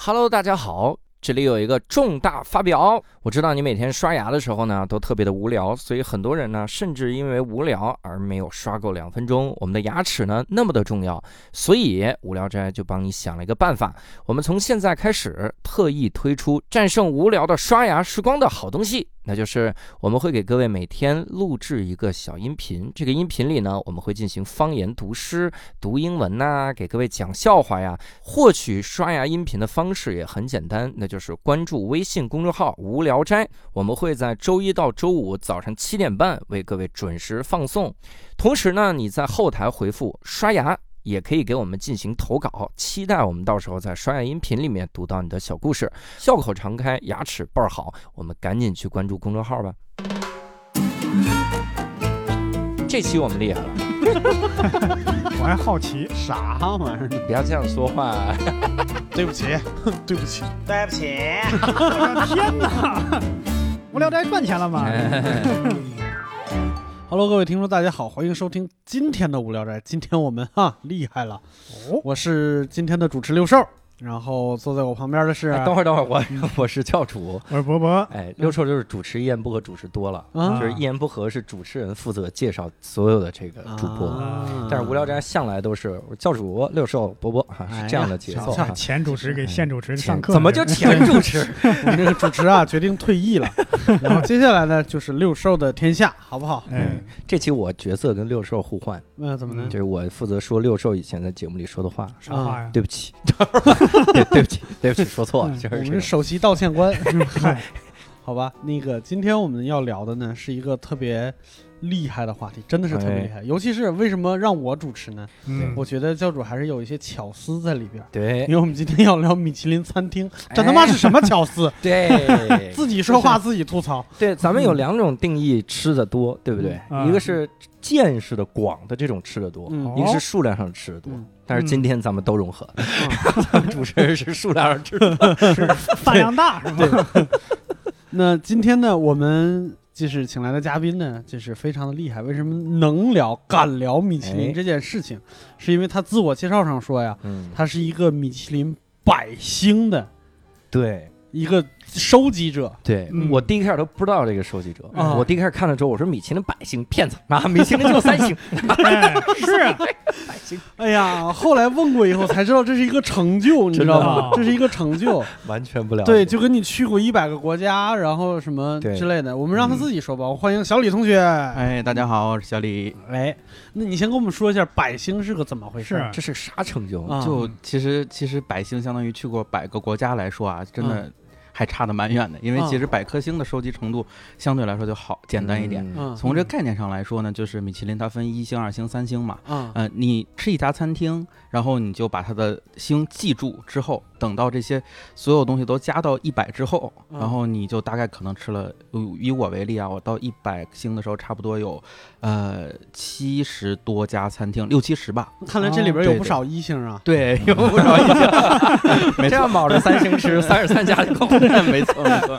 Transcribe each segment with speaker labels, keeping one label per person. Speaker 1: Hello，大家好，这里有一个重大发表。我知道你每天刷牙的时候呢，都特别的无聊，所以很多人呢，甚至因为无聊而没有刷够两分钟。我们的牙齿呢，那么的重要，所以无聊斋就帮你想了一个办法。我们从现在开始，特意推出战胜无聊的刷牙时光的好东西，那就是我们会给各位每天录制一个小音频。这个音频里呢，我们会进行方言读诗、读英文呐、给各位讲笑话呀，获取刷牙音频的方式也很简单，那就是关注微信公众号“无聊斋”，我们会在周一到周五早上七点半为各位准时放送。同时呢，你在后台回复“刷牙”。也可以给我们进行投稿，期待我们到时候在刷牙音频里面读到你的小故事。笑口常开，牙齿倍儿好，我们赶紧去关注公众号吧。这期我们厉害了，
Speaker 2: 我还好奇，
Speaker 3: 啥玩意儿？
Speaker 1: 不要这样说话。
Speaker 3: 对不起，对不起，
Speaker 4: 对不起，
Speaker 2: 天哪！无聊斋赚钱了吗？
Speaker 1: 哎
Speaker 3: Hello，各位听众，大家好，欢迎收听今天的无聊斋。今天我们哈、厉害了，
Speaker 2: 哦，
Speaker 3: 我是今天的主持六兽，然后坐在我旁边的是啊
Speaker 1: 哎等会儿，等会儿，我我是教主。
Speaker 2: 我是博博，
Speaker 1: 哎，六兽就是主持一言不合，主持多了，
Speaker 3: 啊
Speaker 1: 就是一言不合是主持人负责介绍所有的这个主播，
Speaker 3: 啊
Speaker 1: 但是无聊斋向来都是教主、六兽、伯伯哈、
Speaker 3: 哎呀
Speaker 1: 是这样的节奏
Speaker 3: 瞧
Speaker 1: 哈。
Speaker 2: 前主持给现主持上课，
Speaker 1: 怎么就
Speaker 2: 这
Speaker 1: 前主持？
Speaker 3: 我们这个主持啊决定退役 了，然后接下来呢就是六兽的天下，好不好？
Speaker 2: 是？哎，
Speaker 1: 这期我角色跟六兽互换，
Speaker 3: 那、怎么呢
Speaker 1: 嗯就？是我负责说六兽以前在节目里说的话。
Speaker 2: 啥话呀？
Speaker 1: 对不 起，对对不起，对不起，说错了，就
Speaker 3: 嗯
Speaker 1: 是
Speaker 3: 我们
Speaker 1: 这
Speaker 3: 是
Speaker 1: 个
Speaker 3: 首席道 歉官，
Speaker 2: 嗨，
Speaker 3: 好吧？那个今天我们要聊的呢是一个特别厉害的话题，真的是特
Speaker 1: 哎
Speaker 3: 别厉害，尤其是为什么让我主持呢？
Speaker 2: 嗯，
Speaker 3: 我觉得教主还是有一些巧思在里边儿。
Speaker 1: 对
Speaker 3: 因为我们今天要聊米其林餐厅，这他妈是什么巧思？
Speaker 1: 对
Speaker 3: 自嗯己说话自己吐槽，
Speaker 1: 对，咱们有两种定义吃的多，对不对？
Speaker 2: 嗯
Speaker 1: 一个是见识的广的这种吃的多，
Speaker 2: 哦
Speaker 3: 嗯
Speaker 1: 一个是数量上吃的多
Speaker 3: 嗯。
Speaker 1: 但是今天咱们都融合，
Speaker 2: 嗯
Speaker 1: 咱们主持人是数量上吃的多。
Speaker 2: 是饭量大是吗？
Speaker 3: 那今天呢，我们就是请来的嘉宾呢，就是非常的厉害。为什么能聊、敢聊米其
Speaker 1: 哎
Speaker 3: 林这件事情？是因为他自我介绍上说呀，
Speaker 1: 嗯，
Speaker 3: 他是一个米其林百星的
Speaker 1: 对
Speaker 3: 一个收集者。
Speaker 1: 对
Speaker 2: 嗯，
Speaker 1: 我第一开始都不知道这个收集者，
Speaker 3: 啊
Speaker 1: 我第一开始看了之后，我说米其林百星骗子啊，米其林就三星，
Speaker 2: 哎是啊，
Speaker 1: 百星
Speaker 3: 哎呀， 后来问过以后才知道这是一个成就，你知道吗？
Speaker 2: 真的啊
Speaker 3: 这是一个成就。
Speaker 1: 完全不了解。
Speaker 3: 对，就跟你去过一百个国家，然后什么
Speaker 1: 对
Speaker 3: 之类的，我们让他自己说吧。我欢迎小李同学。
Speaker 5: 哎，大家好，我是小李。
Speaker 3: 哎，那你先跟我们说一下百星是个怎么回事？
Speaker 2: 是
Speaker 1: 这是啥成
Speaker 2: 嗯
Speaker 1: 就？
Speaker 3: 啊，
Speaker 5: 就其实其实百星相当于去过百个国家来说啊，真
Speaker 3: 嗯
Speaker 5: 的还差得蛮远的，因为其实百颗星的收集程度相对来说就好简单一点。
Speaker 3: 嗯
Speaker 5: 从这概念上来说呢，就是米其林它分一星、二星、三星嘛。
Speaker 3: 嗯
Speaker 5: 呃，你吃一家餐厅，然后你就把它的星记住之后，等到这些所有东西都加到一百之后，
Speaker 3: 嗯
Speaker 5: 然后你就大概可能吃了，呃以我为例啊，我到一百星的时候，差不多有呃七十多家餐厅，六七十吧。
Speaker 3: 看来这里边
Speaker 5: 对
Speaker 3: 有
Speaker 5: 对
Speaker 3: 不少一星 啊。
Speaker 5: 对，有不少印象， 没
Speaker 1: 这
Speaker 5: 错，
Speaker 1: 样卯着三星 吃，三十三家就够了。
Speaker 5: 没错，没错。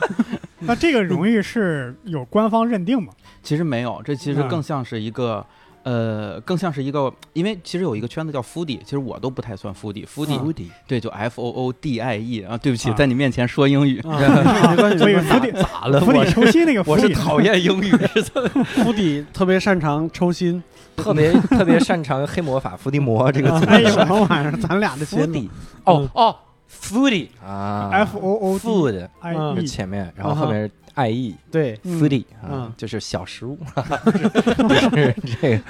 Speaker 2: 那这个荣誉是有官方 认定吗？
Speaker 5: 其实没有，这其实更像是一个。呃，更像是一个，因为其实有一个圈子叫 foodie，其实我都不太算 foodie，foodie、
Speaker 3: 嗯
Speaker 5: 对，就 F O O D I E 啊，对不起，
Speaker 2: 啊
Speaker 5: 在你面前说英语，
Speaker 2: 嗯
Speaker 3: 啊，没关系，
Speaker 2: 所
Speaker 3: 没
Speaker 2: 以
Speaker 3: 关系
Speaker 2: 釜底
Speaker 1: 咋了？
Speaker 2: 釜
Speaker 1: 我
Speaker 2: 底 抽薪那个
Speaker 1: 我
Speaker 2: 釜
Speaker 1: 是
Speaker 2: 底，
Speaker 1: 讨厌英 语，是怎么
Speaker 3: 府邸特别擅长抽 筋，
Speaker 1: 特别特别擅长黑魔法伏地魔这个词。
Speaker 2: 哎呦
Speaker 3: 什么玩意儿？咱俩 的节目，
Speaker 1: 哦哦，foodie 啊
Speaker 2: F O O D
Speaker 1: food
Speaker 2: I
Speaker 1: 是
Speaker 2: E，
Speaker 1: 前面，然后后面是 i e
Speaker 3: 对，
Speaker 2: 嗯
Speaker 1: foodie
Speaker 3: 嗯
Speaker 1: 啊，就是小食 物，就是这个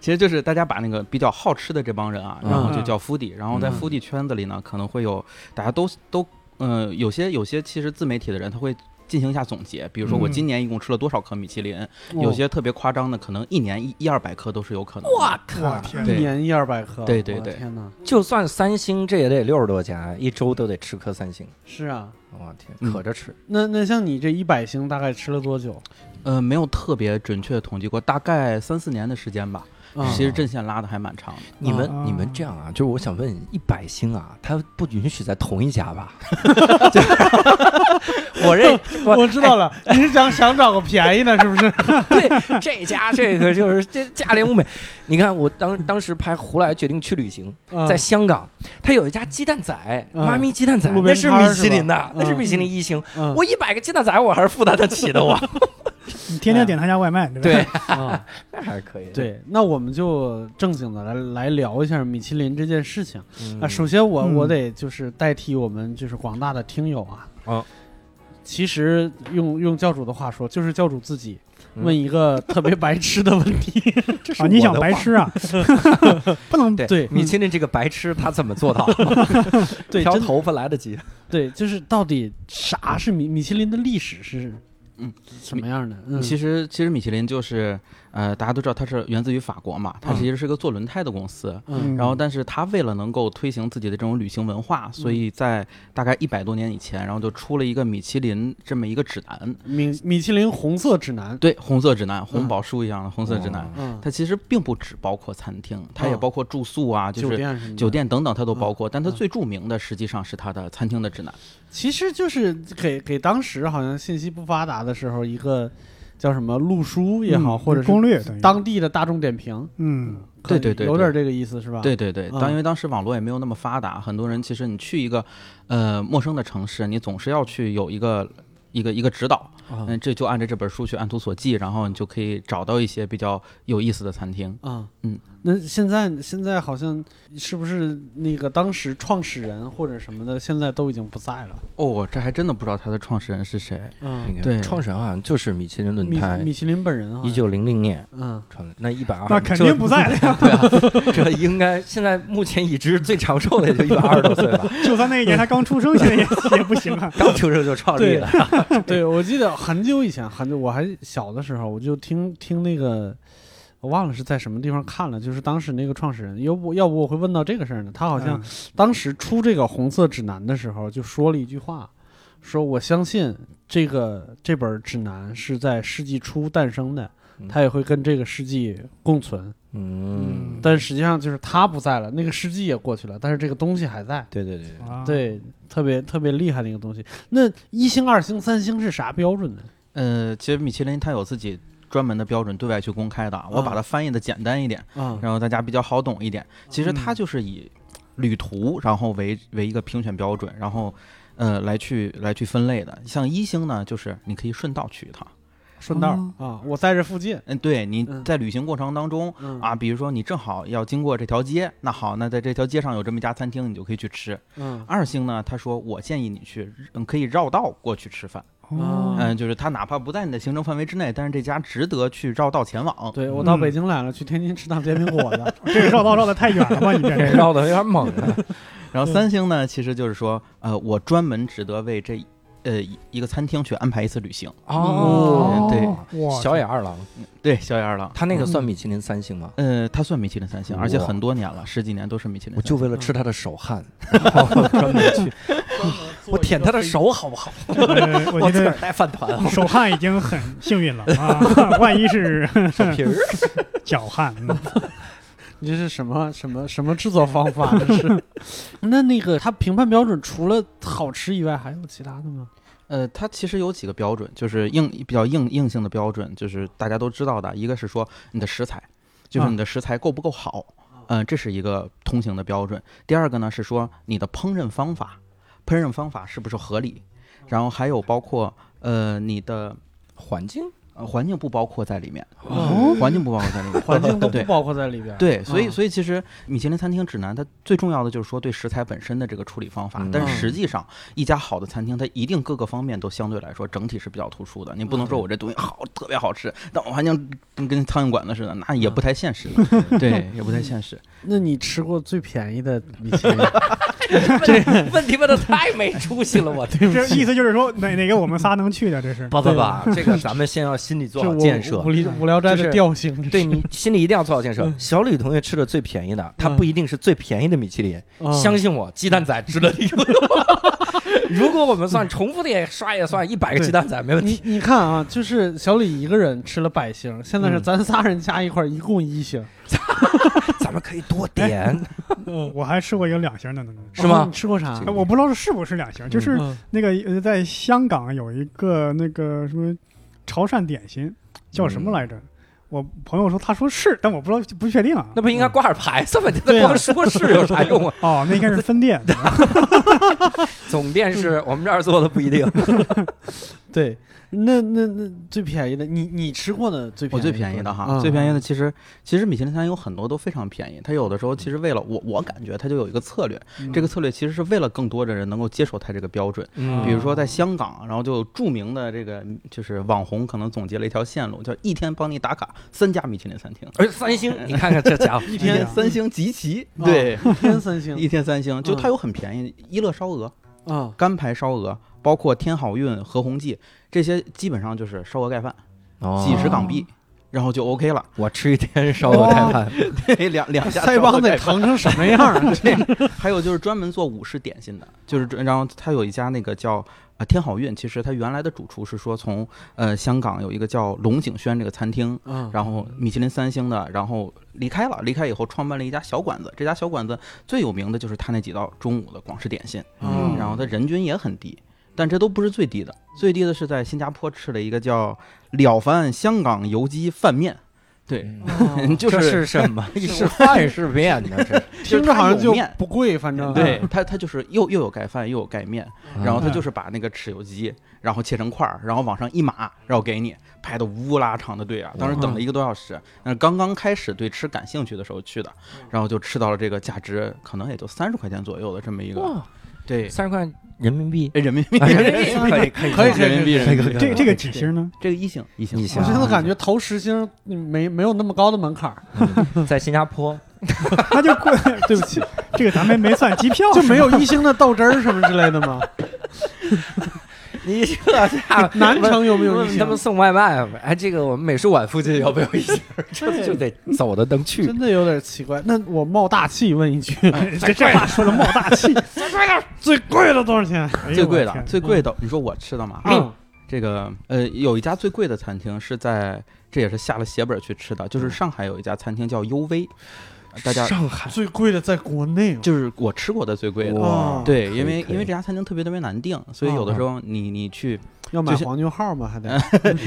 Speaker 5: 其实就是大家把那个比较好吃的这帮人啊，然后就
Speaker 2: 嗯
Speaker 5: 叫 foodie，然后在
Speaker 1: 嗯
Speaker 5: foodie 圈子里呢，可能会有大家都都，呃，有些有些其实自媒体的人他会进行一下总结，比如说我
Speaker 2: 嗯
Speaker 5: 今年一共吃了多少颗米其林，有些特别夸张的，可能一年一一二百颗都是有可能的。哇
Speaker 2: 我天
Speaker 1: 啊
Speaker 3: 一
Speaker 5: 对
Speaker 3: 年一二百克，
Speaker 5: 对对
Speaker 3: 我的
Speaker 5: 对
Speaker 3: 天哪，
Speaker 1: 就算三星，这也得六十多家，一周都得吃颗三星。
Speaker 3: 是啊。
Speaker 1: 我天，
Speaker 5: 嗯
Speaker 1: 可着吃。
Speaker 3: 那那像你这一百星大概吃了多久？
Speaker 5: 呃，没有特别准确统计过，大概三四年的时间吧。
Speaker 3: 啊
Speaker 5: 其实阵线拉的还蛮长的。
Speaker 1: 你们、
Speaker 2: 啊
Speaker 1: 你们这样啊，就是我想问，一百星啊，它不允许在同一家 吧？就我认
Speaker 3: 我知道了，你是想想找个便宜的，是不 是？
Speaker 1: 对这家这个就是这价廉物美。你看我当
Speaker 3: 嗯
Speaker 1: 当时拍《胡来决定去旅行》
Speaker 3: 啊
Speaker 1: 在香港，它有一家鸡蛋仔，
Speaker 3: 嗯
Speaker 1: 妈咪鸡蛋仔，
Speaker 3: 路
Speaker 1: 那
Speaker 3: 边
Speaker 1: 是
Speaker 3: 摊儿
Speaker 1: 米
Speaker 3: 是
Speaker 1: 其林
Speaker 3: 吧
Speaker 1: 的，那是
Speaker 3: 嗯
Speaker 1: 米其林一星。
Speaker 3: 嗯
Speaker 1: 我一百个鸡蛋仔，我还是负担得起的，我
Speaker 2: 你天天点他家外卖，对吧？
Speaker 3: 啊，
Speaker 1: 那还是可以的。
Speaker 3: 对，那我们就正经的来来聊一下米其林这件事情
Speaker 1: 嗯
Speaker 3: 啊。首先我，我、
Speaker 2: 嗯
Speaker 3: 得就是代替我们就是广大的听友啊，
Speaker 1: 啊
Speaker 3: 其实用用教主的话说，就是教主自己
Speaker 1: 嗯
Speaker 3: 问一个特别白痴的问题，
Speaker 1: 这是
Speaker 2: 啊，你
Speaker 1: 我
Speaker 2: 想
Speaker 1: 的
Speaker 2: 白
Speaker 1: 话
Speaker 2: 吃啊？ 不能
Speaker 1: 对
Speaker 3: 对
Speaker 1: 米其林这个白痴他怎么做 到？
Speaker 3: 对，
Speaker 1: 挑
Speaker 3: 真
Speaker 1: 头发来得及。
Speaker 3: 对，就是到底啥是米米其林的历史是
Speaker 5: 嗯
Speaker 3: 什么样的？嗯，
Speaker 5: 其实其实米其林就是呃，大家都知道它是源自于法国嘛，它
Speaker 3: 嗯
Speaker 5: 其实是个做轮胎的公司。
Speaker 3: 嗯
Speaker 5: 然后，但是它为了能够推行自己的这种旅行文化，所以在大概一百多年以前，然后就出了一个米其林这么一个指南，
Speaker 3: 米米其林红色指南，
Speaker 5: 对，红色指南，红宝书一样的红色指南。
Speaker 3: 嗯，
Speaker 5: 它其实并不只包括餐厅，它也
Speaker 3: 嗯
Speaker 5: 包括住宿啊，就
Speaker 3: 酒
Speaker 5: 是
Speaker 3: 店什么的
Speaker 5: 酒店等等，它都包括。但它
Speaker 3: 嗯
Speaker 5: 最著名的实际上是它的餐厅的指南。
Speaker 3: 其实就是给给当时好像信息不发达的时候，一个叫什么路书也好，
Speaker 2: 嗯
Speaker 3: 或者
Speaker 2: 攻
Speaker 3: 是
Speaker 2: 略等于
Speaker 3: 当地的大众点评，
Speaker 2: 嗯
Speaker 3: 可能
Speaker 5: 对对对
Speaker 3: 有点这个意思是吧？
Speaker 5: 对对对，
Speaker 3: 嗯
Speaker 5: 当因为当时网络也没有那么发达，很多人其实你去一个呃陌生的城市，你总是要去有一个一个一个指导，
Speaker 3: 啊
Speaker 5: 嗯，这就按照这本书去按图索骥，然后你就可以找到一些比较有意思的餐厅。
Speaker 3: 啊
Speaker 5: 嗯，
Speaker 3: 那现在现在好像是不是那个当时创始人或者什么的，现在都已经不在了？
Speaker 5: 哦，这还真的不知道它的创始人是谁。
Speaker 3: 嗯，
Speaker 5: 对
Speaker 1: 创始人好像就是米其林轮
Speaker 3: 米
Speaker 1: 胎，
Speaker 3: 米其林本人啊，
Speaker 1: 一九零零年
Speaker 3: 嗯，
Speaker 1: 创的，那一百二，
Speaker 2: 那肯定不在了呀。
Speaker 1: 这。这应该现在目前已知最长寿的也就一百二十多岁吧，
Speaker 2: 就算那一年他刚出生，现在也也不行啊。
Speaker 1: 刚出生就创立了。
Speaker 3: 对，我记得很久以前，很久我还小的时候，我就听听那个，我忘了是在什么地方看了，就是当时那个创始人，要不要不我会问到这个事儿呢？他好像
Speaker 2: 嗯
Speaker 3: 当时出这个红色指南的时候，就说了一句话，说我相信这个这本指南是在世纪初诞生的
Speaker 1: 嗯，
Speaker 3: 它也会跟这个世纪共存。
Speaker 1: 嗯，
Speaker 3: 但实际上就是它不在了，那个世纪也过去了，但是这个东西还在。
Speaker 1: 对对对对，
Speaker 2: 啊，
Speaker 3: 对，特别特别厉害的一个东西。那一星、二星、三星是啥标准呢？
Speaker 5: 呃，其实米其林它有自己专门的标准对外去公开的啊，我把它翻译的简单一点，
Speaker 3: 啊、
Speaker 5: 然后大家比较好懂一点。其实
Speaker 3: 嗯
Speaker 5: 它就是以旅途，然后为为一个评选标准，然后呃来去来去分类的。像一星呢，就是你可以顺道去一趟。
Speaker 2: 顺道
Speaker 3: 哦啊，我在这附近，
Speaker 5: 嗯，对，你
Speaker 3: 嗯
Speaker 5: 在旅行过程当中。
Speaker 3: 嗯
Speaker 5: 啊，比如说你正好要经过这条街，那好，那在这条街上有这么一家餐厅，你就可以去吃。
Speaker 3: 嗯
Speaker 5: 二星呢，他说我建议你去，嗯，可以绕道过去吃饭，
Speaker 2: 哦
Speaker 1: 哎
Speaker 5: 嗯，就是他哪怕不在你的行程范围之内，但是这家值得去绕道前往。
Speaker 3: 对我到
Speaker 2: 嗯，
Speaker 3: 北京来了，去天津吃趟煎饼果子
Speaker 2: 这个绕道绕的太远 了吧？你这
Speaker 1: 这绕的有点猛啊。
Speaker 5: 然后三星呢，其实就是说，呃，我专门值得为这呃一一个餐厅去安排一次旅行。
Speaker 1: 哦，
Speaker 2: 对哇
Speaker 1: 小野二郎，
Speaker 5: 对，小野二郎，
Speaker 1: 他那个算米其林三星吗？
Speaker 5: 呃，他算米其林三星，而且
Speaker 1: 哇
Speaker 5: 很多年了，十几年都是米其林
Speaker 1: 我
Speaker 5: 三星。
Speaker 1: 就为了吃他的手汗，然后 专门去，我舔他的手好不好？
Speaker 2: 呃我
Speaker 1: 我
Speaker 2: 觉
Speaker 1: 自个儿
Speaker 2: 得
Speaker 1: 带饭团，
Speaker 2: 手汗已经很幸运了啊，万一 是
Speaker 1: 手皮儿。
Speaker 2: 脚 汗，嗯
Speaker 3: 你这是什么什么什么制作方法？这是？那那个它评判标准除了好吃以外，还有其他的吗？
Speaker 5: 呃，它其实有几个标准，就是硬比较硬硬性的标准，就是大家都知道的，一个是说你的食材，就是
Speaker 2: 啊
Speaker 5: 你的食材够不够好，嗯、这是一个通行的标准。第二个呢是说你的烹饪方法，烹饪方法是不是合理，然后还有包括呃你的
Speaker 1: 环境
Speaker 5: 呃环境不包括在里面，嗯
Speaker 3: 哦
Speaker 5: 环境不包括在里面，
Speaker 3: 环境都不
Speaker 5: 对
Speaker 3: 包括在里边。
Speaker 5: 对，所以
Speaker 3: 啊
Speaker 5: 所以其实米其林餐厅指南它最重要的就是说对食材本身的这个处理方法
Speaker 1: 嗯，
Speaker 5: 但是实际上一家好的餐厅它一定各个方面都相对来说整体是比较突出的，你不
Speaker 3: 嗯
Speaker 5: 能说我这东西好特别好吃，但我还能跟跟苍蝇馆子似的，那也
Speaker 3: 嗯
Speaker 5: 不太现实，对，也不太现实。
Speaker 3: 那你吃过最便宜的米其林？
Speaker 1: 问问题问的太没出息 了，我对
Speaker 2: 这意思就是说哪哪个我们仨能去的？这是
Speaker 1: 不不不，这个咱们先要心里做
Speaker 3: 这
Speaker 1: 好
Speaker 3: 我
Speaker 1: 建设
Speaker 3: 无。聊无聊斋
Speaker 1: 就
Speaker 3: 的
Speaker 1: 是
Speaker 3: 调性，这 是
Speaker 1: 对你心里一定要做好建设。小李同学吃的最便宜的，他
Speaker 3: 嗯
Speaker 1: 不一定是最便宜的米其林，
Speaker 3: 啊
Speaker 1: 相信我，鸡蛋仔值得你。如果我们算重复的也刷也算一百个鸡蛋仔没问题。
Speaker 3: 你你看啊，就是小李一个人吃了百星，现在是
Speaker 1: 嗯
Speaker 3: 咱仨人加一块儿一共一星，
Speaker 1: 咱们可以多点，嗯
Speaker 2: 我还吃过一个两星的呢，
Speaker 1: 是吗
Speaker 3: 哦你吃过啥
Speaker 1: 这？
Speaker 2: 哎我不知道是是不是两星，就是
Speaker 3: 嗯
Speaker 2: 那个呃在香港有一个那个什么潮汕点心，叫什么来
Speaker 5: 嗯
Speaker 2: 着？我朋友说他说是，但我不知道不确定啊。
Speaker 1: 那不应该挂着牌子吗？你
Speaker 2: 对
Speaker 1: 这
Speaker 2: 啊
Speaker 1: 光说是有啥 用啊？
Speaker 2: 哦，那应该是分 店。
Speaker 1: 总店是我们这儿做的不一定。
Speaker 3: 对，那那那最便宜的，你你吃过的最便宜
Speaker 5: 我最便宜的哈，
Speaker 3: 嗯
Speaker 5: 最便宜的其实其实米其林餐有很多都非常便宜，它有的时候其实为了我我感觉它就有一个策略，
Speaker 2: 嗯
Speaker 5: 这个策略其实是为了更多的人能够接受它这个标准。
Speaker 1: 嗯
Speaker 5: 比如说在香港，然后就有著名的这个就是网红可能总结了一条线路，叫一天帮你打卡三家米其林餐厅，
Speaker 1: 而三星，你看看这家伙，
Speaker 3: 一
Speaker 5: 一天
Speaker 3: 天
Speaker 5: 三星集齐，
Speaker 3: 啊
Speaker 5: 对，
Speaker 3: 一天三星
Speaker 5: 一天三星，就
Speaker 3: 嗯
Speaker 5: 它有很便宜，一乐烧鹅、
Speaker 3: 啊，
Speaker 5: 干牌烧鹅，包括天好运、和鸿记这些，基本上就是烧鹅盖饭，
Speaker 1: 哦
Speaker 5: 几十港币。然后就 OK 了，
Speaker 1: 我吃一天烧鹅盖饭，
Speaker 5: 对，两两家
Speaker 3: 腮
Speaker 5: 烧鹅
Speaker 3: 帮子
Speaker 5: 盖
Speaker 3: 也
Speaker 5: 饭
Speaker 3: 疼成什么样啊？这
Speaker 5: 还有就是专门做武士点心的，就是专然后他有一家那个叫呃天好运，其实他原来的主厨是说从呃香港有一个叫龙景轩这个餐厅。
Speaker 3: 啊，
Speaker 5: 然后米其林三星的，然后离开了，离开以后创办了一家小馆子。这家小馆子最有名的就是他那几道中午的广式点心，
Speaker 1: 嗯
Speaker 5: 然后它人均也很低，但这都不是最低的，最低的是在新加坡吃了一个叫了凡香港油鸡饭面，对，
Speaker 3: 哦
Speaker 5: 就
Speaker 1: 这
Speaker 5: 是
Speaker 1: 是什么？是饭是面呢？这
Speaker 3: 听着好像
Speaker 5: 有
Speaker 3: 就嗯
Speaker 5: 面
Speaker 3: 不贵，反正 啊
Speaker 5: 对它它就是又又有盖饭又有盖面，然后他
Speaker 2: 嗯
Speaker 5: 就是把那个豉油鸡，然后切成块儿，然后往上一码，然后给你排的乌拉长的队啊！当时等了一个多小时，那刚刚开始对吃感兴趣的时候去的，然后就吃到了这个价值可能也就三十块钱左右的这么一个，
Speaker 1: 哇，
Speaker 5: 对，
Speaker 1: 三十块人民 币，
Speaker 5: 哎人民币，
Speaker 1: 啊人民币可以可以
Speaker 3: 可以可以
Speaker 5: 人民币，人民币
Speaker 1: 可以可以
Speaker 2: 这个这 个几星呢？
Speaker 5: 这个一星一星
Speaker 1: 一
Speaker 3: 我
Speaker 1: 星
Speaker 3: 现在感觉投十星嗯没没有那么高的门槛儿，
Speaker 1: 嗯在新加坡，
Speaker 2: 那就贵，对不起，这个咱们没算机票，
Speaker 3: 就没有一星的豆汁儿什么之类的吗？
Speaker 1: 你这下
Speaker 3: 南城有没有一啊
Speaker 1: 问
Speaker 3: 星
Speaker 1: 他？们送外卖，哎，这个我们美术馆附近有没有一星？这就得走的能去
Speaker 3: 真。的有点奇怪。那我冒大气问一句，
Speaker 2: 这这话说的冒大 气。最贵的多少钱？哎呦
Speaker 5: 最贵
Speaker 2: 我
Speaker 5: 的
Speaker 2: 天
Speaker 5: 最贵的，你说我吃的吗？
Speaker 3: 嗯
Speaker 5: 这个呃，有一家最贵的餐厅是在，这也是下了血本去吃的，就是上海有一家餐厅叫 UV，大家
Speaker 1: 上海
Speaker 3: 最贵的在国内嗯哦
Speaker 5: 就是我吃过的最贵的。
Speaker 1: 哇，
Speaker 5: 对，
Speaker 1: 哦可以
Speaker 5: 因为
Speaker 1: 可以哦
Speaker 5: 因为这家餐厅特别特别难订，所以有的时候你你去，
Speaker 3: 要买
Speaker 5: 就是
Speaker 3: 黄牛号吗？还得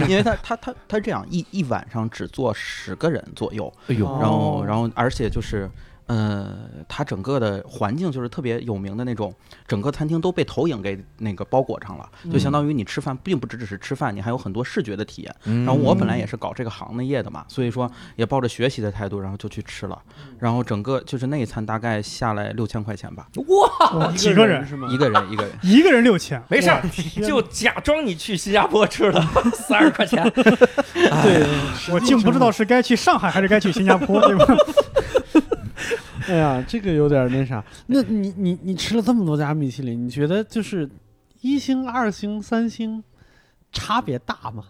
Speaker 5: 因为他他他他这样一一晚上只坐十个人左右，
Speaker 1: 哎呦，
Speaker 3: 哦
Speaker 5: 然后然后而且就是。呃，它整个的环境就是特别有名的那种，整个餐厅都被投影给那个包裹上了，就相
Speaker 1: 嗯
Speaker 5: 当于你吃饭并不只只是吃饭，你还有很多视觉的体验。
Speaker 1: 然
Speaker 5: 然后我本来也是搞这个行业的嘛，所以说也抱着学习的态度，然后就去吃了，
Speaker 1: 嗯
Speaker 5: 然后整个就是那一餐大概下来六千块钱吧，
Speaker 1: 哇，
Speaker 2: 哇
Speaker 3: 一
Speaker 2: 几个人？
Speaker 3: 是吗？
Speaker 5: 一个人一个人。
Speaker 2: 一个人六千，
Speaker 1: 没事儿
Speaker 2: 哇天
Speaker 1: 就假装你去新加坡吃的，三十块钱，
Speaker 3: 对，
Speaker 2: 我竟不知道是该去上海还是该去新加坡，对吧？
Speaker 3: 哎呀，这个有点那啥。那你你你吃了这么多家米其林，你觉得就是一星、二星、三星差别大吗？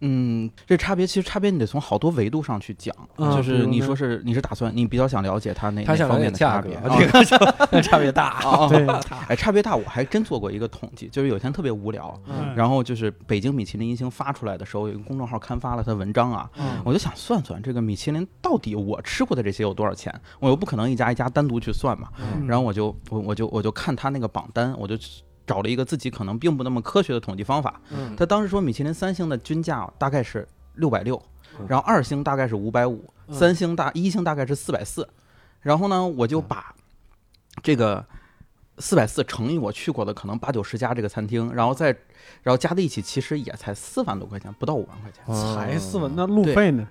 Speaker 5: 嗯，这差别其实差别你得从好多维度上去讲，
Speaker 3: 啊
Speaker 5: 就
Speaker 3: 比
Speaker 5: 是
Speaker 3: 如
Speaker 5: 你
Speaker 3: 呢
Speaker 5: 说是你是打算你比较想了解它哪
Speaker 1: 他
Speaker 5: 哪
Speaker 1: 想了
Speaker 5: 方
Speaker 1: 解
Speaker 5: 面的
Speaker 1: 价
Speaker 5: 差
Speaker 1: 格
Speaker 5: 别，
Speaker 1: 这个 就差别大。
Speaker 5: 啊啊，
Speaker 3: 对，
Speaker 5: 哎，差别大，我还真做过一个统计，就是有一天特别无聊，
Speaker 3: 嗯
Speaker 5: 然后就是北京米其林一星发出来的时候，有一个公众号刊发了他文章啊，
Speaker 3: 嗯
Speaker 5: 我就想算算这个米其林到底我吃过的这些有多少钱，我又不可能一家一家单独去算嘛，然后我就我我就我就看他那个榜单，我就找了一个自己可能并不那么科学的统计方法，
Speaker 3: 嗯
Speaker 5: 他当时说米其林三星的均价大概是六百六，然后二星大概是五百五，
Speaker 3: 嗯
Speaker 5: 三星大一星大概是四百四，然后呢，我
Speaker 3: 嗯
Speaker 5: 就把这个四百四乘以我去过的可能八九十家这个餐厅，然后再然后加在一起，其实也才四万多块钱，不到五万块钱。
Speaker 3: 才斯文，那路费呢？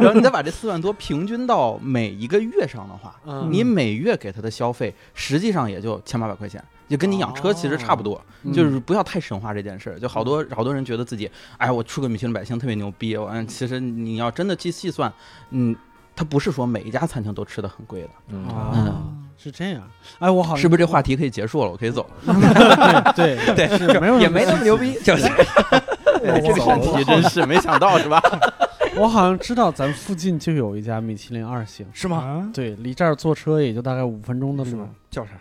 Speaker 5: 然后你再把这四万多平均到每一个月上的话，
Speaker 3: 嗯
Speaker 5: 你每月给他的消费实际上也就千八百块钱，就跟你养车其实差不多。
Speaker 3: 嗯
Speaker 5: 就是不要太神话这件事儿，就好多好多人觉得自己，哎，我出个米其林百星特别牛逼。我嗯其实你要真的去细算，嗯，它不是说每一家餐厅都吃的很贵的，
Speaker 1: 嗯，
Speaker 3: 哦，是这样。哎，我好像
Speaker 5: 是不是？这话题可以结束了？我可以走了。
Speaker 3: 对
Speaker 5: 对
Speaker 3: 是没有
Speaker 1: 也没那么牛逼，就是
Speaker 3: 我
Speaker 5: 这个
Speaker 3: 我
Speaker 5: 话题真是没想到 是吧？
Speaker 3: 我好像知道咱附近就有一家米其林二星，
Speaker 1: 是？
Speaker 2: 啊，
Speaker 3: 对，离这儿坐车也就大概五分钟的
Speaker 1: 是
Speaker 3: 路
Speaker 1: 吗，？叫啥？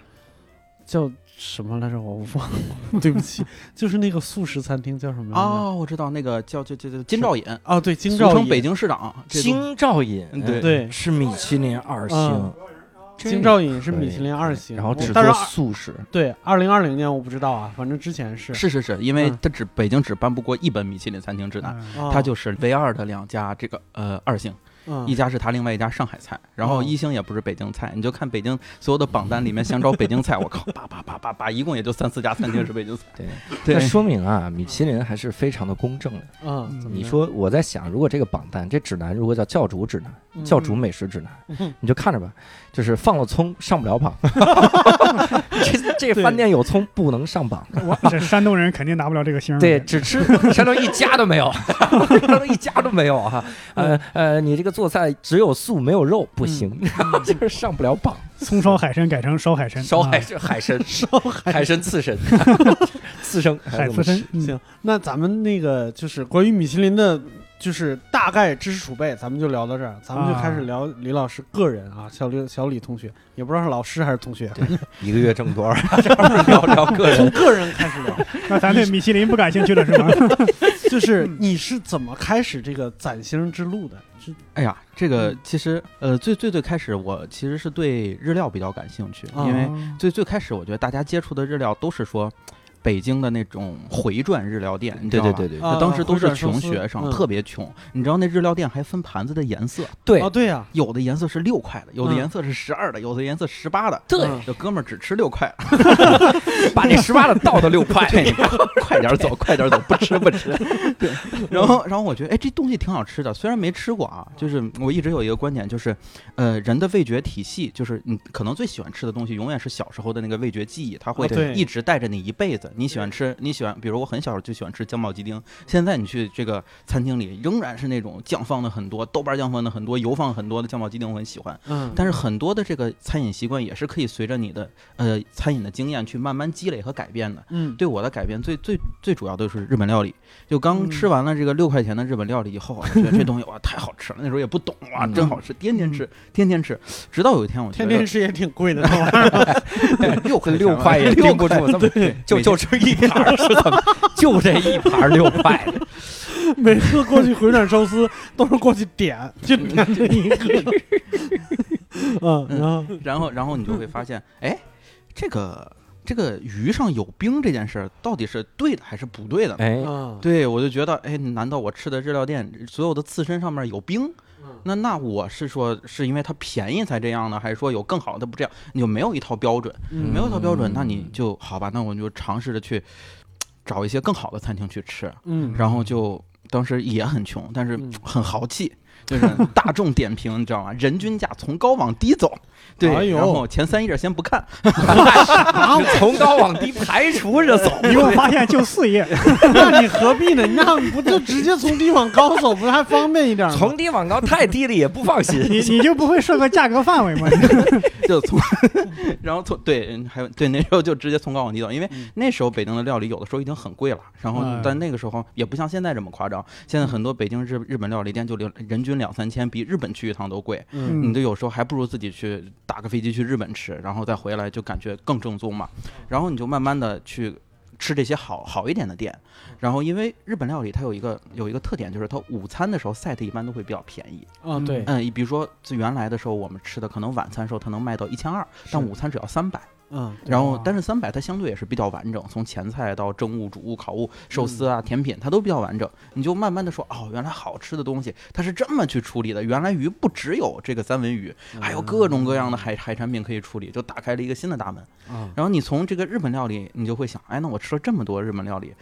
Speaker 3: 叫什么来着？我忘了，对不起， 就是那个素食餐厅叫什么来着？
Speaker 5: 哦，我知道那个叫叫叫叫金兆尹，
Speaker 3: 哦，对，京
Speaker 5: 俗
Speaker 3: 兆
Speaker 5: 称
Speaker 3: 尹
Speaker 5: 北京市长。这都
Speaker 1: 金兆尹，
Speaker 5: 嗯对
Speaker 3: 对
Speaker 1: 哎是米其林二星
Speaker 3: 嗯，京兆尹是米其林二星，
Speaker 1: 然后只
Speaker 3: 但
Speaker 1: 做
Speaker 3: 是
Speaker 1: 素食，
Speaker 3: 对二零二零年我不知道啊，反正之前是，
Speaker 5: 是是是，因为
Speaker 3: 嗯
Speaker 5: 他只北京只颁布过一本米其林餐厅指南，
Speaker 3: 啊
Speaker 5: 他就是唯二的两家这个呃二星，
Speaker 3: 嗯
Speaker 5: 一家是他，另外一家上海菜，然后
Speaker 3: 哦
Speaker 5: 一星也不是北京菜，你就看北京所有的榜单里面想找北京菜，我靠，叭叭叭叭叭，一共也就三四家餐厅是北京菜。
Speaker 1: 对，
Speaker 5: 对
Speaker 1: 那，说明啊，米其林还是非常的公正的。
Speaker 3: 嗯，
Speaker 2: 嗯
Speaker 3: 怎么
Speaker 1: 你
Speaker 3: 着
Speaker 1: 说我在想，如果这个榜单这指南如果叫教主指南、教主美食指南，
Speaker 3: 嗯
Speaker 1: 你就看着吧，就是放了葱上不了 榜，这这饭店有葱不能上榜，
Speaker 2: 嗯我这山东人肯定拿不了这个星儿。
Speaker 1: 对，只吃山东一家都没 有，山东一家都没有哈。呃呃，你这个做菜只有素没有肉不行，
Speaker 3: 嗯
Speaker 1: 就是上不了榜。
Speaker 2: 葱烧海参改成烧海参，
Speaker 1: 嗯烧海
Speaker 2: 啊
Speaker 1: 参海参 烧海参刺 身刺身
Speaker 2: 海刺参。嗯
Speaker 3: 行，那咱们那个就是关于米其林的，就是大概知识储备，咱们就聊到这儿，咱们就开始
Speaker 5: 啊
Speaker 3: 聊李老师个人啊，小李小李同学，也不知道是老师还是同学，
Speaker 1: 一个月挣多 少？聊聊个
Speaker 3: 从
Speaker 1: 人。
Speaker 3: 个人开始 聊，
Speaker 2: 那咱对米其林不感兴趣了是吗？
Speaker 3: 就是你是怎么开始这个攒星之路的？是
Speaker 5: 哎呀，这个
Speaker 3: 嗯
Speaker 5: 其实呃最最最开始我其实是对日料比较感兴趣，
Speaker 3: 啊
Speaker 5: 因为
Speaker 2: 哦
Speaker 5: 最最开始我觉得大家接触的日料都是说北京的那种回转日料店，你知
Speaker 1: 对
Speaker 5: 道吧？
Speaker 1: 对对对
Speaker 3: 啊
Speaker 5: 就当时都
Speaker 3: 回
Speaker 5: 是
Speaker 3: 转寿
Speaker 5: 穷
Speaker 3: 司
Speaker 5: 学生，
Speaker 3: 嗯
Speaker 5: 特别穷。你知道那日料店还分盘子的颜色，
Speaker 1: 对
Speaker 3: 哦，对呀，
Speaker 5: 有的颜色是六块的，有的
Speaker 3: 嗯
Speaker 5: 颜色是十二的，有的颜色十八的。
Speaker 1: 对，
Speaker 3: 嗯
Speaker 5: 这哥们儿只吃六块，。
Speaker 1: 把那十八的倒到 六块
Speaker 5: 对，快点走，快点走，不吃不吃。对，然后然后我觉得，哎，这东西挺好吃的，虽然没吃过啊，就是我一直有一个观点，就是，呃，人的味觉体系，就是你可能最喜欢吃的东西，永远是小时候的那个味觉记忆，它会
Speaker 3: 哦对
Speaker 5: 一直带着你一辈子。你喜欢吃，你喜欢，比如我很小就喜欢吃姜爆鸡丁，现在你去这个餐厅里，仍然是那种酱放的很多，豆瓣酱放的很多，油放很多的酱爆鸡丁，我很喜欢。
Speaker 3: 嗯，
Speaker 5: 但是很多的这个餐饮习惯也是可以随着你的呃餐饮的经验去慢慢积累和改变的。
Speaker 3: 嗯，
Speaker 5: 对我的改变最最最主要的就是日本料理，就
Speaker 1: 嗯
Speaker 5: 刚吃完了这个六块钱的日本料理以后啊，我觉得这东西哇太好吃了，那时候也不懂哇，
Speaker 1: 嗯
Speaker 5: 真好吃，天天吃，天天吃，直到有一天我觉
Speaker 3: 天
Speaker 5: 得
Speaker 3: 天吃也挺贵的，那玩意儿
Speaker 5: 六 块
Speaker 1: 六块 也盯
Speaker 5: 六
Speaker 1: 不
Speaker 5: 块
Speaker 1: 住，这么就就这一盘儿是怎么？就这一盘儿六块，
Speaker 3: 每次过去回转寿司 都是过去点，就点这一 个。嗯，然后
Speaker 5: 然后然后你就会发现，哎，这个这个鱼上有冰这件事儿到底是对的还是不对的呢？
Speaker 1: 哎，
Speaker 3: 啊，
Speaker 5: 对，我就觉得，哎，难道我吃的日料店所有的刺身上面有冰？
Speaker 3: 嗯
Speaker 5: 那那我是说，是因为它便宜才这样呢，还是说有更好的？不这样，你就没有一套标准，
Speaker 3: 嗯
Speaker 5: 没有一套标准，那你
Speaker 1: 嗯
Speaker 5: 就好吧，那我就尝试着去找一些更好的餐厅去吃，
Speaker 3: 嗯，
Speaker 5: 然后就当时也很穷，但是
Speaker 3: 嗯
Speaker 5: 很豪气。就是大众点评，你知道吗？人均价从高往低走，对，
Speaker 3: 哎呦
Speaker 5: 然后前三页先不看，
Speaker 1: 啊从高往低排除着走，
Speaker 2: 一共发现就四 页，
Speaker 3: 那你何必呢？那不就直接从低往高走，不是还方便一点吗？
Speaker 1: 从低往高，太低了也不放
Speaker 2: 你
Speaker 1: 心。
Speaker 2: 你就不会设个价格范 围吗？
Speaker 5: 就 从，然后从对，还有对那时候就直接从高往低走，因为
Speaker 3: 嗯
Speaker 5: 那时候北京的料理有的时候已经很贵了，然后
Speaker 3: 哎
Speaker 2: 嗯
Speaker 5: 但那个时候也不像现在这么夸张，现在很
Speaker 3: 嗯
Speaker 5: 多北京日日本料理店就两人均两三千，比日本去一趟都贵，
Speaker 3: 嗯
Speaker 2: 嗯
Speaker 5: 你就有时候还不如自己去打个飞机去日本吃，然后再回来就感觉更正宗嘛，然后你就慢慢的去。吃这些好好一点的店，然后因为日本料理它有一个有一个特点，就是它午餐的时候 set 一般都会比较便宜，
Speaker 3: 啊，对，
Speaker 5: 嗯，比如说最原来的时候我们吃的，可能晚餐时候它能卖到一千二，但
Speaker 3: 是
Speaker 5: 午餐只要三百。
Speaker 3: 嗯，
Speaker 5: 然后
Speaker 2: 哇，
Speaker 5: 但是三百它相对也是比较完整，从前菜到蒸物、煮物、烤物、寿司啊、甜品，它都比较完整。你就慢慢的说，哦，原来好吃的东西它是这么去处理的。原来鱼不只有这个三文鱼，还有各种各样的海嗯海产品可以处理，就打开了一个新的大门。
Speaker 3: 啊，
Speaker 5: 然后你从这个日本料理，你就会想，哎，那我吃了这么多日本料理。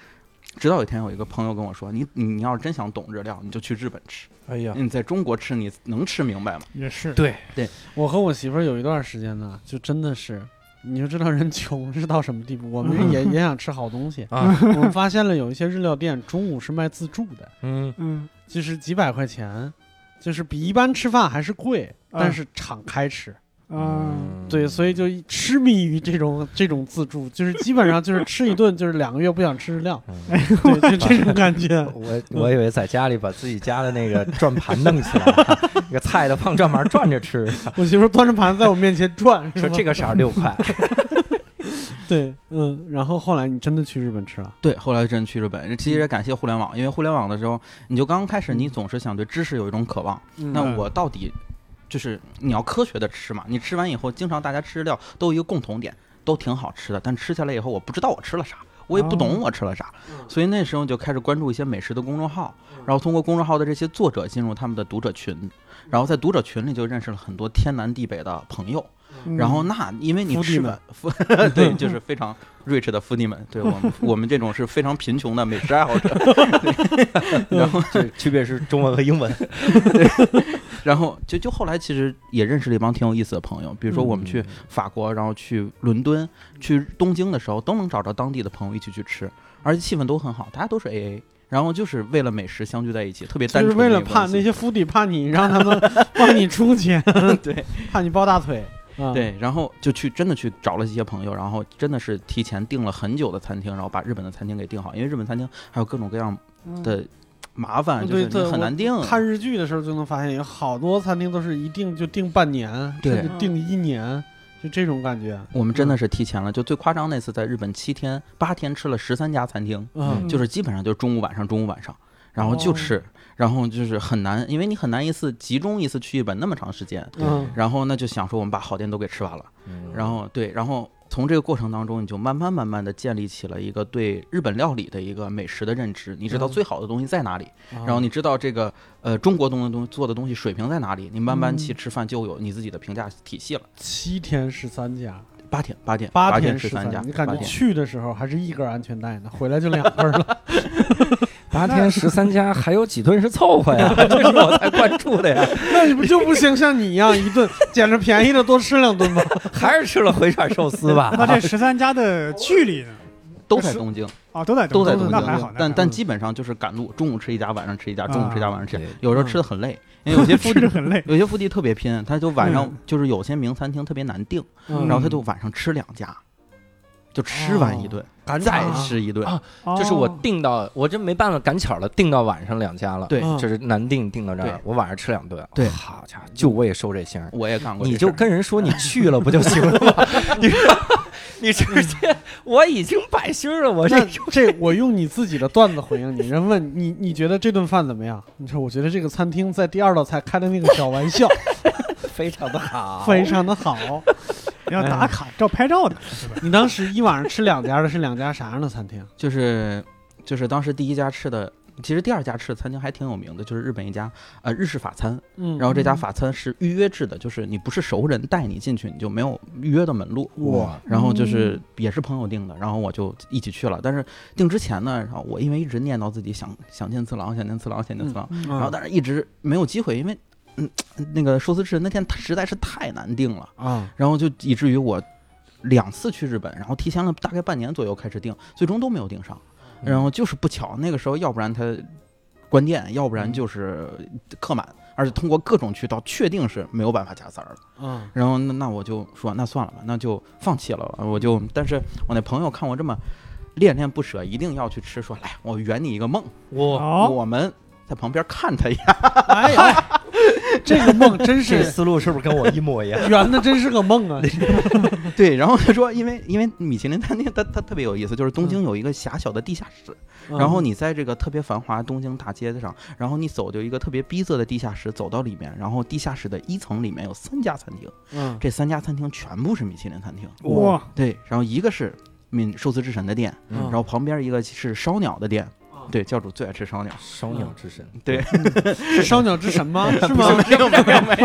Speaker 5: 直到有一天，有一个朋友跟我说：“你你你要是真想懂日料，你就去日本吃。
Speaker 1: 哎呀，
Speaker 5: 你在中国吃，你能吃明白吗？
Speaker 2: 也是，
Speaker 1: 对，
Speaker 3: 我和我媳妇儿有一段时间呢，就真的是。你就知道人穷是到什么地步，我们 也也想吃好东西。
Speaker 1: 啊，
Speaker 3: 我们发现了有一些日料店中午是卖自助的，
Speaker 1: 嗯，
Speaker 2: 嗯，
Speaker 3: 就是几百块钱，就是比一般吃饭还是贵，
Speaker 2: 啊
Speaker 3: 但是敞开吃。
Speaker 2: 嗯，
Speaker 3: 对，所以就痴迷于这种这种自助，就是基本上就是吃一顿就是两个月不想吃日料，
Speaker 1: 嗯
Speaker 3: 对，就这种感觉。
Speaker 1: 我我以为在家里把自己家的那个转盘弄起来， 那个菜的放转盘 转着吃，
Speaker 3: 我媳妇儿端着盘子在我面前转，
Speaker 1: 说这
Speaker 3: 个
Speaker 1: 个色儿六块，
Speaker 3: 对，嗯，然后后来你真的去日本吃了，
Speaker 5: 对，后来真去日本，其实也感谢互联网，因为互联网的时候，你就刚刚开始，你
Speaker 3: 嗯
Speaker 5: 总是想对知识有一种渴望。那
Speaker 3: 那
Speaker 5: 我到底就是你要科学的吃嘛？你吃完以后，经常大家吃料都有一个共同点，都挺好吃的，但吃下来以后，我不知道我吃了啥。我也不懂我吃了啥，所以那时候就开始关注一些美食的公众号，然后通过公众号的这些作者进入他们的读者群，然后在读者群里就认识了很多天南地北的朋友。然后那因为你
Speaker 3: 腹地
Speaker 5: 吃
Speaker 3: 嗯们
Speaker 5: 完，腹对，就是非常 rich 的腹地们，对我们我们这种是非常贫穷的美食爱好者。 对然后
Speaker 1: 这区别是中文和英文。
Speaker 5: 然后就就后来其实也认识了一帮挺有意思的朋友，比如说我们去
Speaker 1: 嗯
Speaker 5: 法国，然后去伦敦、去东京的时候，都能找着当地的朋友一起去吃，而且气氛都很好，大家都是 A A。然后就是为了美食相聚在一起，特别单
Speaker 3: 就
Speaker 5: 纯
Speaker 3: 是
Speaker 5: 的
Speaker 3: 为
Speaker 5: 一
Speaker 3: 了
Speaker 5: 个关系。
Speaker 3: 怕那些府邸怕你让他们 帮你出钱，
Speaker 5: 对，
Speaker 3: 怕你抱大腿，啊，
Speaker 5: 对，然后就去真的去找了一些朋友，然后真的是提前订了很久的餐厅，然后把日本的餐厅给订好，因为日本餐厅还有各种各样
Speaker 3: 嗯
Speaker 5: 的麻烦，
Speaker 3: 嗯
Speaker 5: 就是
Speaker 3: 对对
Speaker 5: 你很
Speaker 3: 我
Speaker 5: 难订。
Speaker 3: 看日剧的时候就能发现，有好多餐厅都是一定就定半年，
Speaker 5: 对
Speaker 3: 甚至定一年，就这种感觉。
Speaker 5: 我们真的是提前了，就最夸张那次在日本七天八天吃了十三家餐厅，
Speaker 3: 嗯，
Speaker 5: 就是基本上就是中午晚上中午晚上，然后就
Speaker 3: 哦
Speaker 5: 吃，然后就是很难，因为你很难一次集中一次去日本那么长时间，
Speaker 3: 嗯
Speaker 5: 然后那就想说我们把好店都给吃完了，
Speaker 1: 嗯
Speaker 5: 然后对，然后从这个过程当中，你就慢慢慢慢的建立起了一个对日本料理的一个美食的认知，你知道
Speaker 3: 嗯
Speaker 5: 最好的东西在哪里，然后你知道这个呃中国东的东做的东西水平在哪里，你慢慢去
Speaker 3: 嗯
Speaker 5: 吃饭就有你自己的评价体系了。
Speaker 3: 七天十三家，
Speaker 5: 八天八天
Speaker 3: 八
Speaker 5: 天
Speaker 3: 十
Speaker 5: 十
Speaker 3: 三
Speaker 5: 家，
Speaker 3: 你感
Speaker 5: 八
Speaker 3: 觉
Speaker 5: 天
Speaker 3: 去的时候还是一根安全带呢，回来就两根了。
Speaker 1: 八天十三家，还有几顿是凑合呀？ 这是我才关注的呀，
Speaker 3: 那你不就不行像你一样一顿捡着便宜的多吃两 顿吗？
Speaker 1: 还是吃了回转寿司吧？
Speaker 2: 那这十三家的距离呢？
Speaker 5: 都在东京，
Speaker 2: 啊，都在
Speaker 5: 都在
Speaker 2: 东
Speaker 5: 东
Speaker 2: 那还好
Speaker 5: 京，，
Speaker 2: 那
Speaker 5: 但
Speaker 2: 还
Speaker 5: 但
Speaker 2: 好
Speaker 5: 基本上就是赶路，中午吃一家，晚上吃一家，中午吃一家，
Speaker 2: 啊
Speaker 5: 晚上吃一家，
Speaker 1: 对
Speaker 5: 有时候吃的很累，因为有些腹
Speaker 2: 吃着很累。
Speaker 5: 有些腹地特别拼，他就晚上
Speaker 2: 嗯
Speaker 5: 就是有些名餐厅特别难订，
Speaker 3: 嗯
Speaker 5: 然后他就晚上吃两家，就吃完一顿，
Speaker 3: 赶紧
Speaker 5: 再
Speaker 3: 啊
Speaker 5: 吃一顿
Speaker 1: 哦啊。 就是我
Speaker 2: 哦
Speaker 1: 定到，我这没办法赶巧了，定到晚上两家了。
Speaker 5: 对
Speaker 3: 嗯
Speaker 1: 就是难定定到这儿
Speaker 5: 对，
Speaker 1: 我晚上吃两顿。
Speaker 5: 对
Speaker 1: 好家伙，就我也收这星儿。
Speaker 5: 我也干过这
Speaker 1: 你
Speaker 5: 事儿，
Speaker 1: 就跟人说你去了不就行了吗？ 你你直接我已经摆星儿了，我这
Speaker 3: 那这我用你自己的段子回应你。人问你，你觉得这顿饭怎么样？你说我觉得这个餐厅在第二道菜开的那个小玩 笑
Speaker 1: 非常的好。
Speaker 3: 非常的好。
Speaker 2: 你
Speaker 1: 哎
Speaker 2: 要打卡照拍照的，是吧？
Speaker 3: 你当时一晚上吃两家的是两家啥样的餐厅？
Speaker 5: 就是就是当时第一家吃的。其实第二家吃的餐厅还挺有名的，就是日本一家呃日式法餐，
Speaker 3: 嗯
Speaker 5: 然后这家法餐是预约制的，就是你不是熟人带你进去，你就没有预约的门路。
Speaker 3: 哇，
Speaker 5: 然后就是也是朋友订的，然后我就一起去了。但是订之前呢，然后我因为一直念叨自己想想见次郎，想见次郎，想见次郎，
Speaker 3: 然
Speaker 5: 然后但是一直没有机会，因为嗯，那个寿司之神那天他实在是太难订了，
Speaker 3: 啊，
Speaker 5: 然后就以至于我两次去日本，然后提前了大概半年左右开始订，最终都没有订上。然后就是不巧，那个时候要不然他关店，要不然就是客满，而且通过各种渠道确定是没有办法加塞儿了。
Speaker 3: 嗯
Speaker 5: 然后那那我就说那算了吧，那就放弃了吧。我就但是我那朋友看我这么恋恋不舍，一定要去吃，说来我圆你一个梦，
Speaker 1: 我
Speaker 2: 哦，
Speaker 5: 我们在旁边看他一眼。
Speaker 3: 哎呀，这个梦真
Speaker 1: 这
Speaker 3: 是
Speaker 1: 思路是不是跟我一模一样？
Speaker 3: 圆的，真是个梦啊！
Speaker 5: 对，然后他说，因为因为米其林餐厅它它特别有意思，就是东京有一个狭小的地下室，
Speaker 3: 嗯
Speaker 5: 然后你在这个特别繁华东京大街上，然后你走就一个特别逼仄的地下室，走到里面，然后地下室的一层里面有三家餐厅，
Speaker 3: 嗯，
Speaker 5: 这三家餐厅全部是米其林餐厅。
Speaker 2: 哇，
Speaker 5: 对，然后一个是闽寿司之神的店，
Speaker 1: 嗯
Speaker 5: 然后旁边一个是烧鸟的店。
Speaker 3: 嗯
Speaker 5: 对，教主最爱吃烧鸟，
Speaker 1: 烧鸟之 神，
Speaker 5: 对，
Speaker 3: 是烧鸟之神吗？ 是吗？
Speaker 5: 没有没有没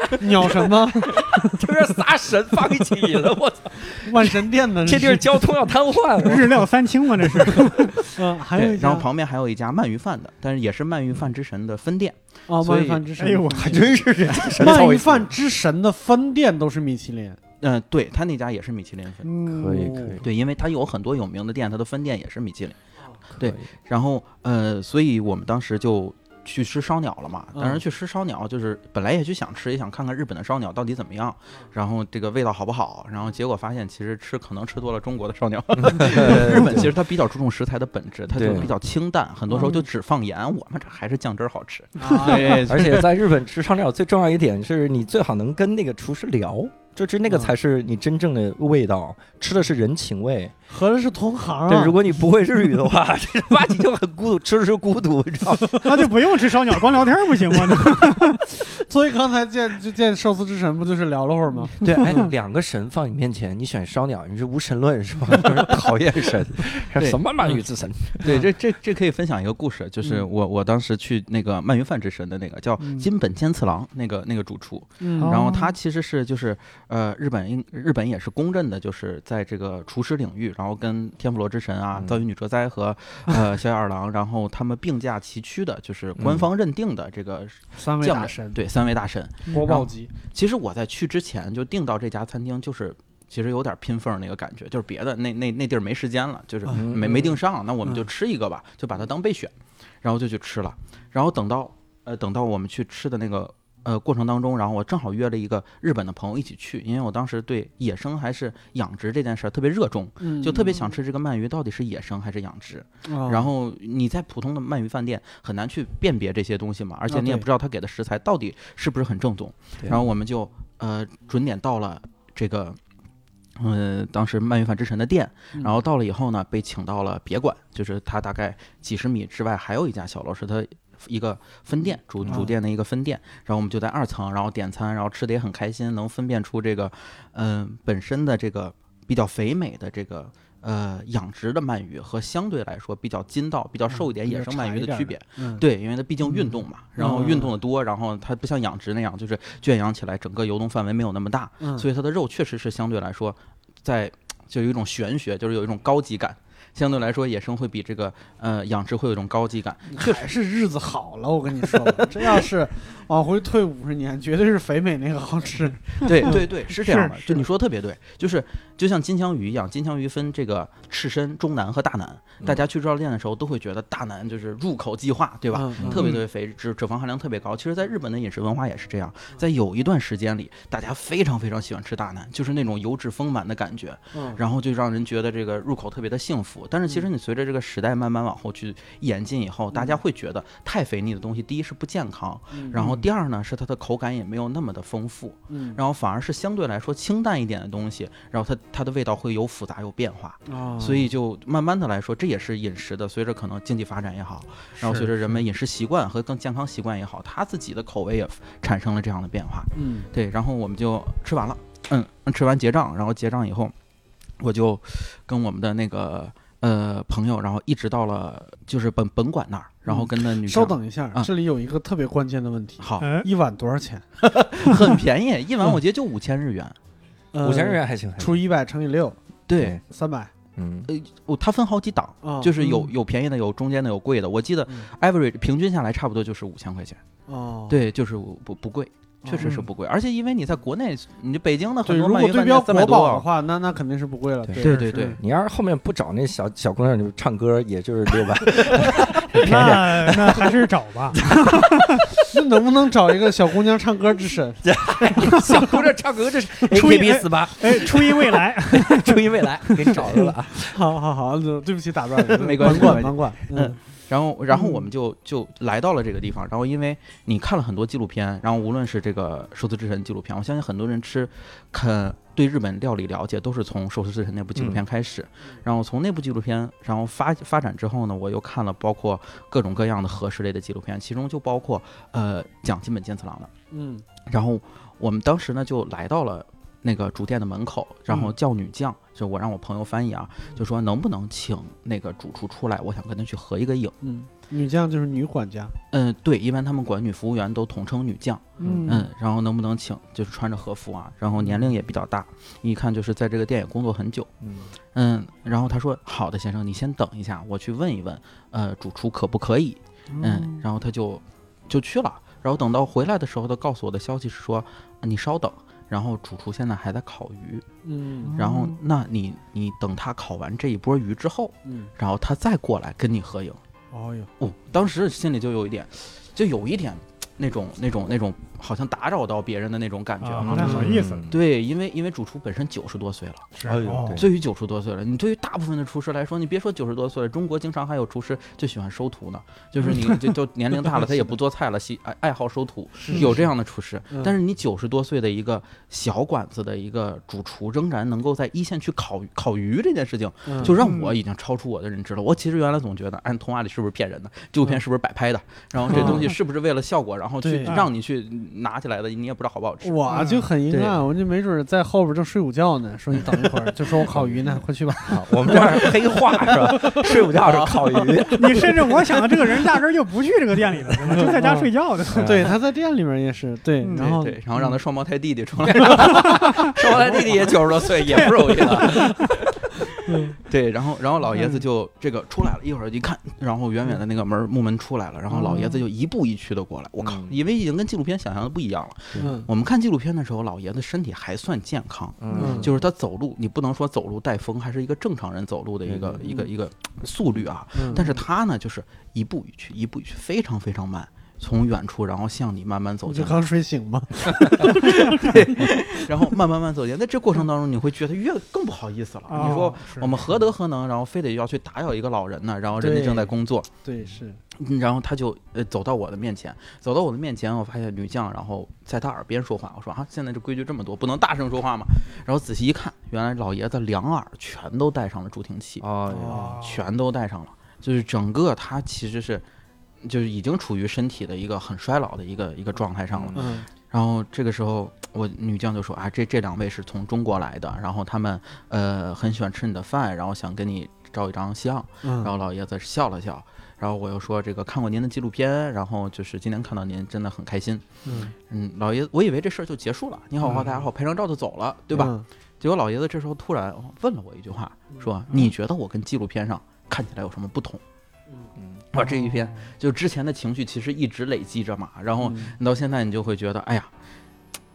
Speaker 5: 有，
Speaker 3: 鸟神 吗？
Speaker 1: 就是仨神放一起了，我操，
Speaker 3: 万神殿呢？
Speaker 1: 这地儿交通要瘫痪了。
Speaker 2: 日料三清嘛， 这是。
Speaker 3: 嗯，还有
Speaker 5: 对，
Speaker 3: 一家
Speaker 5: 然后旁边还有一家鳗鱼饭的，但是也是鳗鱼饭之神的分店，
Speaker 3: 啊，
Speaker 5: 所
Speaker 3: 鳗
Speaker 5: 以
Speaker 3: 鱼饭之神，
Speaker 2: 哎呦我
Speaker 1: 还真是人家神
Speaker 3: 鳗鱼饭之神的分店都是米其林，
Speaker 5: 嗯，对他那家也是米其林分店
Speaker 2: 嗯
Speaker 1: 可以可以
Speaker 5: 对，因为它有很多有名的店，它的分店也是米其林。对然后呃，所以我们当时就去吃烧鸟了嘛。当时
Speaker 3: 嗯
Speaker 5: 去吃烧鸟，就是本来也去想吃，也想看看日本的烧鸟到底怎么样，然后这个味道好不好。然后结果发现，其实吃可能吃多了中国的 烧鸟。日 本其实它比较注重食材的本质，它就
Speaker 1: 对
Speaker 5: 比较清淡，很多时候就只放盐。我们这还是酱汁儿好吃。
Speaker 3: 啊
Speaker 5: 嗯对
Speaker 1: 而且在日本吃烧鸟最重要一点是你最好能跟那个厨师聊，就是那个
Speaker 3: 嗯
Speaker 1: 才是你真正的味道，吃的是人情味。
Speaker 3: 合着是同行
Speaker 1: 但
Speaker 3: 啊
Speaker 1: 如！果你不会日语的 话，这八级就很孤独，吃的是孤独，你知道吗？
Speaker 2: 那就不用吃烧鸟，光聊天儿不行吗？
Speaker 3: 所以刚才见就见寿司之神不就是聊了会儿吗？
Speaker 1: 对， 哎，两个神放你面前，你选烧鸟，你是无神论 是吧？就是讨厌神，
Speaker 5: 对
Speaker 1: 什么鳗鱼之神？
Speaker 5: 对，这这这可以分享一个故事，就是
Speaker 3: 嗯
Speaker 5: 我我当时去那个鳗鱼饭之神的那个叫
Speaker 2: 嗯
Speaker 5: 金本坚次郎那个那个主厨，
Speaker 3: 嗯
Speaker 2: 哦
Speaker 5: 然后他其实是就是呃日本应日本也是公认的，就是在这个厨师领域，然后跟天妇罗之神啊
Speaker 1: 嗯、
Speaker 5: 造鱼女哲 哉和呃小野二郎，然后他们并驾齐驱的，就是官方认定的这个
Speaker 3: 嗯三位
Speaker 5: 酱
Speaker 3: 大
Speaker 5: 料
Speaker 3: 神，
Speaker 5: 对三位大神。嗯
Speaker 3: 锅爆鸡，
Speaker 5: 其实我在去之前就订到这家餐厅，就是其实有点拼缝儿那个感觉，就是别的那那那地儿没时间了，就是
Speaker 3: 嗯
Speaker 5: 没没订上，那我们就
Speaker 3: 嗯
Speaker 5: 吃一个吧，就把它当备选，然后就去吃了。然后等到呃等到我们去吃的那个呃过程当中，然后我正好约了一个日本的朋友一起去，因为我当时对野生还是养殖这件事儿特别热衷，
Speaker 3: 嗯
Speaker 5: 就特别想吃这个鳗鱼到底是野生还是养殖。
Speaker 3: 哦
Speaker 5: 然后你在普通的鳗鱼饭店很难去辨别这些东西嘛，而且
Speaker 3: 啊
Speaker 5: 你也
Speaker 3: 对
Speaker 5: 不知道他给的食材到底是不是很正宗。
Speaker 1: 对
Speaker 5: 然后我们就呃准点到了这个。呃，当时鳗鱼饭之神的店，
Speaker 3: 嗯
Speaker 5: 然后到了以后呢，被请到了别馆，就是它大概几十米之外还有一家小楼，是它一个分店主主
Speaker 3: 啊
Speaker 5: 店的一个分店。然后我们就在二层，然后点餐，然后吃的也很开心，能分辨出这个，嗯、本身的这个比较肥美的这个呃养殖的鳗鱼和相对来说比较筋道、比较瘦一点
Speaker 3: 嗯
Speaker 5: 野生鳗鱼的嗯区别。，
Speaker 3: 嗯，
Speaker 5: 对，因为它毕竟运动嘛，然后运动的多，然后它不像养殖那样，就是圈养起来整个游动范围没有那么大，
Speaker 3: 嗯
Speaker 5: 所以它的肉确实是相对来说在就有一种玄学，就是有一种高级感。相对来说，野生会比这个呃养殖会有一种高级感。确实
Speaker 3: 还是日子好了，我跟你说 吧，这要是往回退五十年，绝对是肥美那个好吃。
Speaker 5: 对
Speaker 3: 嗯
Speaker 5: 对对，是这样的，
Speaker 2: 是
Speaker 5: 就你说得特别对，就是就像金枪鱼一样，金枪鱼分这个赤身、中南和大南，
Speaker 3: 嗯
Speaker 5: 大家去日料店的时候都会觉得大南就是入口即化，对吧？
Speaker 3: 嗯？嗯
Speaker 5: 特别特别肥，脂脂肪含量特别高。其实，在日本的饮食文化也是这样，在有一段时间里，大家非常非常喜欢吃大南，就是那种油脂丰满的感觉，
Speaker 3: 嗯
Speaker 5: 然后就让人觉得这个入口特别的幸福。但是，其实你随着这个时代慢慢往后去演进以后，大家会觉得太肥腻的东西，第一是不健康，
Speaker 3: 嗯
Speaker 5: 然后第二呢是它的口感也没有那么的丰富。
Speaker 3: 嗯，
Speaker 5: 然后反而是相对来说清淡一点的东西，然后它它的味道会有复杂有变化，
Speaker 3: 哦
Speaker 5: 所以就慢慢的来说，这也是饮食的，随着可能经济发展也好，然后随着人们饮食习惯和更健康习惯也好，他自己的口味也产生了这样的变化。
Speaker 3: 嗯
Speaker 5: 对，然后我们就吃完了，嗯，吃完结账，然后结账以后，我就跟我们的那个呃朋友，然后一直到了就是本本馆那儿，然后跟那女生
Speaker 3: 稍等一下，
Speaker 5: 啊
Speaker 3: 这里有一个特别关键的问题，
Speaker 5: 好，
Speaker 2: 哎，
Speaker 3: 一碗多少钱？
Speaker 5: 很便宜，一碗我记得就五千日元，
Speaker 1: 五千日元还行，还行
Speaker 3: 呃除一百乘以六，
Speaker 5: 对，
Speaker 3: 三百
Speaker 1: 嗯，
Speaker 5: 我它分好几档。
Speaker 3: 啊，
Speaker 5: 就是有
Speaker 3: 嗯
Speaker 5: 有便宜的，有中间的，有贵的。我记得
Speaker 3: 嗯
Speaker 5: average 平均下来差不多就是五千块钱，
Speaker 3: 哦，
Speaker 5: 对，就是不不贵，确实是
Speaker 2: 嗯
Speaker 5: 不贵。而且因为你在国内，你这北京的
Speaker 3: 对，
Speaker 5: 很
Speaker 3: 如
Speaker 5: 多鳗
Speaker 3: 果
Speaker 5: 鱼
Speaker 3: 对
Speaker 5: 饭
Speaker 3: 标
Speaker 5: 店三
Speaker 3: 国
Speaker 5: 百
Speaker 3: 宝的
Speaker 5: 多，啊
Speaker 3: 话，那那肯定是不贵了。
Speaker 1: 对
Speaker 5: 对
Speaker 3: 是
Speaker 5: 对对
Speaker 1: 你要是后面不找那小小姑娘，就唱歌也就是六 百，
Speaker 2: 那那还是找吧。
Speaker 3: 是那 能不能找一个小姑娘唱歌之神？
Speaker 1: 小姑娘唱歌这是
Speaker 2: 初一
Speaker 1: AKB 四八，
Speaker 2: 哎，初一未 来，
Speaker 1: 哎初音未来给你找着了啊。
Speaker 3: 好好好，对不起，打断了，
Speaker 5: 没关系
Speaker 3: 甭管
Speaker 5: 没
Speaker 3: 甭管，嗯
Speaker 5: 然后然后
Speaker 2: 嗯
Speaker 5: 我们就就来到了这个地方。然后因为你看了很多纪录片，然后无论是这个《寿司之神》纪录片，我相信很多人吃肯对日本料理了解都是从《寿司之神》那部纪
Speaker 3: 嗯
Speaker 5: 录片开始。然后从那部纪录片，然后发发展之后呢，我又看了包括各种各样的和食类的纪录片，其中就包括呃讲金本健次郎的。
Speaker 3: 嗯
Speaker 5: 然后我们当时呢就来到了那个主店的门口，然后叫女将，就我让我朋友翻译啊，就说能不能请那个主厨出来，我想跟他去合一个影。
Speaker 3: 嗯，女将就是女管家，
Speaker 5: 嗯，对，一般他们管女服务员都统称女将。
Speaker 1: 嗯
Speaker 5: 嗯，然后能不能请，就是穿着和服啊，然后年龄也比较大，一看就是在这个店也工作很久。嗯，然后他说好的，先生，你先等一下，我去问一问，呃，主厨可不可以？
Speaker 2: 哦
Speaker 5: 嗯，然后他就就去了。然后等到回来的时候，他告诉我的消息是说，你稍等，然后主厨现在还在烤鱼，
Speaker 2: 哦
Speaker 3: 嗯
Speaker 5: 然后那你你等他烤完这一波鱼之后，
Speaker 3: 嗯，
Speaker 5: 然后他再过来跟你合影。
Speaker 3: 哦哟，
Speaker 5: 哦，当时心里就有一点，就有一点那种那种那种好像打扰到别人的那种感觉
Speaker 2: 啊，
Speaker 5: 了。
Speaker 2: 不太好意思。
Speaker 1: 嗯
Speaker 5: 对，因为因为主厨本身九十多岁了，
Speaker 2: 是
Speaker 1: 哎呦
Speaker 2: 哦
Speaker 1: 对
Speaker 5: 对于九十多岁了，你对于大部分的厨师来说，你别说九十多岁了，中国经常还有厨师最喜欢收徒呢，就是 你就就年龄大了，他也不做菜了，喜爱爱好收徒，有这样的厨师
Speaker 3: 嗯。
Speaker 5: 但是你九十多岁的一个小馆子的一个主厨，仍然能够在一线去烤烤鱼这件事情，
Speaker 3: 嗯
Speaker 5: 就让我已经超出我的认知了。我其实原来总觉得，按童话里是不是骗人的，纪录片是不是摆拍的，然后这东西是不是为了效果，然后去
Speaker 3: 嗯对
Speaker 5: 让你去拿起来的，你也不知道好不好吃。
Speaker 3: 我就很
Speaker 5: 嗯
Speaker 3: 阴
Speaker 1: 对
Speaker 3: 暗，我就没准在后边正睡午觉 呢，说你等一会儿，就说我烤鱼
Speaker 5: 嗯
Speaker 3: 呢，快去吧。
Speaker 1: 啊，我们这儿黑话是吧？睡午觉是烤鱼，
Speaker 2: 你甚至我想的这个人压根儿就不去这个店里了，对吧就在家睡觉的。
Speaker 3: 对，他在店里面也是对，
Speaker 2: 嗯
Speaker 3: 然后
Speaker 5: 对，然后让他双胞胎弟弟出来， 双胞胎弟弟也九十多岁，也不容易了。 对，然后然后老爷子就这个出来了，一会儿一看，然后远远的那个门木门出来了，然后老爷子就一步一趋的过来，我靠
Speaker 1: 嗯，
Speaker 5: 因为已经跟纪录片想象的不一样了。
Speaker 3: 嗯
Speaker 5: 我们看纪录片的时候，老爷子身体还算健康，
Speaker 1: 嗯，
Speaker 5: 就是他走路，你不能说走路带风，还是一个正常人走路的一个
Speaker 1: 嗯
Speaker 5: 一个一个速率啊。
Speaker 3: 嗯
Speaker 5: 但是他呢，就是一步一趋，一步一趋，非常非常慢，从远处然后向你慢慢走
Speaker 3: 我就
Speaker 5: 近，
Speaker 3: 刚睡醒 嘛，
Speaker 5: 然后慢慢慢走近。在这过程当中，你会觉得越更不好意思了。你说
Speaker 2: 哦
Speaker 5: 我们何德何能，然后非得要去打扰一个老人呢？然后人家
Speaker 3: 对
Speaker 5: 正在工作，
Speaker 3: 对是，
Speaker 5: 嗯然后他就呃走到我的面前，走到我的面前，我发现女将，然后在他耳边说话。我说啊，现在这规矩这么多，不能大声说话吗？然后仔细一看，原来老爷子两耳全都戴上了助听器，
Speaker 1: 哦，
Speaker 2: 哦
Speaker 5: 全都戴上了，就是整个他其实是。就是已经处于身体的一个很衰老的一个一个状态上了，
Speaker 3: 嗯
Speaker 5: 然后这个时候，我女将就说啊，这这两位是从中国来的，然后他们呃很喜欢吃你的饭，然后想跟你照一张相。然
Speaker 3: 嗯
Speaker 5: 后老爷子笑了笑，然后我又说这个看过您的纪录片，然后就是今天看到您真的很开心。
Speaker 3: 嗯，
Speaker 5: 嗯，老爷，我以为这事儿就结束了，你好好大家好，拍张照就走了，对吧？
Speaker 3: 嗯？
Speaker 5: 结果老爷子这时候突然问了我一句话，说
Speaker 3: 嗯
Speaker 5: 你觉得我跟纪录片上看起来有什么不同？
Speaker 3: 哦
Speaker 1: 嗯
Speaker 5: 啊，这一篇就之前的情绪其实一直累积着嘛，然后
Speaker 3: 嗯
Speaker 5: 你到现在你就会觉得，哎呀，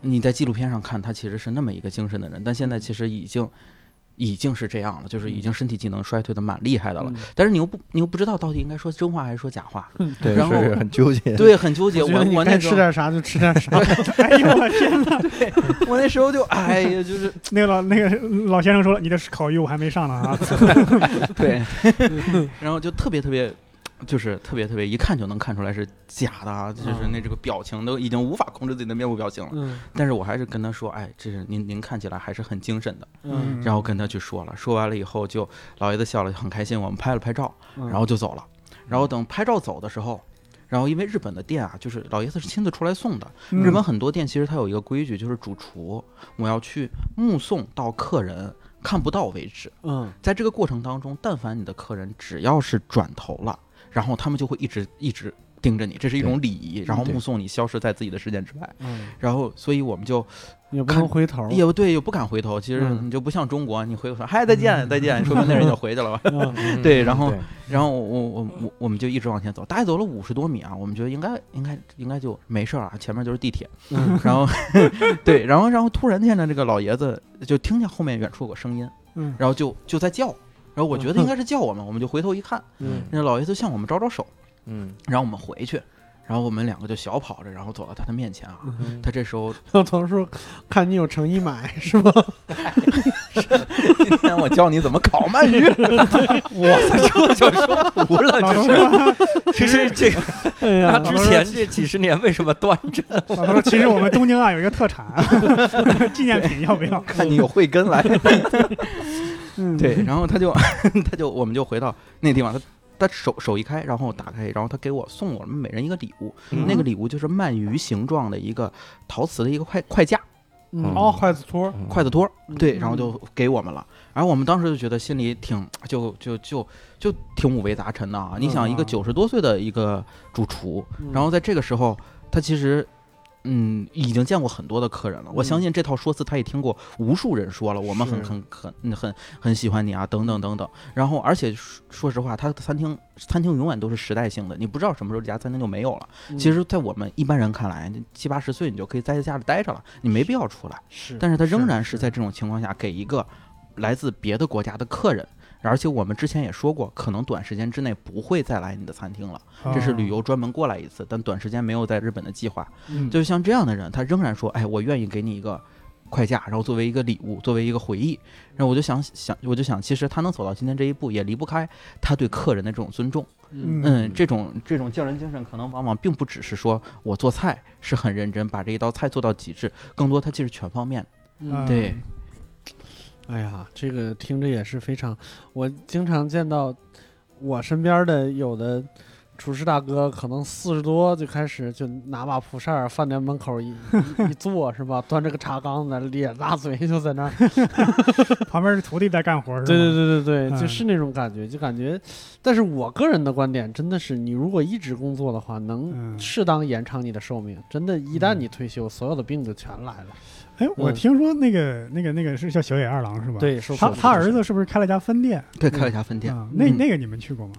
Speaker 5: 你在纪录片上看他其实是那么一个精神的人，但现在其实已经已经是这样了，就是已经身体机能衰退的蛮厉害的了。
Speaker 3: 嗯
Speaker 5: 但是你又不你又不知道到底应该说真话还是说假话，
Speaker 1: 对，
Speaker 5: 然后
Speaker 1: 是很纠结，
Speaker 5: 对，很纠结。
Speaker 3: 我
Speaker 5: 我
Speaker 3: 觉得你
Speaker 5: 我
Speaker 3: 该
Speaker 5: 那
Speaker 3: 吃
Speaker 5: 时候
Speaker 3: 点啥就吃点 啥，
Speaker 2: 哎呦我天哪！
Speaker 5: 我那时候就哎呀，就是
Speaker 2: 那个老那个老先生说了，你的烤鱼我还没上呢啊。
Speaker 5: 对，然后就特别特别，就是特别特别，一看就能看出来是假的啊，就是那这个表情都已经无法控制自己的面部表情了。
Speaker 3: 嗯
Speaker 5: 但是我还是跟他说，哎，这是您您看起来还是很精神的。
Speaker 3: 嗯，
Speaker 5: 然后跟他去说了，说完了以后就老爷子笑了，很开心，我们拍了拍照，
Speaker 3: 嗯
Speaker 5: 然后就走了。然后等拍照走的时候。然后，因为日本的店啊，就是老爷子是亲自出来送的。
Speaker 2: 嗯
Speaker 5: 日本很多店其实它有一个规矩，就是主厨我要去目送到客人看不到为止。
Speaker 3: 嗯
Speaker 5: 在这个过程当中，但凡你的客人只要是转头了，然后他们就会一直一直盯着你，这是一种礼仪，然后
Speaker 1: 对
Speaker 5: 目送你消失在自己的视线之外。
Speaker 3: 嗯，
Speaker 5: 然后，所以我们就
Speaker 3: 也不能回头，
Speaker 5: 也不对，也不敢回头。其实
Speaker 3: 嗯
Speaker 5: 你就不像中国，你回头说嗨再见再见，说不定那人就回去了吧。
Speaker 3: 嗯
Speaker 1: 嗯
Speaker 5: 对然后
Speaker 1: 对
Speaker 5: 然后我我我我们就一直往前走，大概走了五十多米啊，我们觉得应该应该应该就没事儿啊，前面就是地铁。
Speaker 3: 嗯
Speaker 5: 然后 对，然后然后突然间呢，这个老爷子就听见后面远处有个声音，
Speaker 2: 嗯
Speaker 5: 然后就就在叫，然后我觉得应该是叫我们，我们就回头一看，
Speaker 3: 嗯
Speaker 5: 那老爷子向我们招招手，
Speaker 1: 嗯，
Speaker 5: 然后我们回去，然后我们两个就小跑着，然后走到他的面前啊。
Speaker 3: 嗯
Speaker 5: 他这时候，
Speaker 3: 让同事看你有诚意买是吧？
Speaker 5: 今天我教你怎么烤鳗鱼， 我操，就就说 服了，
Speaker 2: 老
Speaker 1: 嗯
Speaker 5: 就
Speaker 2: 头
Speaker 5: 是
Speaker 2: 说，
Speaker 1: 其实这个
Speaker 3: 哎呀
Speaker 1: 他，之前这几十年为什么端着？
Speaker 2: 老头说，其实我们东京啊有一个特产，啊纪念品要不要？
Speaker 5: 看你有慧根来。
Speaker 2: 嗯，
Speaker 5: 对，然后他就 他就我们就回到那地方，他他手手一开，然后打开，然后他给我送我们每人一个礼物，
Speaker 1: 嗯
Speaker 5: 那个礼物就是鳗鱼形状的一个陶瓷的一个筷筷架、
Speaker 3: 嗯
Speaker 1: 哦
Speaker 3: 筷子托，
Speaker 5: 筷子托儿，对，然后
Speaker 2: 嗯
Speaker 5: 就给我们了。然后我们当时就觉得心里挺啊就就就就挺五味杂陈的啊！你想，一个
Speaker 2: 嗯
Speaker 5: 九十多岁的一个主厨，
Speaker 3: 嗯
Speaker 5: 然后在这个时候，他其实。嗯，已经见过很多的客人了。
Speaker 3: 嗯
Speaker 5: 我相信这套说辞他也听过无数人说了。我们很
Speaker 3: 是
Speaker 5: 很很嗯很很喜欢你啊，等等等等。然后，而且说说实话，他的餐厅餐厅永远都是时代性的，你不知道什么时候这家餐厅就没有了。
Speaker 3: 嗯
Speaker 5: 其实，在我们一般人看来，七八十岁你就可以在家里待着了，你没必要出来。
Speaker 3: 是，
Speaker 5: 但是他仍然
Speaker 3: 是
Speaker 5: 是在这种情况下给一个来自别的国家的客人，而且我们之前也说过，可能短时间之内不会再来你的餐厅了，这是旅
Speaker 2: 游，
Speaker 5: 游专门过来一次，但短时间没有在日本的计划。
Speaker 2: 嗯
Speaker 5: 就是像这样的人，他仍然说，哎，我愿意给你一个快价，然后作为一个礼物，作为一个回忆。然后我就想想，我就想，其实他能走到今天这一步，也离不开他对客人的这种尊重。
Speaker 2: 嗯
Speaker 5: 嗯，这种这种匠人精神，可能往往并不只是说我做菜是很认真，把这一道菜做到极致，更多它其实全方面。
Speaker 2: 嗯
Speaker 5: 对，
Speaker 3: 哎呀，这个听着也是非常，我经常见到我身边的有的厨师大哥，可能四十多就开始就拿把蒲扇儿，饭店门口一一一坐是吧，端着个茶缸子，咧大嘴就在那儿。
Speaker 2: 旁边是徒弟在干活，是吧
Speaker 3: 对对对对对，
Speaker 2: 嗯
Speaker 3: 就是那种感觉，就感觉。但是我个人的观点真的是，你如果一直工作的话，能
Speaker 2: 嗯
Speaker 3: 适当延长你的寿命。真的，一旦
Speaker 2: 嗯
Speaker 3: 你退休，所有的病就全来了。
Speaker 2: 哎，我
Speaker 3: 嗯
Speaker 2: 听说那个那个那个是叫小野二郎是吧？，
Speaker 3: 对，说
Speaker 2: 他
Speaker 3: 服了
Speaker 2: 他
Speaker 3: 就是
Speaker 2: 儿子是不是开了家分店？
Speaker 5: 对，开了一家分店，
Speaker 2: 啊，那
Speaker 5: 嗯
Speaker 2: 那个你们去过吗？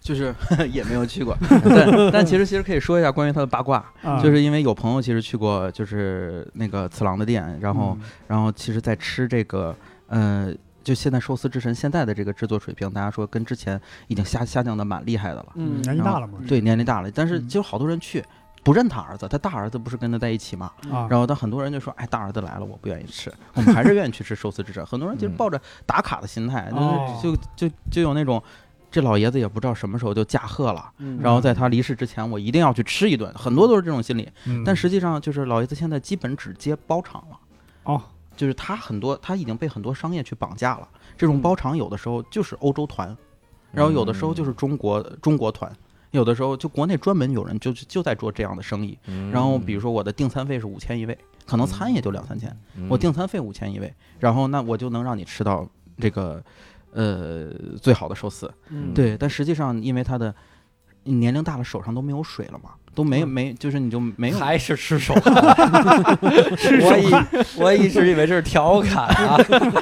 Speaker 5: 就是 也没有去过， 但但其实其实可以说一下关于他的八卦，
Speaker 2: 啊，
Speaker 5: 就是因为有朋友其实去过就是那个次郎的店，然后
Speaker 2: 嗯
Speaker 5: 然后其实，在吃这个，呃，就现在寿司之神现在的这个制作水平，大家说跟之前已经下下降的蛮厉害的了。
Speaker 3: 嗯，
Speaker 2: 年纪大了嘛，
Speaker 5: 对，年龄大了，但是
Speaker 2: 嗯
Speaker 5: 其实好多人去不认他儿子，他大儿子不是跟他在一起嘛。
Speaker 2: 啊，
Speaker 5: 然后他很多人就说，哎，大儿子来了，我不愿意吃，我们还是愿意去吃寿司之神。很多人就是
Speaker 1: 嗯
Speaker 5: 抱着打卡的心态，
Speaker 2: 哦
Speaker 5: 就是就就就有那种。这老爷子也不知道什么时候就驾鹤了，
Speaker 3: 嗯
Speaker 5: 然后在他离世之前，我一定要去吃一顿。很多都是这种心理，
Speaker 2: 嗯
Speaker 5: 但实际上就是老爷子现在基本只接包场了。
Speaker 2: 哦，
Speaker 5: 就是他很多他已经被很多商业去绑架了。这种包场有的时候就是欧洲团，然后有的时候就是中国中国团，有的时候就国内专门有人就就在做这样的生意。
Speaker 1: 嗯，
Speaker 5: 然后比如说我的订餐费是五千一位，可能餐也就两三千，
Speaker 1: 嗯
Speaker 5: 我订餐费五千一位，然后那我就能让你吃到这个呃最好的寿司。
Speaker 3: 嗯
Speaker 5: 对，但实际上因为他的年龄大了，手上都没有水了嘛，都没有没就是你就没有
Speaker 1: 还是吃手汗，我 以我一直以为这是调侃啊，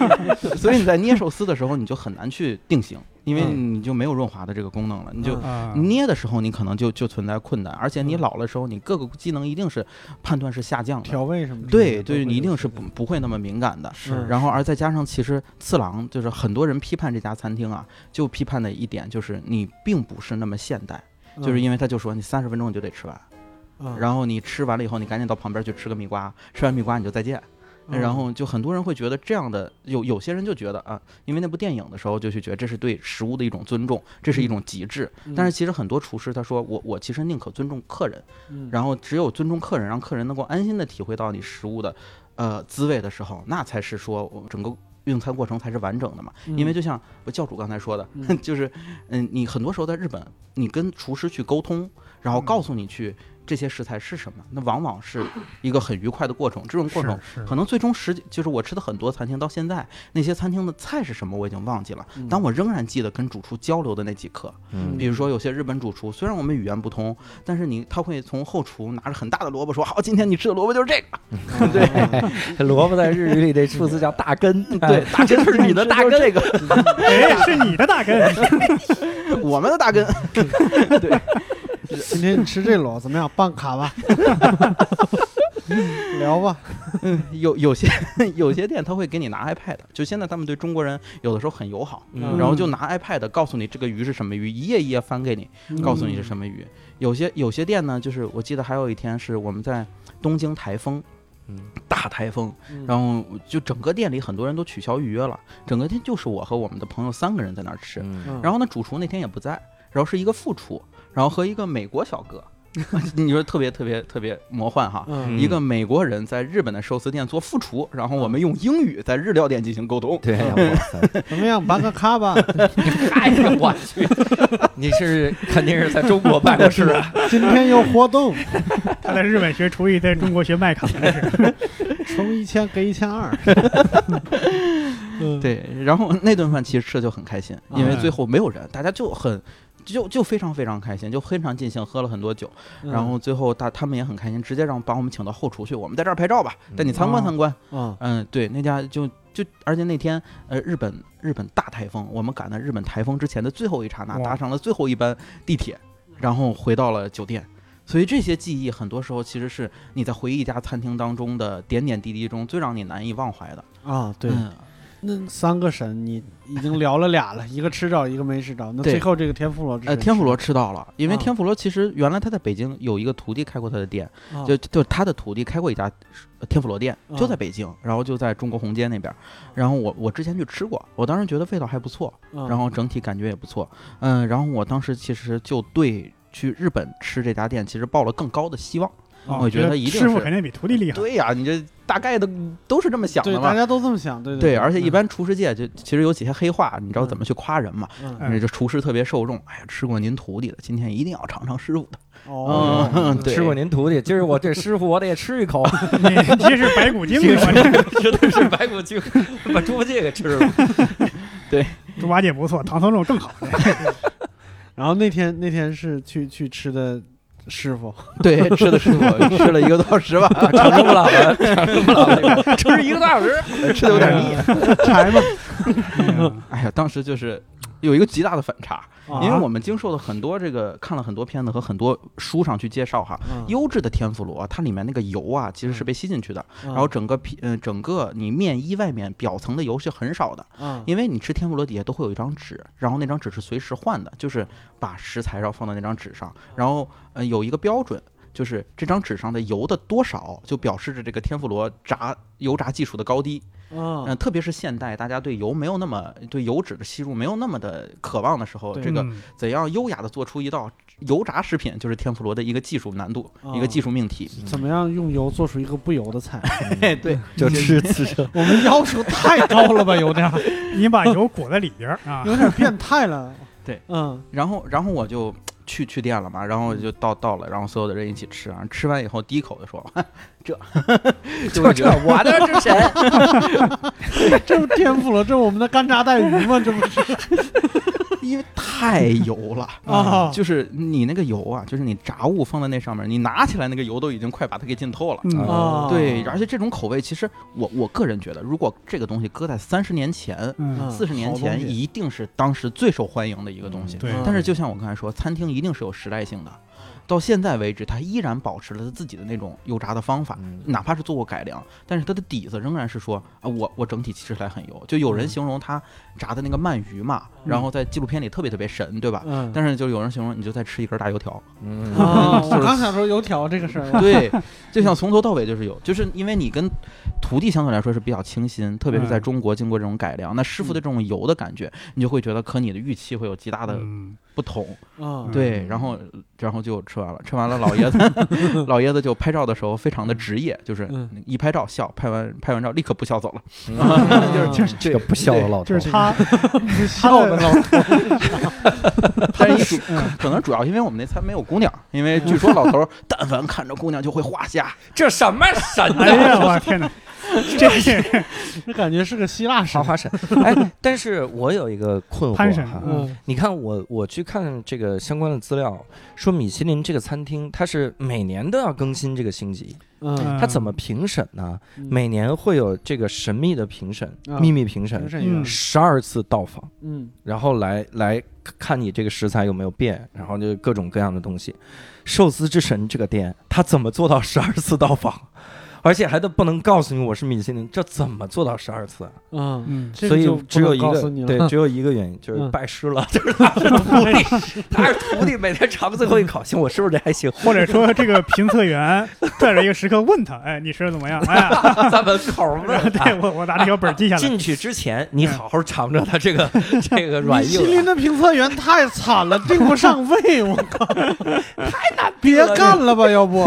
Speaker 5: 所以你在捏寿司的时候，你就很难去定型，因为
Speaker 3: 嗯
Speaker 5: 你就没有润滑的这个功能了。你就
Speaker 3: 嗯
Speaker 2: 啊
Speaker 5: 捏的时候，你可能就就存在困难，而且你老了时候，你各个技能一定是判断是下降的。
Speaker 3: 调味什么之类
Speaker 5: 对
Speaker 3: 的嗯
Speaker 5: 对，
Speaker 3: 都
Speaker 5: 你
Speaker 3: 会
Speaker 5: 一定
Speaker 3: 有
Speaker 5: 是不
Speaker 3: 这个
Speaker 5: 不会那么敏感的。
Speaker 3: 是
Speaker 5: 然后，而再加上，其实次郎就是很多人批判这家餐厅啊，就批判的一点就是你并不是那么现代，就是因为他就说你三十分钟你就得吃完，
Speaker 3: 嗯
Speaker 5: 然后你吃完了以后，你赶紧到旁边去吃个蜜瓜，吃完蜜瓜你就再见。
Speaker 3: 嗯
Speaker 5: 然后就很多人会觉得这样的，有有些人就觉得啊，因为那部电影的时候就去觉得这是对食物的一种尊重，这是一种极致。但是其实很多厨师他说我我其实宁可尊重客人，
Speaker 3: 嗯
Speaker 5: 然后只有尊重客人，让客人能够安心的体会到你食物的呃滋味的时候，那才是说我整个。用餐过程才是完整的嘛，因为就像我教主刚才说的，
Speaker 3: 嗯
Speaker 5: 就是，嗯，你很多时候在日本，你跟厨师去沟通，然后
Speaker 2: 嗯
Speaker 5: 告诉你去这些食材是什么，那往往是一个很愉快的过程。这种过程
Speaker 2: 是
Speaker 5: 可能最终实际就是我吃的很多餐厅到现在，那些餐厅的菜是什么我已经忘记了，
Speaker 3: 嗯
Speaker 5: 但我仍然记得跟主厨交流的那几刻。
Speaker 1: 嗯
Speaker 5: 比如说有些日本主厨，虽然我们语言不通，但是你他会从后厨拿着很大的萝卜说：“好，今天你吃的萝卜就是这个。
Speaker 3: 对
Speaker 1: 哎萝卜在日语里这数字叫大根，”哎
Speaker 5: 对，大根是你的大根，这个
Speaker 2: 哎，是你的大根，
Speaker 5: 我们的大根。
Speaker 3: 今天你吃这篓怎么样？办卡 吧，聊吧。
Speaker 5: 有有些有些店他会给你拿 iPad，就现在他们对中国人有的时候很友好，
Speaker 1: 嗯
Speaker 5: 然后就拿 iPad 告诉你这个鱼是什么鱼，一页一页翻给你，
Speaker 3: 嗯
Speaker 5: 告诉你是
Speaker 3: 么？
Speaker 5: 什么鱼。有些有些店呢，就是我记得还有一天是我们在东京台风
Speaker 1: 嗯，
Speaker 5: 大台风，
Speaker 3: 嗯
Speaker 5: 然后就整个店里很多人都取消预约了，整个店就是我和我们的朋友三个人在那儿吃。
Speaker 1: 嗯
Speaker 5: 然后呢，主厨那天也不在，然后是一个副厨，然后和一个美国小哥，你说特别特别特别魔幻哈。
Speaker 3: 嗯
Speaker 5: 一个美国人在日本的寿司店做副厨，然后我们用英语在日料店进行沟通。
Speaker 1: 对，哇塞，
Speaker 3: 怎么样？办个卡吧。
Speaker 1: 哎呀，我去， 你是肯定是在中国办过事 啊？
Speaker 3: 今天有活动，
Speaker 2: 他在日本学厨艺，在中国学卖卡，真 是
Speaker 3: 充一千给一千二。嗯，
Speaker 5: 对，然后那顿饭其实吃的就很开心，因为
Speaker 3: 哎
Speaker 5: 最后没有人，大家就很。就就非常非常开心，就非常尽兴，喝了很多酒，
Speaker 3: 嗯
Speaker 5: 然后最后大他们也很开心，直接让把我们请到后厨去，我们在这儿拍照吧，带你参观
Speaker 2: 哦
Speaker 5: 参观。
Speaker 3: 嗯啊，
Speaker 5: 嗯，对，那家就就，而且那天呃，日本日本大台风，我们赶在日本台风之前的最后一刹那，
Speaker 2: 哇
Speaker 5: 搭上了最后一班地铁，然后回到了酒店。所以这些记忆，很多时候其实是你在回忆一家餐厅当中的点点滴滴中最让你难以忘怀的。
Speaker 3: 啊，对，
Speaker 5: 嗯
Speaker 3: 那三个神你已经聊了俩了，一个吃着，一个没吃着。那
Speaker 5: 对
Speaker 3: 最后这个天妇罗之
Speaker 5: 呃，
Speaker 3: 神
Speaker 5: 天妇
Speaker 3: 是
Speaker 5: 罗吃到了，因为
Speaker 3: 啊
Speaker 5: 天妇罗其实原来他在北京有一个徒弟开过他的店，
Speaker 3: 啊
Speaker 5: 就就他的徒弟开过一家呃天妇罗店，就
Speaker 3: 啊
Speaker 5: 在北京，然后就在中国红街那边儿。
Speaker 3: 嗯
Speaker 5: 然后我我之前去吃过，我当时觉得味道还不错，
Speaker 3: 啊
Speaker 5: 然后整体感觉也不错。嗯，然后我当时其实就对去日本吃这家店其实抱了更高的希望。
Speaker 2: 哦
Speaker 5: 我觉得一定
Speaker 2: 师傅
Speaker 5: 是
Speaker 2: 肯定比徒弟厉害。
Speaker 5: 对呀、你这大概的都是这么想
Speaker 3: 啊对
Speaker 5: 的
Speaker 3: 大
Speaker 5: 嘛。
Speaker 3: 家都这么想，对
Speaker 5: 对，
Speaker 3: 对，
Speaker 5: 而且一
Speaker 3: 嗯
Speaker 5: 般厨师界就其实有几些黑话，你知道怎
Speaker 3: 嗯
Speaker 5: 么去夸人嘛？
Speaker 3: 嗯
Speaker 2: 嗯
Speaker 5: 这厨师特别受众，哎呀，吃过您徒弟的，今天一定要尝尝师傅的。
Speaker 3: 哦
Speaker 5: 嗯对
Speaker 1: 吃过您徒弟，今儿我这师傅我得吃一 口，
Speaker 2: 你这是白骨精吗？
Speaker 1: 绝对是白骨精，把猪八戒给吃了。
Speaker 2: 猪八戒不错，唐僧肉更好。
Speaker 3: 然后那天那天是去去吃的师傅，
Speaker 5: 对，吃的师傅吃了一个多小时吧，
Speaker 3: 啊
Speaker 1: 长生不老了，长生不老了，吃一个多小时。
Speaker 5: 吃的 有点腻。
Speaker 3: 柴嘛，
Speaker 5: 哎呀，当时就是有一个极大的反差，因为
Speaker 3: 啊
Speaker 5: 我们经受了很多这个看了很多片子和很多书上去介绍哈。
Speaker 3: 嗯
Speaker 5: 优质的天妇罗，它里面那个油啊，其实是被吸进去的。
Speaker 3: 嗯
Speaker 5: 然后整个皮，嗯、整个你面衣外面表层的油是很少的，
Speaker 3: 嗯
Speaker 5: 因为你吃天妇罗底下都会有一张纸，然后那张纸是随时换的，就是把食材然后放到那张纸上，
Speaker 3: 嗯
Speaker 5: 然后呃有一个标准，就是这张纸上的油的多少，就表示着这个天妇罗炸油炸技术的高低。嗯、
Speaker 3: 嗯
Speaker 5: 特别是现代大家对油没有那么对油脂的吸入没有那么的渴望的时候，
Speaker 3: 对
Speaker 5: 这
Speaker 2: 嗯
Speaker 5: 个怎样优雅的做出一道油炸食品，就是天妇罗的一个技术难度，一个技术命题。
Speaker 3: 怎么样用油做出一个不油的 菜？
Speaker 5: 嘿，对，
Speaker 3: 就
Speaker 5: 吃
Speaker 3: 刺身， 我们要求 太高了吧，有点儿
Speaker 2: 你把油裹在里边儿啊，
Speaker 3: 有点变态了。
Speaker 5: 对，
Speaker 3: 嗯
Speaker 5: 然后然后我就去去店了嘛，然后就到到了，然后所有的人一起吃啊，吃完以后第一口就说，这就
Speaker 1: 就
Speaker 5: 会
Speaker 1: 这
Speaker 5: 觉得，
Speaker 1: 我的之神，
Speaker 3: 这不天妇罗，这是我们的干炸带鱼吗？这不是
Speaker 5: 因为太油了。
Speaker 3: 啊？
Speaker 5: 就是你那个油啊，就是你炸物放在那上面，你拿起来那个油都已经快把它给浸透了。
Speaker 2: 嗯
Speaker 3: 啊，
Speaker 5: 对，而且这种口味，其实我我个人觉得，如果这个东西搁在三十年前、
Speaker 2: 嗯
Speaker 3: 嗯
Speaker 5: 四十年
Speaker 3: 好东
Speaker 5: 前，
Speaker 3: 西
Speaker 5: 一定是当时最受欢迎的一个东西。
Speaker 2: 对
Speaker 3: 嗯
Speaker 5: 但是就像我刚才说，餐厅一定是有时代性的，到现在为止，它依然保持了它自己的那种油炸的方法，
Speaker 1: 嗯
Speaker 5: 哪怕是做过改良，但是它的底子仍然是说啊，我我整体吃起来很油。就有人
Speaker 3: 嗯
Speaker 5: 形容它炸的那个鳗鱼嘛，然后在纪录片里特别特别神，对吧？
Speaker 3: 嗯，
Speaker 5: 但是就有人形容你就在吃一根大油条，
Speaker 1: 嗯
Speaker 3: 啊，
Speaker 5: 就是
Speaker 3: 我刚想说油条这个事儿，啊
Speaker 5: 对，就像从头到尾就是有，就是因为你跟徒弟相对来说是比较清新，特别是在
Speaker 2: 嗯
Speaker 5: 中国经过这种改良，那师傅的这种油的感觉，你就会觉得和你的预期会有极大的
Speaker 2: 嗯
Speaker 5: 不同。
Speaker 3: 嗯，
Speaker 5: 对，然后然后就吃完了，吃完了老爷子老爷子就拍照的时候非常的职业，就是
Speaker 3: 嗯
Speaker 5: 一拍照笑，拍完拍完照立刻不笑走了。
Speaker 3: 嗯
Speaker 1: 就是这个不孝的老头
Speaker 2: 就，是他，
Speaker 3: 哈喽的老
Speaker 5: 但是主可能主要因为我们那餐没有姑娘，因为据说老头儿但凡看着姑娘就会画下。
Speaker 1: 这什么神
Speaker 2: 哎
Speaker 1: 啊？
Speaker 2: 呀，我天哪，这是
Speaker 3: 这感 觉是个希腊神
Speaker 1: 花，花神。哎，但是我有一个困
Speaker 2: 潘
Speaker 1: 惑
Speaker 2: 神
Speaker 1: 哈。
Speaker 3: 嗯
Speaker 1: 你看我，我去看这个相关的资料，说米其林这个餐厅，它是每年都要更新这个星级，
Speaker 3: 嗯，
Speaker 1: 它怎么评审呢？每年会有这个神秘的评审，
Speaker 3: 啊
Speaker 1: 秘密评
Speaker 3: 评
Speaker 1: 审，
Speaker 3: 审员
Speaker 2: 嗯，
Speaker 1: 十二次到访，
Speaker 3: 嗯
Speaker 1: 然后来来看你这个食材有没有变，然后就各种各样的东西。寿司之神这个店，他怎么做到 十二次到访？而且还都不能告诉你我是米其林，这怎么做到十二次啊？
Speaker 3: 嗯，
Speaker 2: 嗯，
Speaker 3: 这
Speaker 1: 所
Speaker 3: 个
Speaker 1: 以
Speaker 3: 就不
Speaker 1: 只有
Speaker 3: 能
Speaker 1: 一
Speaker 3: 告
Speaker 1: 个
Speaker 3: 诉你了
Speaker 1: 对，只有一个原因就是
Speaker 3: 嗯
Speaker 1: 拜师了， 就是他是徒弟，他是徒弟，每天尝最后一口，行，我是不是这还 行？
Speaker 2: 或者说这个评测员拽着一个食客问他，哎，你吃的怎么样？哎呀，
Speaker 1: 在门口问
Speaker 2: 对
Speaker 1: 他。
Speaker 2: 我我拿这小本儿记下来。
Speaker 1: 进去之前，你好好尝尝他这 个这个软
Speaker 3: 米其
Speaker 1: 硬
Speaker 3: 林
Speaker 1: 啊，
Speaker 3: 的评测员太惨了，定不上位，我靠，太难，别干了吧，要不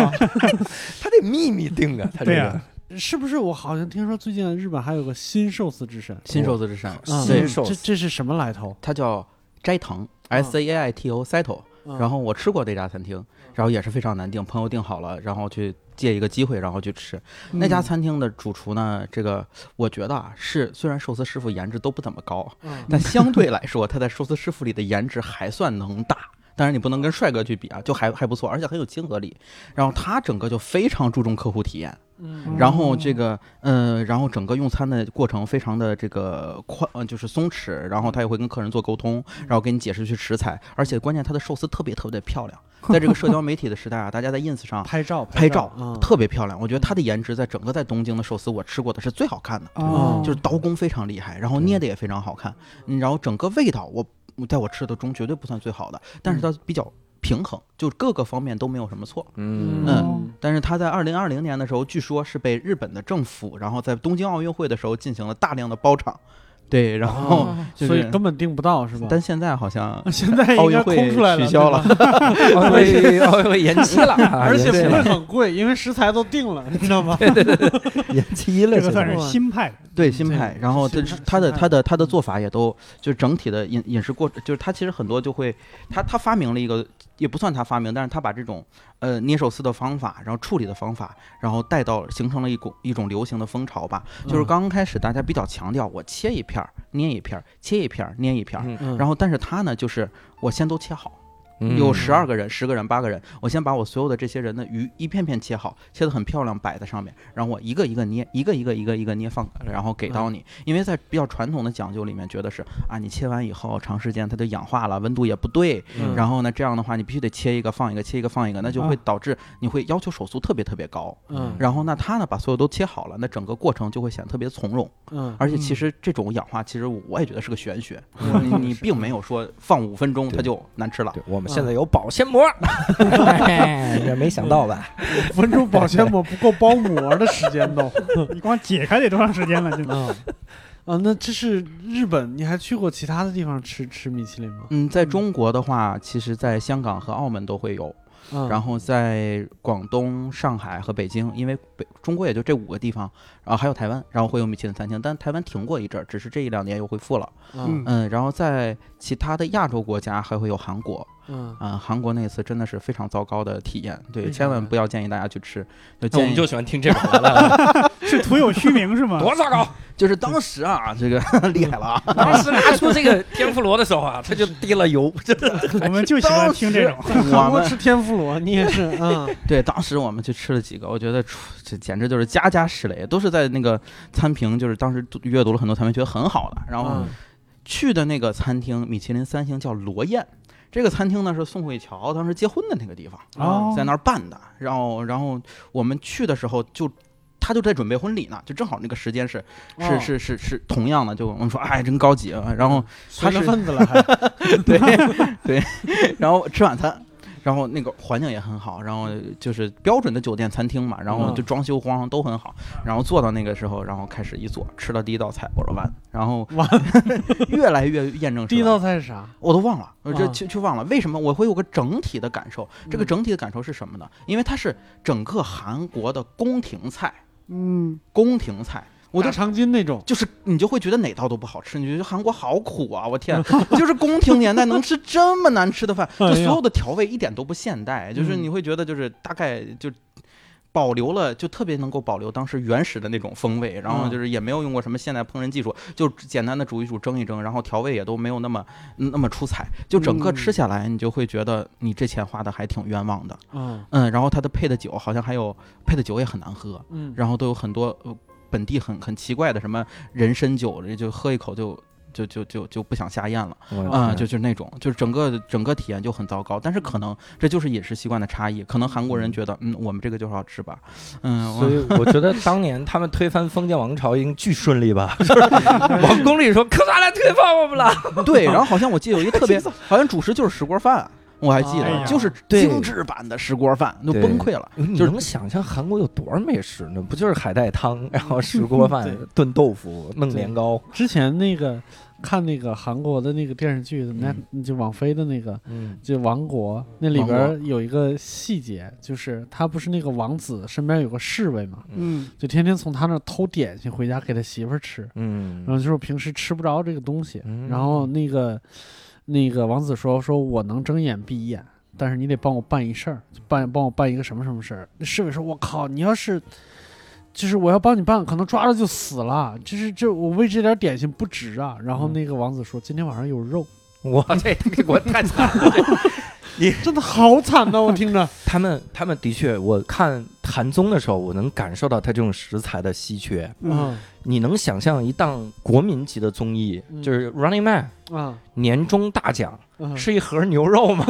Speaker 1: 他得秘密定啊，他这
Speaker 2: 对
Speaker 1: 个
Speaker 2: 呀
Speaker 3: 是不是？我好像听说最近日本还有个新寿司之神，
Speaker 5: 新寿司之神，
Speaker 3: 嗯
Speaker 5: 对
Speaker 1: 新寿
Speaker 3: 这
Speaker 1: 司
Speaker 3: 这是什么来头？
Speaker 5: 它叫斋藤 S A I T O Saito。
Speaker 3: 嗯
Speaker 5: 然后我吃过这家餐厅，然后也是非常难订，朋友订好了，然后去借一个机会，然后去吃。
Speaker 3: 嗯
Speaker 5: 那家餐厅的主厨呢，这个我觉得啊，是虽然寿司师傅颜值都不怎么高，
Speaker 3: 嗯
Speaker 5: 但相对来说，他在寿司师傅里的颜值还算能打。 当然你不能跟帅哥去比啊，就还还不错，而且很有亲和力。然后他整个就非常注重客户体验，
Speaker 3: 嗯
Speaker 5: 然后这个，呃，然后整个用餐的过程非常的这个宽，呃就是松弛，然后他也会跟客人做沟通，然后给你解释去食材，而且关键他的寿司特别特别漂亮，在这个社交媒体的时代啊，大家在 ins 上
Speaker 3: 嗯拍照
Speaker 5: 拍照
Speaker 3: 啊，
Speaker 5: 特别漂亮，我觉得它的颜值在整个在东京的寿司我吃过的是最好看的，
Speaker 2: 哦，
Speaker 5: 就是刀工非常厉害，然后捏的也非常好看，嗯然后整个味道我我在我吃的中绝对不算最好的，但是它比较平衡，就各个方面都没有什么错。
Speaker 1: 嗯
Speaker 2: 嗯
Speaker 5: 但是它在二零二零年的时候，据说是被日本的政府，然后在东京奥运会的时候进行了大量的包场，对，然后
Speaker 3: 哦
Speaker 5: 就是
Speaker 3: 所以根本订不到是吧？
Speaker 5: 但现在好像
Speaker 3: 现在
Speaker 5: 奥
Speaker 3: 应
Speaker 5: 运
Speaker 3: 该
Speaker 5: 会
Speaker 3: 空出来
Speaker 5: 取消了 哎
Speaker 3: 对吧
Speaker 1: 奥运会奥运会哦延期了，啊
Speaker 3: 而且
Speaker 1: 延期
Speaker 3: 不
Speaker 1: 了
Speaker 3: 会很贵，因为食材都定了，你知道 吗？
Speaker 5: 延期了
Speaker 2: 这个算是新派的，
Speaker 5: 对新派
Speaker 3: 嗯对，
Speaker 5: 然后
Speaker 3: 新
Speaker 5: 这
Speaker 3: 派
Speaker 5: 他的
Speaker 3: 新派嗯
Speaker 5: 他的他的做法也都就整体的饮饮食过，就是他其实很多就会他他发明了一个，也不算他发明，但是他把这种呃捏寿司的方法，然后处理的方法，然后带到形成了一股一种流行的风潮吧。
Speaker 3: 嗯
Speaker 5: 就是刚刚开始大家比较强调我切一片儿捏一片儿，切一片儿捏一片儿，
Speaker 1: 嗯
Speaker 3: 嗯，
Speaker 5: 然后但是他呢就是我先都切好。
Speaker 1: 嗯
Speaker 5: 有十二个人、十个人、八个人，我先把我所有的这些人的鱼一片片切好，切得很漂亮，摆在上面，然后我一个一个捏，一个一个一个一个捏放，然后给到你。因为在比较传统的讲究里面，觉得是啊，你切完以后长时间它就氧化了，温度也不对，
Speaker 3: 嗯
Speaker 5: 然后呢，这样的话你必须得切一个放一个，切一个放一个，那就会
Speaker 2: 啊
Speaker 5: 导致你会要求手速特别特别高。
Speaker 3: 嗯
Speaker 5: 然后那他呢把所有都切好了，那整个过程就会显得特别从容。
Speaker 3: 嗯，
Speaker 5: 而且其
Speaker 2: 嗯
Speaker 5: 实这种氧化，其实我也觉得是个玄学，
Speaker 3: 嗯
Speaker 5: 你你
Speaker 3: 是
Speaker 5: 并没有说放五分钟
Speaker 1: 对
Speaker 5: 它就难吃了。
Speaker 1: 对，啊我们现在有保鲜膜，哎这没想到吧？
Speaker 3: 五分钟保鲜膜不够包膜的时间 都。
Speaker 2: 你光解开得多长时间了？就
Speaker 3: 嗯，啊，那这是日本，你还去过其他的地方吃吃米其林吗？
Speaker 5: 嗯，在中国的话，其实在香港和澳门都会有，
Speaker 3: 嗯，
Speaker 5: 然后在广东、上海和北京，因为北中国也就这五个地方，然后还有台湾，然后会有米其林餐厅，但台湾停过一阵儿，只是这一两年又恢复了。
Speaker 3: 嗯
Speaker 5: 嗯，然后在其他的亚洲国家还会有韩国，
Speaker 3: 嗯，
Speaker 5: 嗯，韩国那次真的是非常糟糕的体验，对，
Speaker 3: 为啥
Speaker 5: 千
Speaker 3: 呀
Speaker 5: 万不要建议大家去吃，
Speaker 1: 那
Speaker 5: 就
Speaker 1: 我
Speaker 5: 建
Speaker 1: 们
Speaker 5: 议
Speaker 1: 就喜欢听这种完了，
Speaker 2: 是徒有虚名是吗？
Speaker 1: 多糟糕！
Speaker 5: 就是当时啊，这个 厉害了啊，
Speaker 1: 当时拿出这个天妇罗的时候啊，他就滴了油，
Speaker 2: 我们就喜欢听这
Speaker 3: 啊
Speaker 2: 种。
Speaker 5: 我
Speaker 3: 韩国
Speaker 5: 们
Speaker 3: 吃天妇罗，你也是啊，
Speaker 5: 对，当时我们去吃了几个，我觉得出这简直就是家家是雷，都是在那个餐评，就是当时读阅读了很多餐评，觉得很好的。 然后
Speaker 3: 嗯
Speaker 5: 去的那个餐厅，米其林三星叫罗燕，这个餐厅呢是宋慧乔当时结婚的那个地方，
Speaker 2: 哦
Speaker 5: 在那儿办的。然后，然后我们去的时候就。他就在准备婚礼呢，就正好那个时间是是
Speaker 3: 哦
Speaker 5: 是是是同样的，就我们说哎真高级啊，然后
Speaker 3: 随了
Speaker 5: 是
Speaker 3: 份子 了还，
Speaker 5: 对对，然后吃晚餐，然后那个环境也很好，然后就是标准的酒店餐厅嘛，然后就
Speaker 3: 嗯
Speaker 5: 装修装潢都很好，然后坐到那个时候，然后开始一坐，吃到第一道菜我说完，然后
Speaker 3: 完
Speaker 5: 越来越验证
Speaker 3: 第一
Speaker 5: 是
Speaker 3: 道
Speaker 5: 吧
Speaker 3: 菜是啥？
Speaker 5: 我都忘了，我这
Speaker 3: 啊
Speaker 5: 就就忘了为什么我会有个整体的感受，这个
Speaker 3: 嗯
Speaker 5: 整体的感受是什么呢？因为它是整个韩国的宫廷菜，
Speaker 2: 嗯，
Speaker 5: 宫廷菜。我就
Speaker 3: 大长今那种，
Speaker 5: 就是你就会觉得哪道都不好吃，你就觉得韩国好苦啊！我天，就是宫廷年代能吃这么难吃的饭，
Speaker 3: 哎嗯
Speaker 5: 就
Speaker 3: 呀
Speaker 5: 所有的调味一点都不现代，就是你会觉得就是大概就。保留了，就特别能够保留当时原始的那种风味，然后
Speaker 3: 嗯
Speaker 5: 就是也没有用过什么现代烹饪技术，就简单的煮一煮、蒸一蒸，然后调味也都没有那么嗯那么出彩，就整个
Speaker 3: 嗯
Speaker 5: 吃下来，你就会觉得你这钱花的还挺冤枉的，
Speaker 3: 嗯
Speaker 5: 嗯，然后它的配的酒好像还有配的酒也很难喝，
Speaker 3: 嗯，
Speaker 5: 然后都有很多呃本地很很奇怪的什么人参酒，这就喝一口就就就就就不想下咽了啊、就就是那种，就是整个整个体验就很糟糕。但是可能这就是饮食习惯的差异，可能韩国人觉得嗯，我们这个就是好吃吧，嗯，
Speaker 1: 所以我觉得当年他们推翻封建王朝已经巨顺利吧， 就是往宫里说可咋来推翻我们了？
Speaker 5: 我 对。然后好像我记得有一个特别，好像主食就是石锅饭。我还记得，
Speaker 3: 哎呀
Speaker 5: 就是
Speaker 1: 对
Speaker 5: 精致版的石锅饭，就
Speaker 1: 对
Speaker 5: 崩溃了。
Speaker 1: 你
Speaker 5: 就是
Speaker 1: 能想象韩国有多少美食呢？不就是海带汤，然后石锅饭
Speaker 3: 对、
Speaker 1: 炖豆腐、弄年糕，
Speaker 3: 之前那个看那个韩国的那个电视剧，那
Speaker 5: 嗯
Speaker 3: 就网飞的那个。
Speaker 1: 嗯，
Speaker 3: 就王国那里
Speaker 5: 王国
Speaker 3: 边儿有一个细节，就是他不是那个王子身边有个侍卫嘛，
Speaker 2: 嗯，
Speaker 3: 就天天从他那儿偷点心回家给他媳妇儿吃，然
Speaker 1: 嗯
Speaker 3: 后就是平时吃不着这个东西，
Speaker 1: 嗯
Speaker 3: 然后那个那个王子说说我能睁眼闭眼，但是你得帮我办一事儿，办帮我办一个什么什么事儿。那侍卫说，我靠，你要是就是我要帮你办，可能抓了就死了，就是这我为这点点心不值啊。然后
Speaker 1: 嗯
Speaker 3: 那个王子说，今天晚上有 肉，
Speaker 1: 我这给我太 惨了。
Speaker 3: 真的好惨呐、我听着，
Speaker 1: 他们他们的确，我看谭综的时候，我能感受到它这种食材的稀缺。
Speaker 2: 嗯，
Speaker 1: 你能想象一档国民级的综艺，
Speaker 3: 嗯
Speaker 1: 就是 Running Man
Speaker 3: 啊
Speaker 1: 年终大奖，
Speaker 3: 啊，
Speaker 1: 吃一盒牛肉 吗？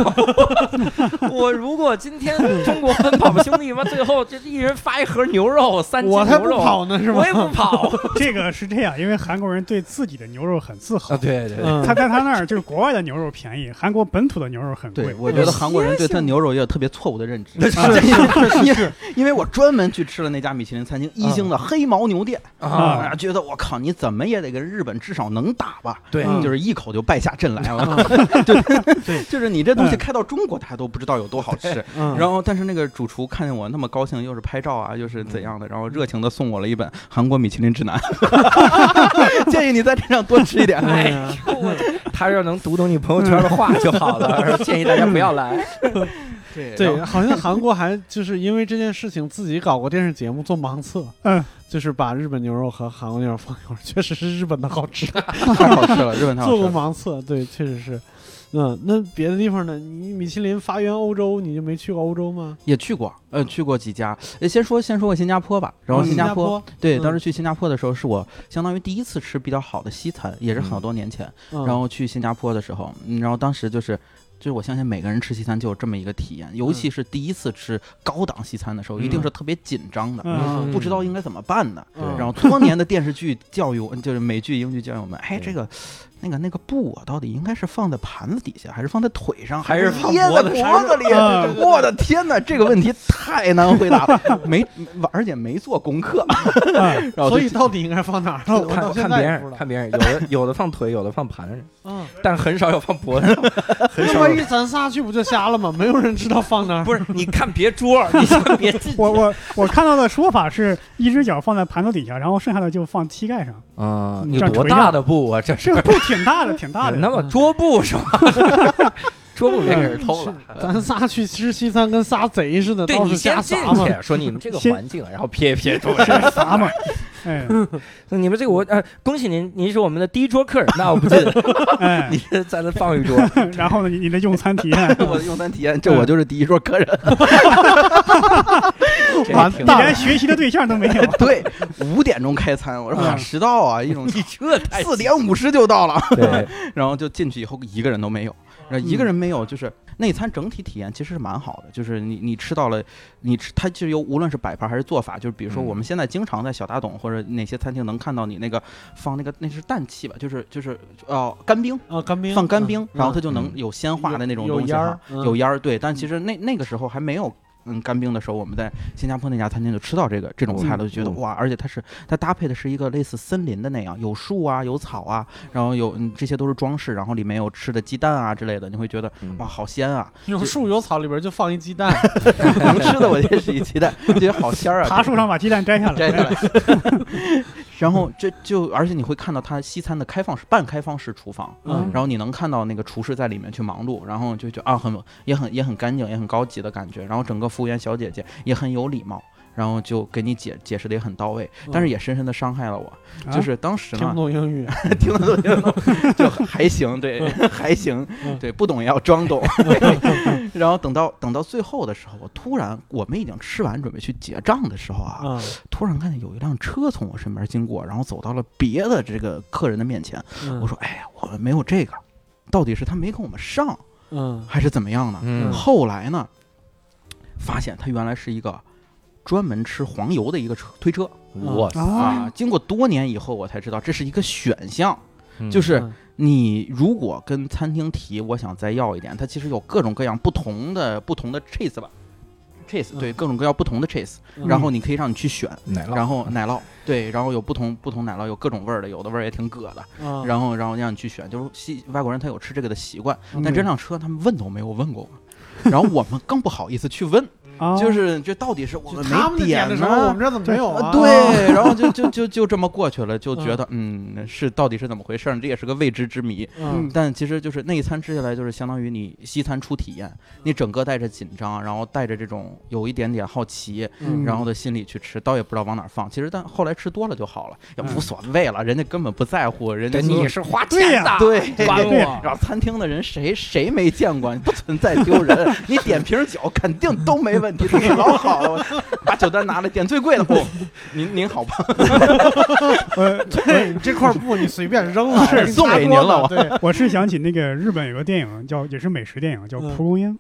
Speaker 1: 我如果今天中国奔跑吧兄弟妈最后这一人发一盒牛肉，三斤
Speaker 3: 我才
Speaker 1: 牛
Speaker 3: 不
Speaker 1: 肉，
Speaker 3: 跑呢，是吧
Speaker 1: 我？也不跑
Speaker 2: 这个是这样，因为韩国人对自己的牛肉很自豪
Speaker 1: 啊！，对对对，
Speaker 3: 嗯
Speaker 2: 他在他那儿就是国外的牛肉便宜，韩国本土的牛肉很
Speaker 5: 对，
Speaker 2: 贵。
Speaker 5: 我觉得韩国人对他牛肉也有特别错误的认 知。
Speaker 2: 啊
Speaker 5: 是是嗯是，因为我专门去吃了那家米其林餐厅一星的黑牦牛店
Speaker 1: 啊，
Speaker 5: 啊，觉得我靠，你怎么也得跟日本至少能打吧？
Speaker 1: 对
Speaker 3: 嗯
Speaker 5: 就是一口就败下阵来了。
Speaker 3: 对，
Speaker 5: 就是你这东西
Speaker 2: 嗯
Speaker 5: 开到中国，大家都不知道有多好吃。
Speaker 3: 嗯，
Speaker 5: 然后，但是那个主厨看见我那么高兴，又是拍照啊，又是怎样
Speaker 3: 嗯
Speaker 5: 的，然后热情的送我了一本《韩国米其林指 南》，建议你在这上多吃一点。
Speaker 3: 哎呀
Speaker 1: 我他要能读懂你朋友圈的话就好了，建议大家不要来。
Speaker 5: 对
Speaker 3: 对，好像韩国还就是因为这件事情自己搞过电视节目做盲 测，
Speaker 2: 嗯，
Speaker 3: 就是把日本牛肉和韩国牛肉放一块儿， 确实是日本的好 吃，
Speaker 5: 太好吃了， 日本太好
Speaker 3: 做
Speaker 5: 吃
Speaker 3: 过
Speaker 5: 了。
Speaker 3: 盲测，对，确实是。嗯，那别的地方呢？你米其林发源欧洲，你就没去过欧洲吗？
Speaker 5: 也去过，呃，去过几家。呃先说先说过新加坡吧，然后
Speaker 3: 嗯
Speaker 5: 新加坡，
Speaker 3: 坡，
Speaker 5: 对，
Speaker 3: 嗯
Speaker 5: 当时去新加坡的时候，是我相当于第一次吃比较好的西餐，
Speaker 3: 嗯
Speaker 5: 也是好多年前。
Speaker 1: 嗯
Speaker 3: 然
Speaker 5: 然后去新加坡的时候，嗯然后当时就是。就是我相信每个人吃西餐就有这么一个体验，尤其是第一次吃高档西餐的时候，一定
Speaker 1: 嗯
Speaker 5: 是特别紧张的，
Speaker 2: 嗯
Speaker 5: 不知道应该怎么办的。
Speaker 3: 嗯
Speaker 1: 对
Speaker 5: 然后多年的电视剧教育我， 就是美剧、英剧教育我们，哎，
Speaker 1: 对
Speaker 5: 这个、那个、那个布啊，到底应该是放在盘子底下，还是放在腿上，
Speaker 1: 还是
Speaker 5: 是
Speaker 1: 放
Speaker 5: 掖在
Speaker 1: 脖子上
Speaker 5: 脖子里？
Speaker 3: 嗯
Speaker 2: 啊
Speaker 5: 我的天哪，这个问题太难回答了，没，而且没做功课。
Speaker 2: 嗯
Speaker 5: 然后
Speaker 3: 所
Speaker 5: 就
Speaker 3: 以到底应该 放哪儿嗯了？我
Speaker 1: 看
Speaker 3: 到
Speaker 1: 看
Speaker 3: 现
Speaker 1: 别
Speaker 3: 在也不
Speaker 1: 人，
Speaker 3: 知道。
Speaker 1: 看别人，有的有的放腿，有的放盘上，
Speaker 3: 嗯，
Speaker 1: 但很少有放脖子上。很
Speaker 3: 那
Speaker 1: 少
Speaker 3: 万
Speaker 1: 有
Speaker 3: 一咱仨去不就瞎了吗？没有人知道放哪 儿。
Speaker 1: 不是，你看别桌，你先别进去。
Speaker 2: 我我我看到的说法是一只脚放在盘子底下，然后剩下的就放膝盖上，
Speaker 1: 啊，
Speaker 2: 你
Speaker 1: 有
Speaker 2: 这样
Speaker 1: 多
Speaker 2: 捶
Speaker 1: 大
Speaker 2: 着
Speaker 1: 的布啊？这是
Speaker 2: 这个布挺大的，挺大的。
Speaker 1: 那
Speaker 3: 嗯
Speaker 1: 么桌布是吧？ 桌布被人偷了。嗯
Speaker 3: 咱仨去吃西餐，跟仨贼似的，
Speaker 1: 对
Speaker 3: 嗯到处
Speaker 1: 你先
Speaker 3: 瞎
Speaker 1: 进
Speaker 3: 撒嘛。
Speaker 1: 去，说你们这个
Speaker 2: 先
Speaker 1: 环境，然后撇一撇桌。
Speaker 2: 是啥嘛？哎
Speaker 1: 你们这个我呃，恭喜您，您是我们的第一桌客人，那我不进，
Speaker 2: 哎
Speaker 1: 你，这再来放一桌。
Speaker 2: 然后呢，你你的用餐体验，
Speaker 5: 我的用餐体验，这
Speaker 1: 嗯
Speaker 5: 我就是第一桌客人，
Speaker 1: 这
Speaker 3: 完
Speaker 1: 挺
Speaker 2: 你
Speaker 3: 蛋
Speaker 1: 好
Speaker 2: 连学习的对象都没有。
Speaker 5: 对，五点钟开餐，我
Speaker 2: 嗯
Speaker 5: 说啊迟到啊，一 种
Speaker 1: 你这
Speaker 3: 哎
Speaker 1: 太
Speaker 5: 四点五十就到了，
Speaker 1: 对，
Speaker 5: 然后就进去以后一个人都没有，然后一个
Speaker 3: 嗯
Speaker 5: 人没有，就是那餐整体体验其实是蛮好的，就是你你吃到了，你吃它就有无论是摆盘还是做法，就是比如说
Speaker 1: 嗯
Speaker 5: 我们现在经常在小打董或者哪些餐厅能看到你那个放那个那是氮气吧，就是就是哦干冰。
Speaker 3: 啊，干冰
Speaker 5: 放干
Speaker 3: 嗯
Speaker 5: 冰，然后它
Speaker 3: 嗯
Speaker 5: 就能
Speaker 1: 嗯
Speaker 5: 有鲜化的那种
Speaker 3: 有
Speaker 5: 东西
Speaker 3: 烟儿
Speaker 5: 哈，
Speaker 3: 嗯
Speaker 5: 有烟儿。对，但其实那那个时候还没有。嗯，干冰的时候，我们在新加坡那家餐厅就吃到这个这种菜了，就觉得
Speaker 1: 嗯
Speaker 5: 哇！而且它是它搭配的是一个类似森林的那样，有树啊，有草啊，然后有嗯这些都是装饰，然后里面有吃的鸡蛋啊之类的，你会觉得
Speaker 1: 嗯
Speaker 5: 哇，好鲜啊！
Speaker 3: 有树有草，里边就放一鸡蛋。
Speaker 5: 能吃的我也是一鸡蛋，觉得好鲜儿啊！
Speaker 2: 爬树上把鸡蛋摘下
Speaker 5: 摘
Speaker 2: 来，
Speaker 5: 下来， 然后这就而且你会看到它西餐的开放式半开放式厨房，
Speaker 3: 嗯
Speaker 5: 然后你能看到那个厨师在里面去忙碌，然后就觉得啊，很也很也很干净，也很高级的感觉。然后整个服务员小姐姐也很有礼貌，然后就给你解解释的也很到位，但是也深深的伤害了我。就
Speaker 2: 啊
Speaker 5: 是当时
Speaker 3: 嗯听不
Speaker 5: 呢，
Speaker 3: 懂英语，
Speaker 5: 听得懂，听得 懂，就还行，对，还行
Speaker 3: 嗯，
Speaker 5: 对，不懂也要装懂。 然后等到等到最后的时候，我突然我们已经吃完准备去结账的时候啊，
Speaker 3: 啊，
Speaker 5: 突然看见有一辆车从我身边经过，然后走到了别的这个客人的面前。 我
Speaker 3: 我，
Speaker 5: 说：“哎，我们没有这个，到底是他没跟我们上，
Speaker 3: 嗯
Speaker 5: 还是怎么样呢？”
Speaker 1: 嗯
Speaker 5: 后来呢，发现他原来是一个专门吃黄油的一个车推车
Speaker 1: 我
Speaker 5: 啊
Speaker 2: 啊。。
Speaker 5: 经过多年以后，我才知道这是一个选项，就
Speaker 1: 就是
Speaker 5: 是
Speaker 3: 嗯
Speaker 5: 你如果跟餐厅提我想再要一点，它其实有各种各样不同的不同的 cheese 吧，cheese
Speaker 3: 嗯
Speaker 5: 对各种各样不同的 cheese，
Speaker 3: 嗯
Speaker 5: 然后你可以让你去选。
Speaker 1: 奶
Speaker 5: 然后奶酪，对，然后有不同不同奶酪，有各种味儿的，有的味儿也挺葛的，
Speaker 3: 啊
Speaker 5: 然后然后让你去选，就是西外国人他有吃这个的习惯，
Speaker 3: 嗯
Speaker 5: 但这辆车他们 问都没有问过我，然后我们更不好意思去问，
Speaker 2: 啊
Speaker 5: 就是这到底是我
Speaker 3: 哦就
Speaker 5: 们
Speaker 3: 嗯他们
Speaker 5: 没
Speaker 3: 的点的时候，我
Speaker 5: 呢
Speaker 3: 们？这儿怎么没有啊？
Speaker 5: 呃对，然后就就就就这么过去了，就觉得嗯是到底是怎么回事儿，这也是个未知之谜。
Speaker 3: 嗯，
Speaker 5: 但其实就是那一餐吃下来，就是相当于你西餐初体验，
Speaker 3: 嗯
Speaker 5: 你整个带着紧张，然后带着这种有一点点好奇，
Speaker 3: 嗯，
Speaker 5: 然后的心里去吃，倒也不知道往哪儿放。其实但后来吃多了就好了，也
Speaker 2: 嗯
Speaker 5: 无所谓了，人家根本不在乎，人家
Speaker 1: 对
Speaker 5: 说
Speaker 1: 你是花
Speaker 2: 对
Speaker 1: 钱
Speaker 2: 呀
Speaker 1: 的，
Speaker 5: 对
Speaker 1: 管
Speaker 2: 对
Speaker 1: 我。
Speaker 5: 然后餐厅的人谁谁没见过，不存在丢人。你点瓶酒肯定都没问题，都是老好了。我把酒单拿来，点最贵的不？
Speaker 1: 嗯
Speaker 5: 您您好吧？
Speaker 2: 呃，
Speaker 3: 对你这块布你随便扔了，
Speaker 5: 是
Speaker 3: 你
Speaker 5: 送给您了
Speaker 3: 拿多对，
Speaker 2: 我是想起那个日本有个电影叫，也是美食电影叫
Speaker 3: 嗯
Speaker 2: 《蒲公英》，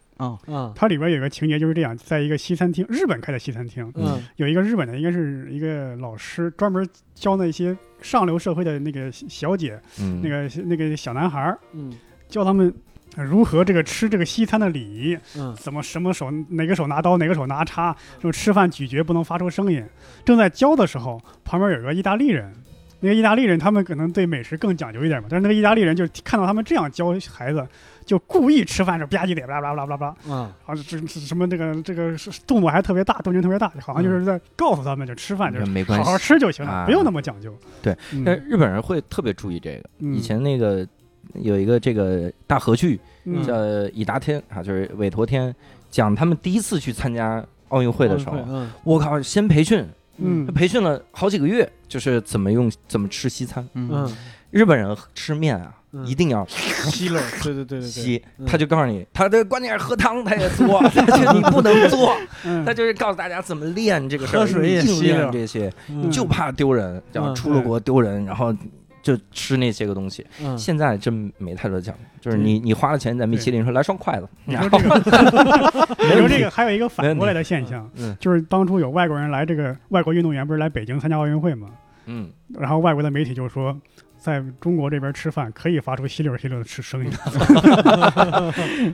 Speaker 3: 嗯
Speaker 2: 它里边有个情节就是这样，在一个西餐厅，日本开的西餐厅，
Speaker 3: 嗯
Speaker 2: 有一个日本的，应该是一个老师，专门教那些上流社会的那个小姐，
Speaker 1: 嗯，
Speaker 2: 那个那个小男孩儿，
Speaker 3: 嗯
Speaker 2: 教他们如何这个吃这个西餐的礼仪，
Speaker 3: 嗯
Speaker 2: 怎么什么手哪个手拿刀，哪个手拿叉，什么吃饭咀嚼不能发出声音。正在教的时候，旁边有个意大利人，那个意大利人他们可能对美食更讲究一点嘛，但是那个意大利人就看到他们这样教孩子，就故意吃饭时候吧唧咧吧啦吧啦吧啦吧啦，
Speaker 3: 嗯
Speaker 2: 然后这这什么这个这个是动作还特别大，动静特别大，好像就是
Speaker 1: 嗯
Speaker 2: 在告诉他们就吃饭就是
Speaker 1: 没关
Speaker 2: 好
Speaker 1: 系
Speaker 2: 好。吃就行了，
Speaker 1: 啊
Speaker 2: 不用那么讲究。
Speaker 1: 嗯对
Speaker 2: 嗯，
Speaker 1: 但日本人会特别注意这个。
Speaker 2: 嗯
Speaker 1: 以前那个有一个这个大和剧
Speaker 2: 嗯
Speaker 1: 叫《以达天》啊，就是委托天，讲他们第一次去参加奥运会的时候，
Speaker 3: 嗯
Speaker 1: 我靠，先培训，
Speaker 2: 嗯
Speaker 1: 培训了好几个月，就是怎么用怎么吃西餐。
Speaker 5: 嗯
Speaker 3: 嗯，
Speaker 1: 日本人吃面啊，
Speaker 3: 嗯
Speaker 1: 一定要
Speaker 3: 吸了，对对对对对，
Speaker 1: 吸，
Speaker 3: 嗯
Speaker 1: 他就告诉你，他这关键是喝汤他也做， 但是你不能做，
Speaker 2: 嗯
Speaker 1: 他就是告诉大家怎么练这个事儿，
Speaker 3: 喝水也
Speaker 1: 硬
Speaker 3: 吸溜
Speaker 1: 练这些，
Speaker 3: 嗯
Speaker 1: 就怕丢人，然后
Speaker 3: 嗯
Speaker 1: 出了国丢人，然后就吃那些个东西。
Speaker 3: 嗯
Speaker 1: 现在真没太多讲究，就是你你花了钱在米其林说来双筷子，
Speaker 2: 你
Speaker 1: 然
Speaker 2: 说
Speaker 1: 后
Speaker 2: 这 个，你说
Speaker 1: 没问
Speaker 2: 这
Speaker 1: 题
Speaker 2: 个还有一个反过来的现象，
Speaker 1: 嗯
Speaker 2: 就是当初有外国人来这个外国运动员不是来北京参加奥运会嘛，
Speaker 1: 嗯，
Speaker 2: 然后外国的媒体就说。在中国这边吃饭可以发出吸溜吸溜的吃声音，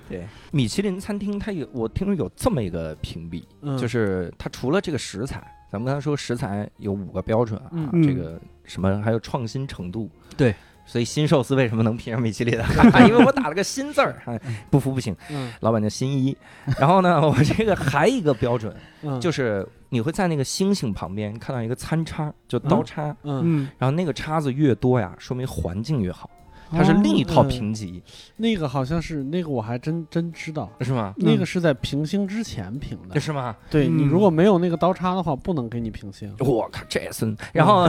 Speaker 1: 对，米其林餐厅它有我听说有这么一个评比，
Speaker 3: 嗯
Speaker 1: 就是它除了这个食材，咱们刚才说食材有五个标准啊，
Speaker 2: 嗯
Speaker 1: 这个什么还有创新程度，
Speaker 5: 对。
Speaker 1: 所以新寿司为什么能评上米 其林？啊因为我打了个新字儿，哎不服不行。
Speaker 3: 嗯
Speaker 1: 老板叫新一， 然后呢，我这个还一个标准
Speaker 3: 嗯
Speaker 1: 就是你会在那个星星旁边看到一个餐叉，就刀叉，
Speaker 3: 嗯，
Speaker 2: 嗯，
Speaker 1: 然后那个叉子越多呀，说明环境越好，它
Speaker 2: 哦
Speaker 1: 是另一套
Speaker 3: 嗯
Speaker 1: 评级，
Speaker 3: 那个好像是那个我还真真知道。
Speaker 1: 是吗？
Speaker 2: 嗯
Speaker 3: 那个是在平星之前评的，
Speaker 1: 是吗？
Speaker 3: 对你
Speaker 2: 嗯
Speaker 3: 如果没有那个刀叉的话，不能给你平星。
Speaker 1: 我靠，这孙！然后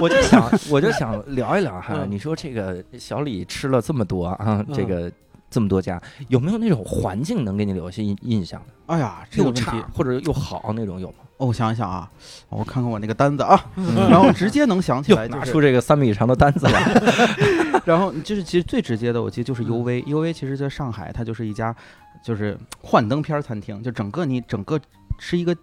Speaker 1: 我就想，我就想聊一聊哈，
Speaker 3: 嗯
Speaker 1: 你说这个小李吃了这么多啊，
Speaker 3: 嗯
Speaker 1: 这个这么多家，有没有那种环境能给你留下印印象的？
Speaker 5: 哎呀，这个
Speaker 1: 又
Speaker 5: 问题
Speaker 1: 差或者又好那种有吗？
Speaker 5: 哦，我想一想啊，我看看我那个单子啊，
Speaker 1: 嗯
Speaker 5: 然后直接能想起
Speaker 1: 又
Speaker 5: 来就
Speaker 1: 拿
Speaker 5: 是
Speaker 1: 出这个三米以上的单子来，嗯
Speaker 5: 然后就是其实最直接的，我记得就是 U V U V，其实在上海它就是一家就是幻灯片儿餐厅，就整个你整个是一个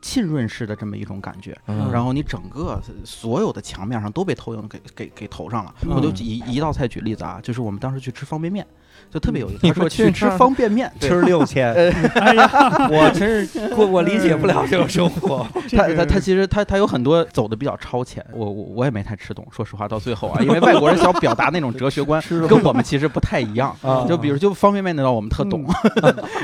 Speaker 5: 浸润式的这么一种感觉，
Speaker 1: 嗯
Speaker 5: 然后你整个所有的墙面上都被投影给给给投上了。我就
Speaker 3: 嗯
Speaker 5: 以一道菜举例子啊，就是我们当时去吃方便面，就特别有意思。
Speaker 1: 你
Speaker 5: 他说
Speaker 1: 们
Speaker 5: 去
Speaker 1: 去
Speaker 5: 吃
Speaker 1: 那儿
Speaker 5: 方便面，对
Speaker 1: 吃六千，
Speaker 2: 哎呀，
Speaker 1: 我真是我我理解不了这种生活。
Speaker 2: 这
Speaker 5: 他
Speaker 2: 个
Speaker 5: 他他其实他他有很多走的比较超前，我我我也没太吃懂，说实话，到最后啊，因为外国人想表达那种哲学观
Speaker 3: 吃了
Speaker 5: 跟我们其实不太一样。
Speaker 1: 啊
Speaker 5: 就比如就方便面那道我们特懂，
Speaker 1: 嗯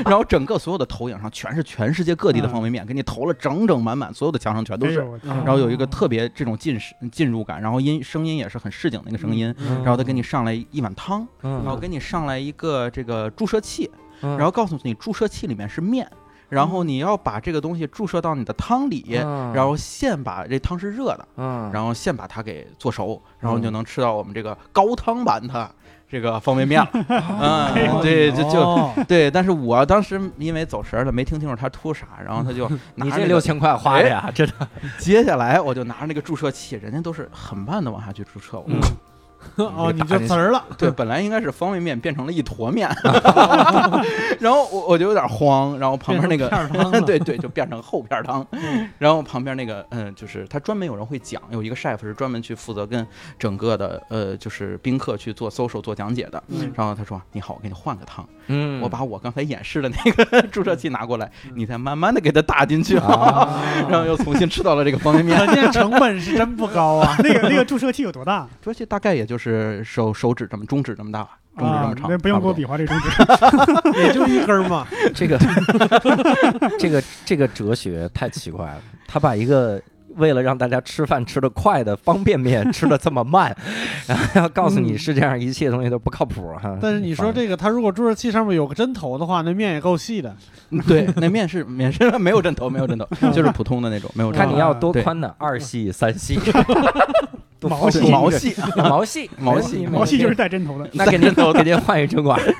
Speaker 5: 然后整个所有的投影上全是全世界各地的方便面，给你投了整整满满，所有的墙上全都
Speaker 2: 哎
Speaker 5: 是
Speaker 2: 呦。我天。
Speaker 3: 然
Speaker 5: 然后有一个特别这种进视进入感，然后音声音也是很市井那个声音，
Speaker 1: 嗯
Speaker 5: 然后他给你上来一碗汤，
Speaker 1: 嗯
Speaker 5: 然后给你上来一个这个注射器，
Speaker 1: 嗯
Speaker 5: 然后告诉你注射器里面是面，然后你要把这个东西注射到你的汤里，
Speaker 1: 嗯
Speaker 5: 然后现把这汤是热的，
Speaker 1: 嗯
Speaker 5: 然后现把它给做熟，然后你就能吃到我们这个高汤版的这个方便 面了。
Speaker 1: 哎
Speaker 5: 嗯，对，就就
Speaker 3: 哦
Speaker 5: 对。但是我当时因为走神儿了，没听清楚他吐啥，然后他就 拿
Speaker 1: 你
Speaker 5: 那
Speaker 1: 这
Speaker 5: 个
Speaker 1: 六千块花的呀，真的。
Speaker 5: 接下来我就拿着那个注射器，人家都是很慢的往下去注射我。
Speaker 3: 嗯哦，你就词儿了，
Speaker 5: 对，本来应该是方便面变成了一坨面，然后我我就有点慌，然后旁边那个
Speaker 3: 变成片儿汤了啊 嗯
Speaker 5: 对对，就变成厚片儿汤。然后旁边那个，嗯，就是他专门有人会讲，有一个 chef 是专门去负责跟整个的呃，就是宾客去做 social 做讲解的。
Speaker 3: 嗯
Speaker 5: 然后他说：“你好，我给你换个汤，
Speaker 1: 嗯
Speaker 5: 我把我刚才演示的那个 注射器拿过来，
Speaker 3: 嗯
Speaker 5: 你再慢慢的给它打进去啊。 然后又重新吃到了这个方便面，
Speaker 3: 可见成本是真不高啊
Speaker 2: 那个那个注射器有多大？
Speaker 5: 注射器大概也就是手手指这么中指这么大吧，中指这么
Speaker 2: 啊
Speaker 5: 长，
Speaker 2: 那不用
Speaker 5: 差
Speaker 2: 给我
Speaker 5: 多
Speaker 2: 比划这 中指，
Speaker 3: 也就一根儿嘛。
Speaker 1: 这个这个这个哲学太奇怪了，他把一个。为了让大家吃饭吃得快的方便 面吃得这么慢，然后要告诉你是这样，一切东西都不靠谱哈。
Speaker 3: 但是你说这个，它如果注射器上面有个针头的话，那面也够细的。
Speaker 5: 对，那面是面是没有针头，没 有针头，就是普通的那种，没有针
Speaker 1: 看
Speaker 5: 头
Speaker 1: 你要多
Speaker 5: 对
Speaker 1: 宽的，二系、三 系、多
Speaker 2: 毛细
Speaker 1: 方便毛
Speaker 5: 毛细，
Speaker 1: 细、啊
Speaker 5: 毛细
Speaker 2: 毛细就是带针头的。
Speaker 1: 那给您给您换一针管。
Speaker 5: 哎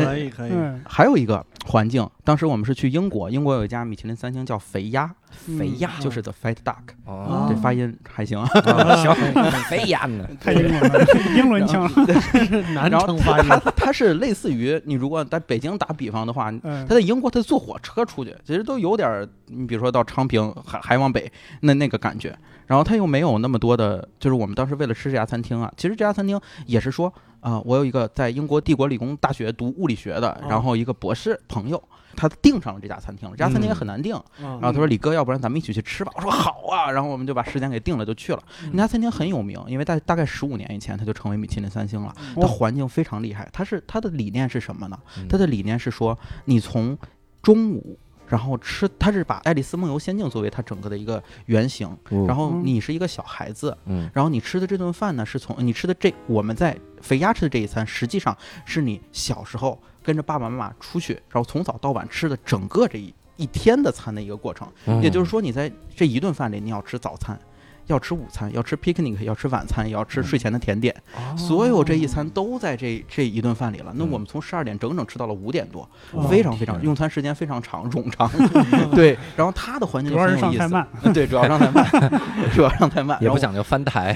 Speaker 3: 可以，可以。
Speaker 2: 嗯，
Speaker 5: 还有一个环境。当时我们是去英国，英国有一家米其林三星叫肥鸭，
Speaker 1: 肥
Speaker 2: 嗯
Speaker 1: 鸭
Speaker 5: 就是 The Fat Duck，
Speaker 1: 哦
Speaker 5: 这发音还行啊。
Speaker 1: 啊行，很肥鸭呢。
Speaker 2: 太英文了， 英伦 腔。
Speaker 3: 南
Speaker 5: 然后
Speaker 3: 城发
Speaker 5: 它
Speaker 3: 音，
Speaker 5: 它是类似于你如果在北京打比方的话，
Speaker 2: 嗯
Speaker 5: 他，在英国，他坐火车出去，其实都有点儿，你比如说到昌平，还还往北，那那个感觉。然后他又没有那么多的，就是我们当时为了吃这家餐厅啊，其实这家餐厅也是说啊、我有一个在英国帝国理工大学读物理学的，然后一个博士朋友，他订上了这家餐厅了，这家餐厅也很难订。
Speaker 3: 嗯啊
Speaker 5: 然后他说：“李哥，要不然咱们一起去吃吧。”我说：“好啊。”然后我们就把时间给定了，就去了。那家餐厅很有名，因为大大概十五年以前，它就成为米其林三星了。它
Speaker 2: 哦
Speaker 5: 环境非常厉害。它是它的理念是什么呢？
Speaker 1: 嗯
Speaker 5: 它的理念是说，你从中午。然后吃，它是把《爱丽丝梦游仙境》作为它整个的一个原型。然
Speaker 1: 后
Speaker 5: 后
Speaker 2: 嗯
Speaker 5: 你是一个小孩子，
Speaker 1: 嗯
Speaker 5: 然后你吃的这顿饭呢，是从你吃的这我们在肥鸭吃的这一餐，实际上是你小时候跟着爸爸妈妈出去，然后从早到晚吃的整个这一一天的餐的一个过程。
Speaker 1: 嗯
Speaker 5: 也就是说，你在这一顿饭里，你要吃早餐，要吃午餐，要吃 picnic，要吃晚餐，也要吃睡前的甜点，所有这一餐都在这这一顿饭里了。那
Speaker 1: 哦嗯
Speaker 5: 我们从十二点整整吃到了五点多，
Speaker 2: 哦
Speaker 5: 非常非常
Speaker 1: 天
Speaker 5: 用餐时间非 常长，冗长。对，然后它的环境
Speaker 2: 哦主
Speaker 5: 就
Speaker 2: 要是
Speaker 5: 很有
Speaker 2: 上
Speaker 5: 意
Speaker 2: 太
Speaker 5: 思，
Speaker 2: 慢，
Speaker 5: 对，主要上太慢， 主要上太慢，
Speaker 1: 也不
Speaker 5: 然后
Speaker 1: 讲究翻台，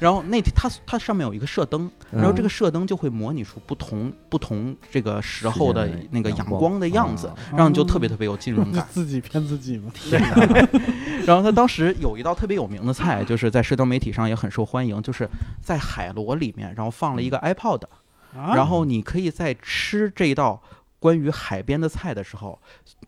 Speaker 5: 然后那天它它上面有一个射灯，然后这
Speaker 1: 个
Speaker 5: 个射灯就会模拟出不同不同这个时候的
Speaker 1: 时间的
Speaker 5: 那个
Speaker 1: 阳
Speaker 5: 阳
Speaker 1: 光
Speaker 5: 光的样子
Speaker 1: 啊，
Speaker 5: 让你就特别特别有进入感。
Speaker 3: 自己骗自己嘛。
Speaker 5: 然后他当时有一道特别有名的菜，就是在社交媒体上也很受欢迎，就是在海螺里面，然后放了一个
Speaker 1: 嗯
Speaker 5: iPod，
Speaker 2: 啊
Speaker 5: 然后你可以在吃这道关于海边的菜的时候，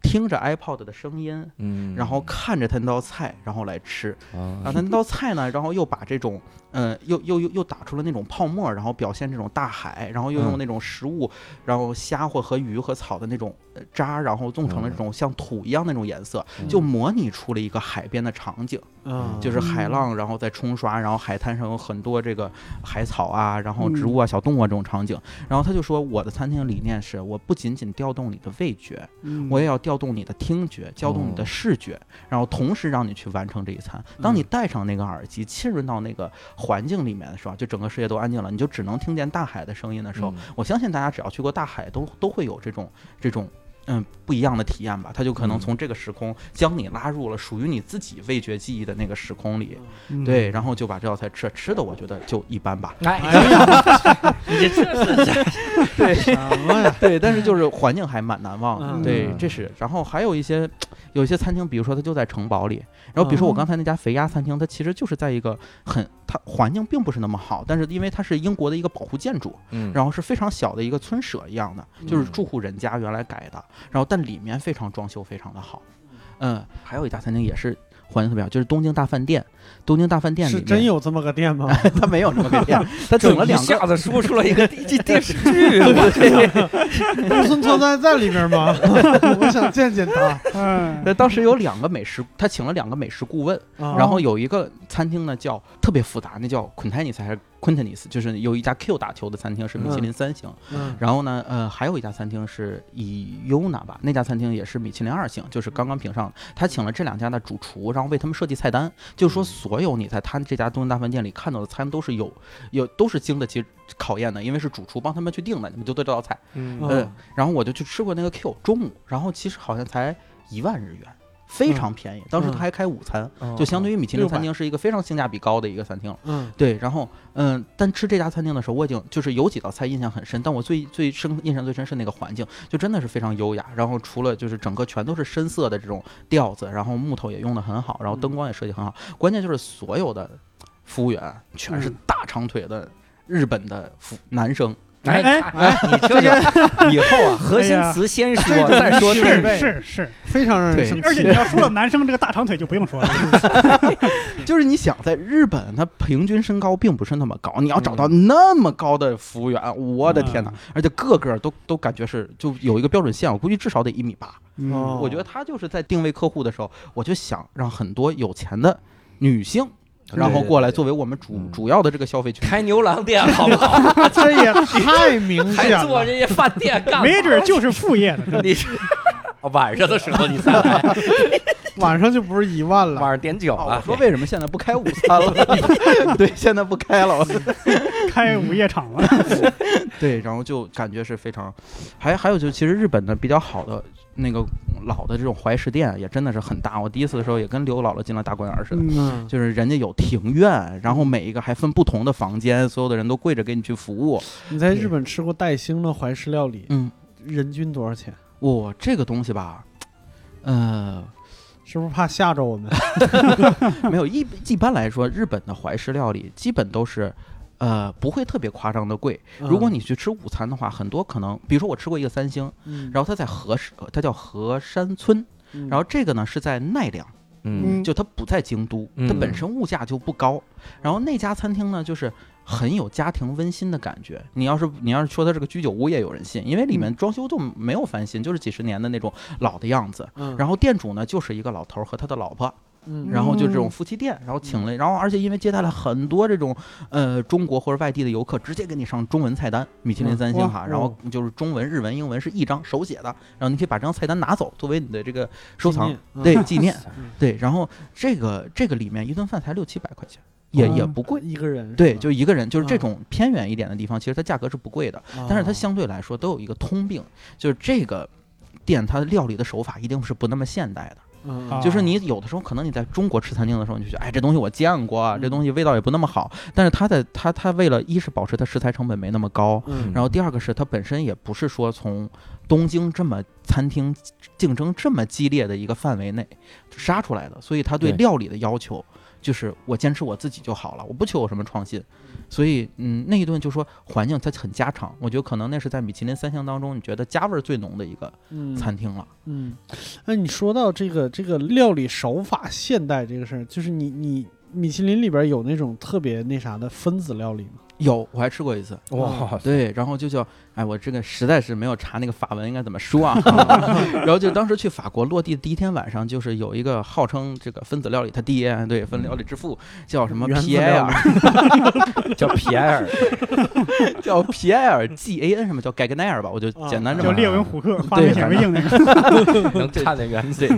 Speaker 5: 听着 iPod 的声音，
Speaker 1: 嗯，
Speaker 5: 然后看着他那道菜，然后来吃。然后
Speaker 1: 啊
Speaker 5: 他那道菜呢，然后又把这种，呃，又又又又打出了那种泡沫，然后表现这种大海，然后又
Speaker 1: 嗯
Speaker 5: 用那种食物，然后虾或和鱼和草的那种呃渣，然后弄成
Speaker 1: 嗯
Speaker 5: 了这种像土一样那种颜色，就模拟出了一个海边的场景。
Speaker 3: 啊，
Speaker 5: 就是海浪，然后再冲刷，然后海滩上有很多这个海草啊，然后植物啊、小动物啊这种场景。然后他就说，我的餐厅理念是我不仅仅调动你的味觉，
Speaker 2: 嗯
Speaker 5: 我也要调动你的听觉，调动你的
Speaker 1: 哦
Speaker 5: 视觉，然后同时让你去完成这一餐。当你戴上那个耳机，浸润到那个环境里面的时候，就整个世界都安静了，你就只能听见大海的声音的时候，
Speaker 1: 嗯
Speaker 5: 我相信大家只要去过大海都，都会有这种这种嗯不一样的体验吧。它就可能
Speaker 1: 嗯
Speaker 5: 从这个时空将你拉入了属于你自己味觉记忆的那个时空里，
Speaker 2: 嗯
Speaker 5: 对，然后就把这道菜吃了吃的，我觉得就一般吧。
Speaker 1: 哎，
Speaker 3: 哎呀，
Speaker 1: 你这是
Speaker 3: 什么呀？
Speaker 5: 对，但是就是环境还蛮难忘的。
Speaker 3: 嗯
Speaker 5: 对，这是。然后还有一些有一些餐厅，比如说它就在城堡里，然后比如说我
Speaker 2: 嗯
Speaker 5: 刚才那家肥鸭餐厅，它其实就是在一个很它环境并不是那么好，但是因为它是英国的一个保护建筑，
Speaker 1: 嗯，
Speaker 5: 然后是非常小的一个村舍一样的，就是住户人家原来改的，然后但里面非常装修非常的好。嗯，还有一家餐厅也是环境特别好，就是东京大饭店。东京大饭店里
Speaker 3: 是
Speaker 5: 面
Speaker 3: 真，有这么个店吗？
Speaker 5: 它没有那么个店，它整了
Speaker 1: 一
Speaker 5: 两个
Speaker 1: 下子说出了一个这电视剧，我
Speaker 3: 木村拓哉在里面吗？ 我想见见他。
Speaker 2: 嗯
Speaker 5: 那当时有两个美食，他请了两个美食顾问，
Speaker 3: 啊
Speaker 5: 然后有一个餐厅呢叫特别复杂，那叫昆泰尼斯还是昆特尼斯，就是有一家 Q 打球的餐厅是米其林三星，
Speaker 3: 嗯
Speaker 5: 然后呢，呃，还有一家餐厅是以优娜吧，那家餐厅也是米其林二星，就是刚刚评上的。他请了这两家的主厨，然后为他们设计菜单，就是说所有你在他这家东京大饭店里看到的餐都是有 有都是经得起考验的，因为是主厨帮他们去定的，你们就对这道菜。
Speaker 1: 嗯
Speaker 5: 嗯，然后我就去吃过那个 Q 中午，然后其实好像才一万日元，非常便宜。当时他还开午餐，
Speaker 1: 哦嗯
Speaker 5: 就相对于米其林餐厅是一个非常性价比高的一个餐厅了。
Speaker 3: 嗯
Speaker 5: 对，然后嗯，但吃这家餐厅的时候，我已经就是有几道菜印象很深，但我最最深印象最深是那个环境，就真的是非常优雅。然后除了就是整个全都是深色的这种调子，然后木头也用的很好，然后灯光也设计很好，关键就是所有的服务员全是
Speaker 2: 嗯
Speaker 5: 大长腿的。日本的服男生，
Speaker 1: 哎
Speaker 2: 哎
Speaker 1: 哎，你这 个以后
Speaker 5: 哎
Speaker 1: 啊，核心词先说，再说
Speaker 3: 这
Speaker 1: 内
Speaker 3: 个
Speaker 1: 容
Speaker 2: 是是是，
Speaker 3: 非常让人
Speaker 5: 对
Speaker 3: 生
Speaker 2: 而且
Speaker 3: 气
Speaker 2: 你。要说到男生这个大长腿就不用说 了，
Speaker 5: 就是你想在日本，他平均身高并不是那么高，你要找到那么高的服务员，我的天哪！而且个个都都感觉是就有一个标准线，我估计至少得一米八。
Speaker 2: 嗯
Speaker 3: 哦
Speaker 5: 我觉得他就是在定位客户的时候，我就想让很多有钱的女性，然后过来作为我们主
Speaker 1: 嗯
Speaker 5: 主要的这个消费群体。
Speaker 1: 开牛郎店好不 好？
Speaker 3: 这也太明
Speaker 5: 啊
Speaker 1: 还
Speaker 3: 显
Speaker 1: 做
Speaker 3: 了。
Speaker 1: 这些饭店干嘛？
Speaker 2: 没准儿就是副业的。
Speaker 5: 哦
Speaker 1: 你是晚上的时候你再来，
Speaker 3: 晚上就不是一万
Speaker 1: 晚
Speaker 3: 了，
Speaker 1: 上点酒
Speaker 5: 啊，我
Speaker 1: 了，
Speaker 5: 说为什么现在不开午餐了？对，现在不开了。
Speaker 2: 开午夜场了。
Speaker 5: 对，然后就感觉是非常，还还有就其实日本的比较好的那个老的这种怀石店也真的是很大。我第一次的时候也跟刘姥姥进了大观园似的，
Speaker 2: 嗯，
Speaker 3: 嗯，
Speaker 5: 就是人家有庭院，然后每一个还分不同的房间，所有的人都跪着给你去服务。
Speaker 3: 你在日本吃过带星的怀石料理，
Speaker 5: 嗯，
Speaker 3: 人均多少钱？
Speaker 5: 哇、这个东西吧，呃，
Speaker 3: 是不是怕吓着我 们？
Speaker 1: 嗯
Speaker 5: 没有一一般来说，日本的怀石料理基本都是。呃，不会特别夸张的贵。
Speaker 3: 嗯
Speaker 5: 如
Speaker 1: 嗯
Speaker 5: 果你去吃午餐的话，很多可能，比如说我吃过一个三星，
Speaker 3: 嗯，
Speaker 5: 然后它在和它叫和山村，
Speaker 3: 嗯，
Speaker 5: 然后这个呢是在奈良，
Speaker 1: 嗯，
Speaker 5: 就它不在京都，它
Speaker 1: 嗯
Speaker 5: 本身物价就不高。然后那家餐厅呢，就是很有家庭温馨的感觉。你要是你要是说它是个居酒屋，也有人信，因为
Speaker 1: 嗯
Speaker 5: 里面装修就没有翻新，就是几十年的那种老的样子。
Speaker 3: 嗯，
Speaker 5: 然后店主呢，就是一个老头儿和他的老婆，
Speaker 3: 嗯，
Speaker 5: 然后就这种夫妻店，然后请了，然后而且因为接待了很多这种呃中国或者外地的游客，直接给你上中文菜单，米其林
Speaker 3: 嗯
Speaker 5: 三星
Speaker 3: 哇
Speaker 5: 哈，然后就是中文、日文、英文是一张手写的，然后你可以把这张菜单拿走作为你的这个收
Speaker 3: 纪
Speaker 5: 藏
Speaker 3: 念，嗯
Speaker 5: 对，纪念
Speaker 3: 嗯，
Speaker 5: 对，然后这个这个里面一顿饭才六七百块钱，也也
Speaker 2: 嗯
Speaker 5: 不贵。
Speaker 3: 一个人是吧，
Speaker 5: 对，就一个人，就是这
Speaker 3: 哦嗯
Speaker 5: 种偏远一点的地方，其实它价格是不贵的，但是它
Speaker 3: 哦
Speaker 5: 相对来说都有一个通病，就是这个店它料理的手法一定是不那么现代的。
Speaker 3: 嗯
Speaker 2: 啊
Speaker 5: 就是你有的时候可能你在中国吃餐厅的时候，你就觉得，哎，这东西我见过啊，这东西味道也不那么好。但是它在它它为了一是保持它食材成本没那么高，
Speaker 3: 嗯
Speaker 5: 然后第二个是它本身也不是说从东京这么餐厅竞争这么激烈的一个范围内杀出来的，所以它对
Speaker 1: 对
Speaker 5: 料理的要求就是我坚持我自己就好了，我不求有什么创新。所以，嗯，那一顿就说环境它很家常，我觉得可能那是在米其林三星当中你觉得家味儿最浓的一个
Speaker 3: 嗯
Speaker 5: 餐厅了。
Speaker 3: 嗯，那你说到这个这个料理手法现代这个事儿，就是你你米其林里边有那种特别那啥的分子料理吗？
Speaker 5: 有，我还吃过一次，
Speaker 1: 哇，
Speaker 5: 对，然后就叫，哎，我这个实在是没有查那个法文应该怎么 说啊。 然后就当时去法国落地第一天晚上，就是有一个号称这个分子料理他爹，对，分子料理之父叫什么
Speaker 3: 嗯原子
Speaker 5: 皮埃
Speaker 3: 料
Speaker 5: 尔，
Speaker 1: 叫皮埃 尔，
Speaker 5: 叫皮埃尔 G A N 什么叫盖格奈尔吧，我就
Speaker 3: 啊
Speaker 5: 简单这
Speaker 2: 叫
Speaker 5: 么。
Speaker 2: 列文虎克，发明显微镜那个，
Speaker 1: 能看得远。
Speaker 5: 对，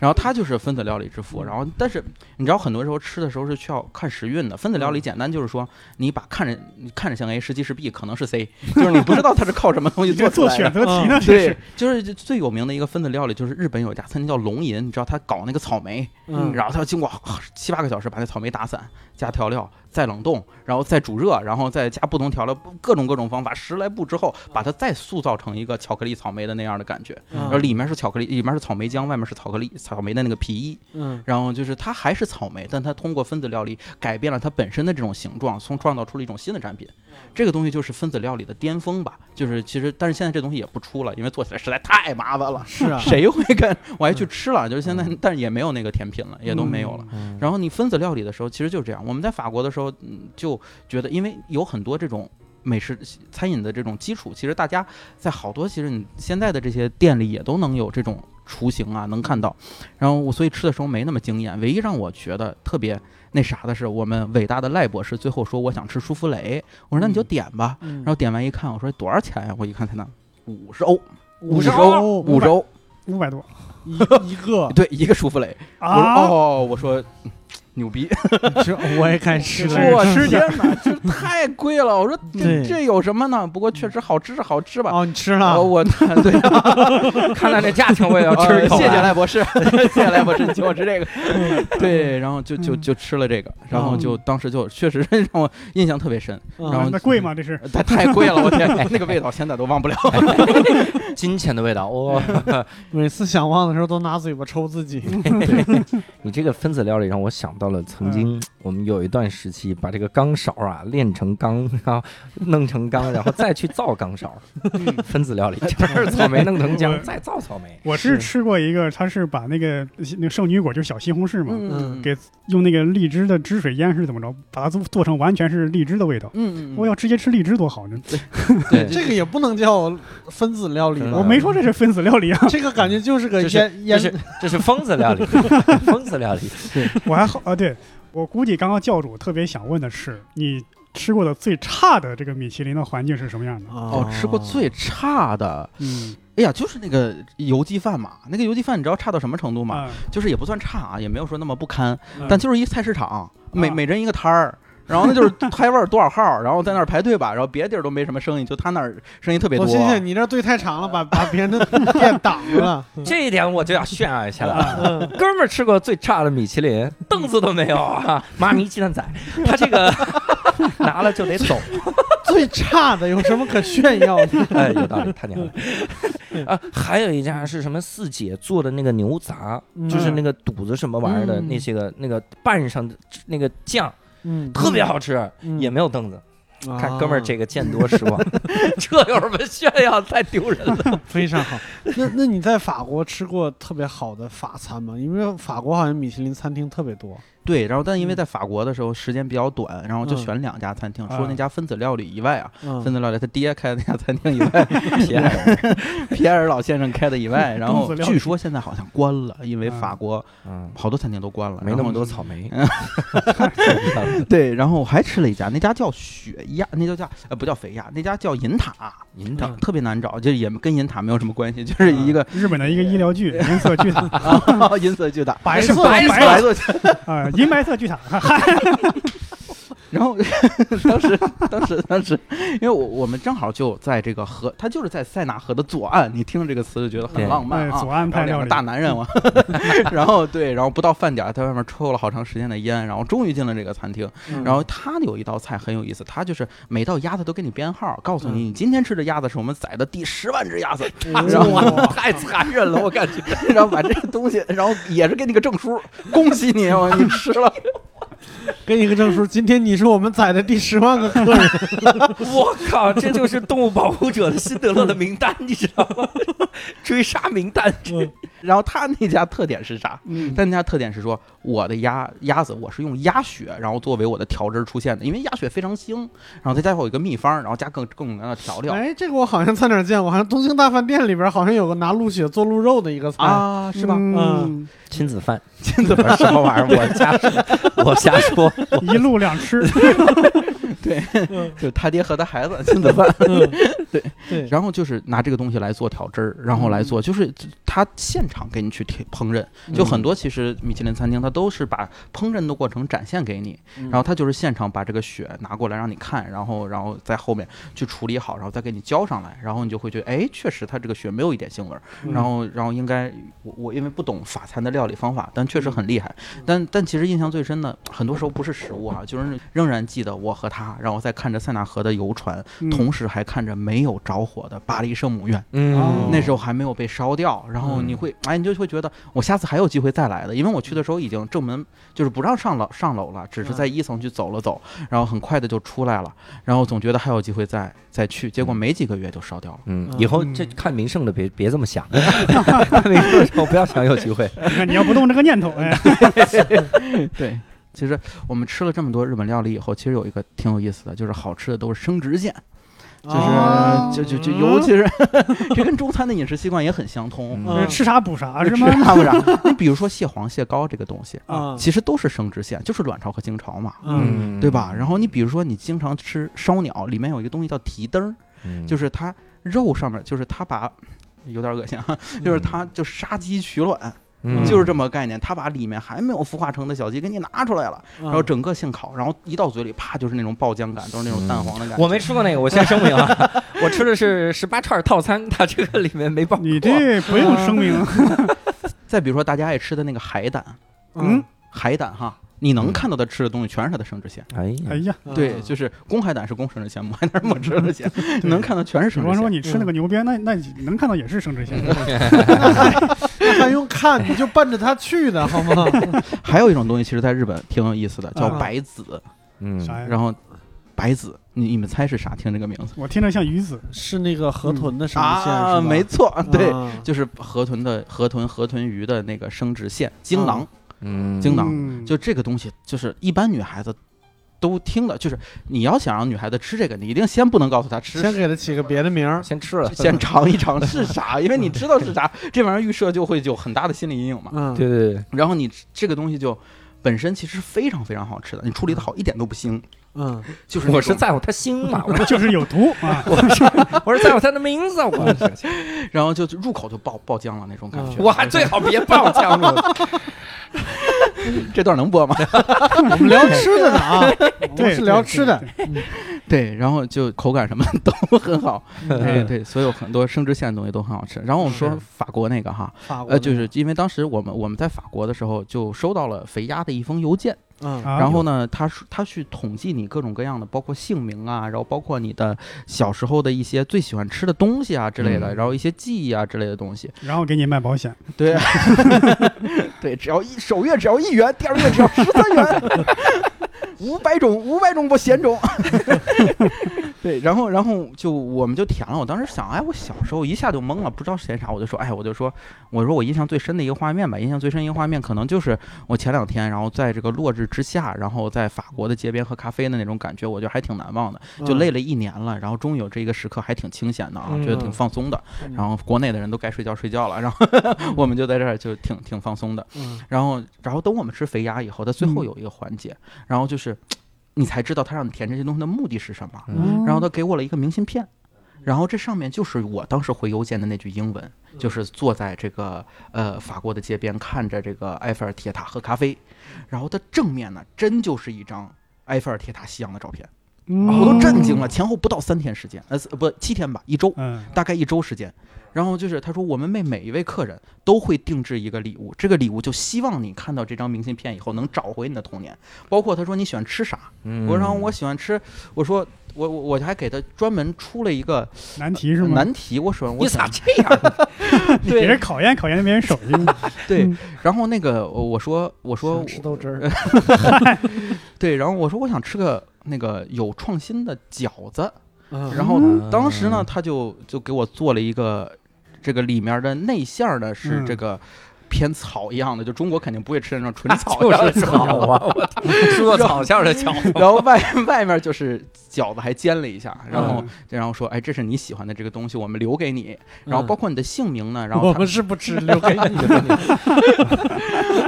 Speaker 5: 然后他就是分子料理之父。然后，但是你知道，很多时候吃的时候是需要看时运的。分子料
Speaker 3: 嗯
Speaker 5: 理简单就是说，你把看着你看着像 A，实际是 B，可能是 C，就是你不知道它是靠什么东西
Speaker 2: 你这
Speaker 5: 做出
Speaker 2: 做
Speaker 5: 来
Speaker 2: 选。
Speaker 5: 的
Speaker 2: 择题 呢，这
Speaker 5: 对
Speaker 2: 是。，
Speaker 5: 就是就最有名的一个分子料理，就是日本有一家餐厅叫龙吟，你知道他搞那个草莓，
Speaker 3: 嗯
Speaker 5: 然后他要经过啊七八个小时把那草莓打散，加调料，再冷冻，然后再煮热，然后再加不同调料，各种各种方法，十来步之后，把它再塑造成一个巧克力草莓的那样的感觉，
Speaker 3: 嗯
Speaker 5: 然后里面是巧克力，里面是草莓浆，外面是巧克力草莓的那个皮衣，
Speaker 3: 嗯
Speaker 5: 然后就是它还是草莓，但它通过分子料理改变了它本身的这种形状，从创造出了一种新的产品。这个东西就是分子料理的巅峰吧，就是其实，但是现在这东西也不出了，因为做起来实在太麻烦了，
Speaker 3: 是啊，
Speaker 5: 谁会干？我还去吃了，就是现在，但是也没有那个甜品了，也都没有了。
Speaker 1: 嗯
Speaker 5: 然后你分子料理的时候，其实就是这样。我们在法国的时候，嗯，就觉得因为有很多这种美食餐饮的这种基础，其实大家在好多其实你现在的这些店里也都能有这种雏形啊，能看到。然后我所以吃的时候没那么惊艳。唯一让我觉得特别那啥的是，我们伟大的赖博士最后说我想吃舒芙蕾，我说那你就
Speaker 3: 嗯
Speaker 5: 点吧。
Speaker 3: 然
Speaker 5: 然后点完一看，我说多少钱呀、我一看才那五十欧，
Speaker 3: 五
Speaker 5: 十
Speaker 3: 欧
Speaker 5: 五十欧，，
Speaker 2: 五百多
Speaker 3: 一一个
Speaker 5: 对，一个舒芙蕾。我说
Speaker 2: 啊！
Speaker 5: 哦，我说嗯牛逼。
Speaker 3: 这我也该吃
Speaker 2: 是
Speaker 3: 了。
Speaker 5: 我
Speaker 2: 吃
Speaker 5: 天哪，这太贵了！ 我说这
Speaker 3: 对
Speaker 5: 这有什么呢？不过确实好吃是好吃吧。
Speaker 3: 哦，你吃了
Speaker 5: 呃， 我对，
Speaker 1: 看来这价钱我 也要吃一口
Speaker 5: 呃
Speaker 1: 啊。
Speaker 5: 谢谢赖博 士，谢谢赖博士，你请我吃这个。 对，然后就就
Speaker 2: 嗯
Speaker 5: 就吃了这个，然后就当时就确实让我印象特别深，
Speaker 3: 嗯
Speaker 5: 然后
Speaker 2: 那贵吗？这是
Speaker 5: 呃太太贵了，我天， 那个味道现在都忘 不了。
Speaker 1: 金钱的味道，哇、
Speaker 3: 每次想忘的时候都拿嘴巴抽自己。
Speaker 1: 你这个分子料理让我想到了曾经我们有一段时期把这个钢勺啊炼成钢，然后弄成钢，然后再去造钢 勺，
Speaker 5: 嗯
Speaker 1: 分子料理 就是草莓弄成
Speaker 2: 我
Speaker 1: 浆，再造草莓。
Speaker 2: 我
Speaker 3: 是
Speaker 2: 是吃过一个，他是把那个那个圣女果，就是小西红柿嘛，
Speaker 5: 嗯
Speaker 2: 给用那个荔枝的汁水腌是怎么着，把它做做成完全是荔枝的味道。
Speaker 5: 嗯，嗯
Speaker 2: 我要直接吃荔枝多好呢！
Speaker 5: 对
Speaker 3: 这个也不能叫分子料理
Speaker 1: 嗯
Speaker 3: 吧？
Speaker 2: 我没说这是分子料理啊，
Speaker 3: 这个感觉就是个
Speaker 1: 这是
Speaker 3: 腌
Speaker 1: 这
Speaker 3: 腌
Speaker 1: 是这 是疯子料理， 疯子料理。
Speaker 2: 我还好啊。对，我估计刚刚教主特别想问的是，你吃过的最差的这个米其林的环境是什么样的？
Speaker 5: 哦，吃过最差的，
Speaker 2: 嗯，
Speaker 5: 哎呀，就是那个油鸡饭嘛。那个油鸡饭你知道差到什么程度吗？
Speaker 2: 啊，
Speaker 5: 就是也不算差啊，也没有说那么不堪，
Speaker 2: 嗯
Speaker 5: 但就是一菜市场，每
Speaker 2: 啊
Speaker 5: 每人一个摊儿。然后 那就是开味儿多少号儿，然后在那儿排队吧，然后别的地儿都没什么生意，就他那儿生意特别
Speaker 3: 我
Speaker 5: 多。
Speaker 3: 谢
Speaker 1: 啊
Speaker 3: 谢你这队太长了，把
Speaker 2: 啊
Speaker 3: 把别人的店挡了。
Speaker 1: 这一点我就要炫耀一下了。
Speaker 3: 嗯
Speaker 1: 哥们儿吃过最差的米其林，凳子都没有啊！妈咪鸡蛋仔，他这 个拿了就得走。
Speaker 3: 最差的有什么可炫耀的？
Speaker 1: 哎，有道理，他娘的！ 啊，还有一家是什么四姐做的那个牛杂， 就是那个肚子什么玩意儿的、
Speaker 3: 嗯
Speaker 1: 那些个那个拌上的那个酱
Speaker 3: 嗯
Speaker 1: 特别好吃，
Speaker 3: 嗯
Speaker 1: 也没有凳子。
Speaker 3: 啊
Speaker 1: 看哥们儿这个见多识 广，这有什么炫耀？太丢人了。
Speaker 3: 非常好。那那你在法国吃过特别好的法餐吗？因为法国好像米其林餐厅特别多。
Speaker 5: 对，然后但因
Speaker 3: 嗯
Speaker 5: 为在法国的时候时间比较短，然后就
Speaker 3: 嗯
Speaker 5: 选两家餐厅，除
Speaker 2: 啊
Speaker 5: 了那家分子料理以外啊，
Speaker 3: 嗯
Speaker 5: 分子料理他爹开的那家餐厅 以外，皮埃尔皮埃尔老先生开的 以外，然
Speaker 2: 分子
Speaker 5: 后
Speaker 2: 料理
Speaker 5: 据说现在好像关了，因为
Speaker 2: 嗯
Speaker 5: 法国
Speaker 1: 嗯，
Speaker 5: 好多餐厅都关了，
Speaker 1: 没
Speaker 5: 然
Speaker 1: 那么
Speaker 5: 后
Speaker 1: 多草莓。
Speaker 5: 对，然后我还吃了一家，那家叫雪鸭，那叫叫呃不叫肥鸭，那家叫银塔，
Speaker 1: 银
Speaker 5: 特
Speaker 1: 塔
Speaker 5: 特别难找，就是也跟银塔没有什么关系，就是一个
Speaker 2: 日本的一个医疗剧，银色巨塔
Speaker 5: 银色巨塔，
Speaker 3: 白
Speaker 2: 色
Speaker 3: 色
Speaker 2: 白
Speaker 5: 白色巨塔。
Speaker 2: 啊，银白色巨塔，
Speaker 5: 然后当时当时当时，因为我我们正好就在这个河，它就是在塞纳河的左岸，你听着这个词就觉得
Speaker 1: 对
Speaker 5: 很浪
Speaker 2: 哎，
Speaker 5: 漫啊。
Speaker 2: 左岸
Speaker 5: 然
Speaker 2: 派
Speaker 5: 后两
Speaker 2: 料
Speaker 5: 个
Speaker 2: 理，
Speaker 5: 大男人嘛，然后对，然后不到饭点儿，在外面抽了好长时间的烟，然后终于进了这个餐厅。
Speaker 3: 嗯
Speaker 5: 然后他有一道菜很有意思，他就是每道鸭子都给你编号，告诉你
Speaker 3: 嗯
Speaker 5: 你今天吃的鸭子是我们宰的第十万只鸭子，
Speaker 1: 然后
Speaker 3: 哇
Speaker 1: 太残忍了，我感觉。
Speaker 5: 然后把这个东西，然后也是给你个证书，恭喜你，我你吃了。
Speaker 3: 给你个证书，今天你是我们宰的第十万个客 人。
Speaker 1: 我靠，这就是动物保护者的辛德勒的名单，你知道吗？追杀名
Speaker 3: 哦
Speaker 1: 单，
Speaker 5: 然后他那家特点是啥？
Speaker 3: 嗯
Speaker 5: 但那家特点是说，我的鸭鸭子我是用鸭血，然后作为我的调汁儿出现的，因为鸭血非常腥，然后再加上有一个秘方，然后加更各种各样的调料。
Speaker 3: 哎，这个我好像在哪儿见过，好像东兴大饭店里边好像有个拿鹿血做鹿肉的一个菜。
Speaker 5: 啊，是吧？
Speaker 2: 嗯，
Speaker 1: 亲子饭，
Speaker 5: 亲子饭
Speaker 1: 什么玩意儿？我瞎说，我瞎说。
Speaker 2: 一路两吃，
Speaker 5: 就是他爹和他孩子亲子饭，
Speaker 3: 嗯
Speaker 5: 对
Speaker 3: 对，嗯
Speaker 5: 然后就是拿这个东西来做调汁儿，然后来做，就是他现场给你去调烹饪，就很多其实米其林餐厅它都是把烹饪的过程展现给你，
Speaker 3: 嗯
Speaker 5: 然后他就是现场把这个血拿过来让你看，然后然后在后面去处理好，然后再给你浇上来，然后你就会觉得，哎，确实它这个血没有一点腥味儿，
Speaker 3: 嗯
Speaker 5: 然后然后应该我我因为不懂法餐的料理方法，但确实很厉害，
Speaker 3: 嗯
Speaker 5: 但但其实印象最深的很多时候不是食物哈、就是仍然记得我和他，然后再看着塞纳河的游船，
Speaker 2: 嗯
Speaker 5: 同时还看着没有着火的巴黎圣母院。
Speaker 1: 嗯
Speaker 2: 哦嗯
Speaker 5: 那时候还没有被烧掉，然后你会，哎，你就会觉得我下次还有机会再来的，因为我去的时候已经正门就是不让上楼上楼了，只是
Speaker 2: 嗯
Speaker 5: 在一层去走了走，然后很快的就出来了，然后总觉得还有机会再再去，结果没几个月就烧掉了。
Speaker 1: 嗯，
Speaker 3: 嗯
Speaker 1: 以后这看名胜的别别这么想，看名胜的时候不要想有机会。
Speaker 2: 你看你要不动这个念头，哎，
Speaker 5: 对，其实我们吃了这么多日本料理以后，其实有一个挺有意思的，就是好吃的都是生直线，就是、
Speaker 3: 啊
Speaker 2: 哦
Speaker 5: 就就就
Speaker 3: 嗯
Speaker 5: 尤其是 这跟中餐的饮食习惯也很相通，
Speaker 3: 嗯
Speaker 2: 吃啥补啥啊是
Speaker 5: 吃
Speaker 2: 吗？
Speaker 5: 啥不啥。啊你比如说蟹黄、蟹膏这个东西，
Speaker 3: 啊，
Speaker 5: 其实都是生直线，就是卵巢和精巢嘛。
Speaker 3: 嗯
Speaker 5: 对吧？然后你比如说，你经常吃烧鸟，里面有一个东西叫蹄灯儿，
Speaker 1: 嗯
Speaker 5: 就是它肉上面，就是它把有点恶心啊，就是它就杀鸡取卵，
Speaker 1: 嗯
Speaker 5: 就是这么个概念。它把里面还没有孵化成的小鸡给你拿出来了，
Speaker 3: 然
Speaker 5: 然后整个现烤，然后一到嘴里啪就是那种爆浆感，都是那
Speaker 1: 嗯
Speaker 5: 种蛋黄的感觉。
Speaker 1: 我没吃过那个，我先声明啊， 我吃的是十八串套餐，它这个里面没包括。
Speaker 2: 你这不用声明，
Speaker 5: 再比如说大家爱吃的那个海胆，
Speaker 2: 嗯，
Speaker 5: 海胆哈。你能
Speaker 1: 嗯
Speaker 5: 看到它吃的东西全是它的生殖腺，
Speaker 1: 哎呀
Speaker 2: 哎呀，
Speaker 3: 嗯
Speaker 5: 对，就是公海胆是公生殖腺，母海胆是母生殖腺，你 能看到全
Speaker 2: 嗯
Speaker 5: 是
Speaker 2: 比
Speaker 5: 生
Speaker 2: 方
Speaker 5: 殖
Speaker 2: 说
Speaker 5: 腺。
Speaker 2: 你吃那个牛鞭，那那你能看到也是生殖腺，
Speaker 3: 那还用看，你就奔着他去的好 吗？
Speaker 5: 还有一种东西，其实在日本挺有意思的，叫
Speaker 2: 啊
Speaker 5: 白子。
Speaker 1: 嗯
Speaker 2: 哎啥呀？
Speaker 5: 然后白子，你你们猜是啥？听这个名字
Speaker 2: 我听着像鱼子，
Speaker 3: 是那个河豚的生殖腺是吧
Speaker 5: 啊，没错，
Speaker 2: 嗯
Speaker 5: 对，
Speaker 3: 啊
Speaker 5: 就是河豚的河豚河豚鱼的那个生殖腺，精囊。
Speaker 1: 嗯
Speaker 5: 经常
Speaker 2: 嗯
Speaker 5: 就这个东西，就是一般女孩子都听的，就是你要想让女孩子吃这个，你一定先不能告诉她吃
Speaker 3: 先
Speaker 5: 啥。
Speaker 3: 给他起个别的名 儿。
Speaker 1: 先吃了，
Speaker 5: 先尝一尝是啥，因为你 知道是啥，这玩意儿预设就会有很大的心理阴影嘛。
Speaker 3: 嗯，
Speaker 1: 对对对，
Speaker 5: 然后你这个东西就本身其实非常非常好吃的，你处理的好一点都不腥，
Speaker 3: 嗯，
Speaker 5: 就是那
Speaker 1: 我是
Speaker 5: 种
Speaker 1: 在乎它腥嘛，我
Speaker 2: 就是有毒啊！
Speaker 1: 我是我是在乎它的名字，我是
Speaker 5: 然后就就入口就爆爆浆了那种感觉。
Speaker 1: 我还最好别爆浆了。
Speaker 5: 这段能播吗？
Speaker 3: 我 们聊吃的呢啊，我们
Speaker 2: 对，
Speaker 3: 是聊吃的
Speaker 2: 对，，对
Speaker 5: 对，然后就口感什么的都很好，对
Speaker 1: 嗯
Speaker 5: 对，所有很多生殖腺的东西都很好吃。然后我们说
Speaker 3: 是
Speaker 5: 法国那个哈，
Speaker 3: 法国
Speaker 5: 呃，
Speaker 3: 的
Speaker 5: 就是因为当时我们我们在法国的时候就收到了肥鸭的一封邮件，
Speaker 3: 嗯
Speaker 2: 啊
Speaker 5: 然后呢，他说他去统计你各种各样的，包括姓名啊，然后包括你的小时候的一些最喜欢吃的东西啊之类的，
Speaker 1: 嗯
Speaker 5: 然后一些记忆啊之类的东西。
Speaker 2: 然后给你卖保险，
Speaker 5: 对， 对，只要一首月只要一元，第二月只要十三元，五百种五百种不嫌种。 对，然后然后就我们就填了。我当时想，哎，我小时候一下就懵了，不知道填啥，我就说，哎，我就说，我说我印象最深的一个画面吧，印象最深一个画面可能就是我前两天，然后在这个落日之下，然后在法国的街边喝咖啡的那种感觉，我觉得还挺难忘的。就累了一年了，然后终于有这一个时刻，还挺清闲的啊，觉得挺
Speaker 3: 嗯
Speaker 5: 放松的。
Speaker 3: 嗯
Speaker 5: 然后国内的人都该睡觉睡觉了，然后 我们就在这儿就挺挺放松的。
Speaker 3: 嗯
Speaker 5: 然后，然后等我们吃肥鸭以后，它最后有一个环节，然后就是你才知道他让你填这些东西的目的是什么。
Speaker 1: 嗯
Speaker 5: 然后他给我了一个明信片，
Speaker 3: 嗯
Speaker 5: 然后这上面就是我当时回邮件的那句英文，就是坐在这个呃法国的街边，看着这个埃菲尔铁塔喝咖啡，
Speaker 3: 嗯
Speaker 5: 然后它正面呢，真就是一张。埃菲尔铁塔夕阳的照片，
Speaker 2: 嗯
Speaker 5: 我都震惊了。前后不到三天时间，呃，不七天吧，一周。
Speaker 2: 嗯，
Speaker 5: 大概一周时间。然后就是他说，我们为每一位客人都会定制一个礼物，这个礼物就希望你看到这张明信片以后能找回你的童年。包括他说你喜欢吃啥，
Speaker 1: 嗯
Speaker 5: 我说我喜欢吃，我说我我我还给他专门出了一个
Speaker 2: 难题是吗？
Speaker 5: 难题，我喜欢我
Speaker 1: 你
Speaker 5: 喜
Speaker 1: 咋
Speaker 5: 欢
Speaker 1: 这样？
Speaker 2: 也是
Speaker 5: 对
Speaker 2: 考验考验别人手艺。
Speaker 5: 对。然后那个我我说我说
Speaker 3: 嗯想吃豆汁儿，
Speaker 5: 对，然后我说我想吃个那个有创新的饺子，
Speaker 3: 嗯
Speaker 5: 然后
Speaker 1: 嗯
Speaker 5: 当时呢，他就就给我做了一个，这个里面的内馅儿呢是
Speaker 2: 嗯
Speaker 5: 这个偏草一样的，就中国肯定不会吃那种纯草
Speaker 1: 就
Speaker 5: 样的
Speaker 1: 是草啊！我吃过草馅儿的饺子，
Speaker 5: 然后外外面就是饺子还煎了一下， 然后
Speaker 2: 嗯
Speaker 5: 然后说，哎，这是你喜欢的这个东西，我们留给你。然后包括你的姓名呢，然
Speaker 3: 我
Speaker 5: 后
Speaker 3: 们
Speaker 5: 他
Speaker 3: 是不吃，留给你 的。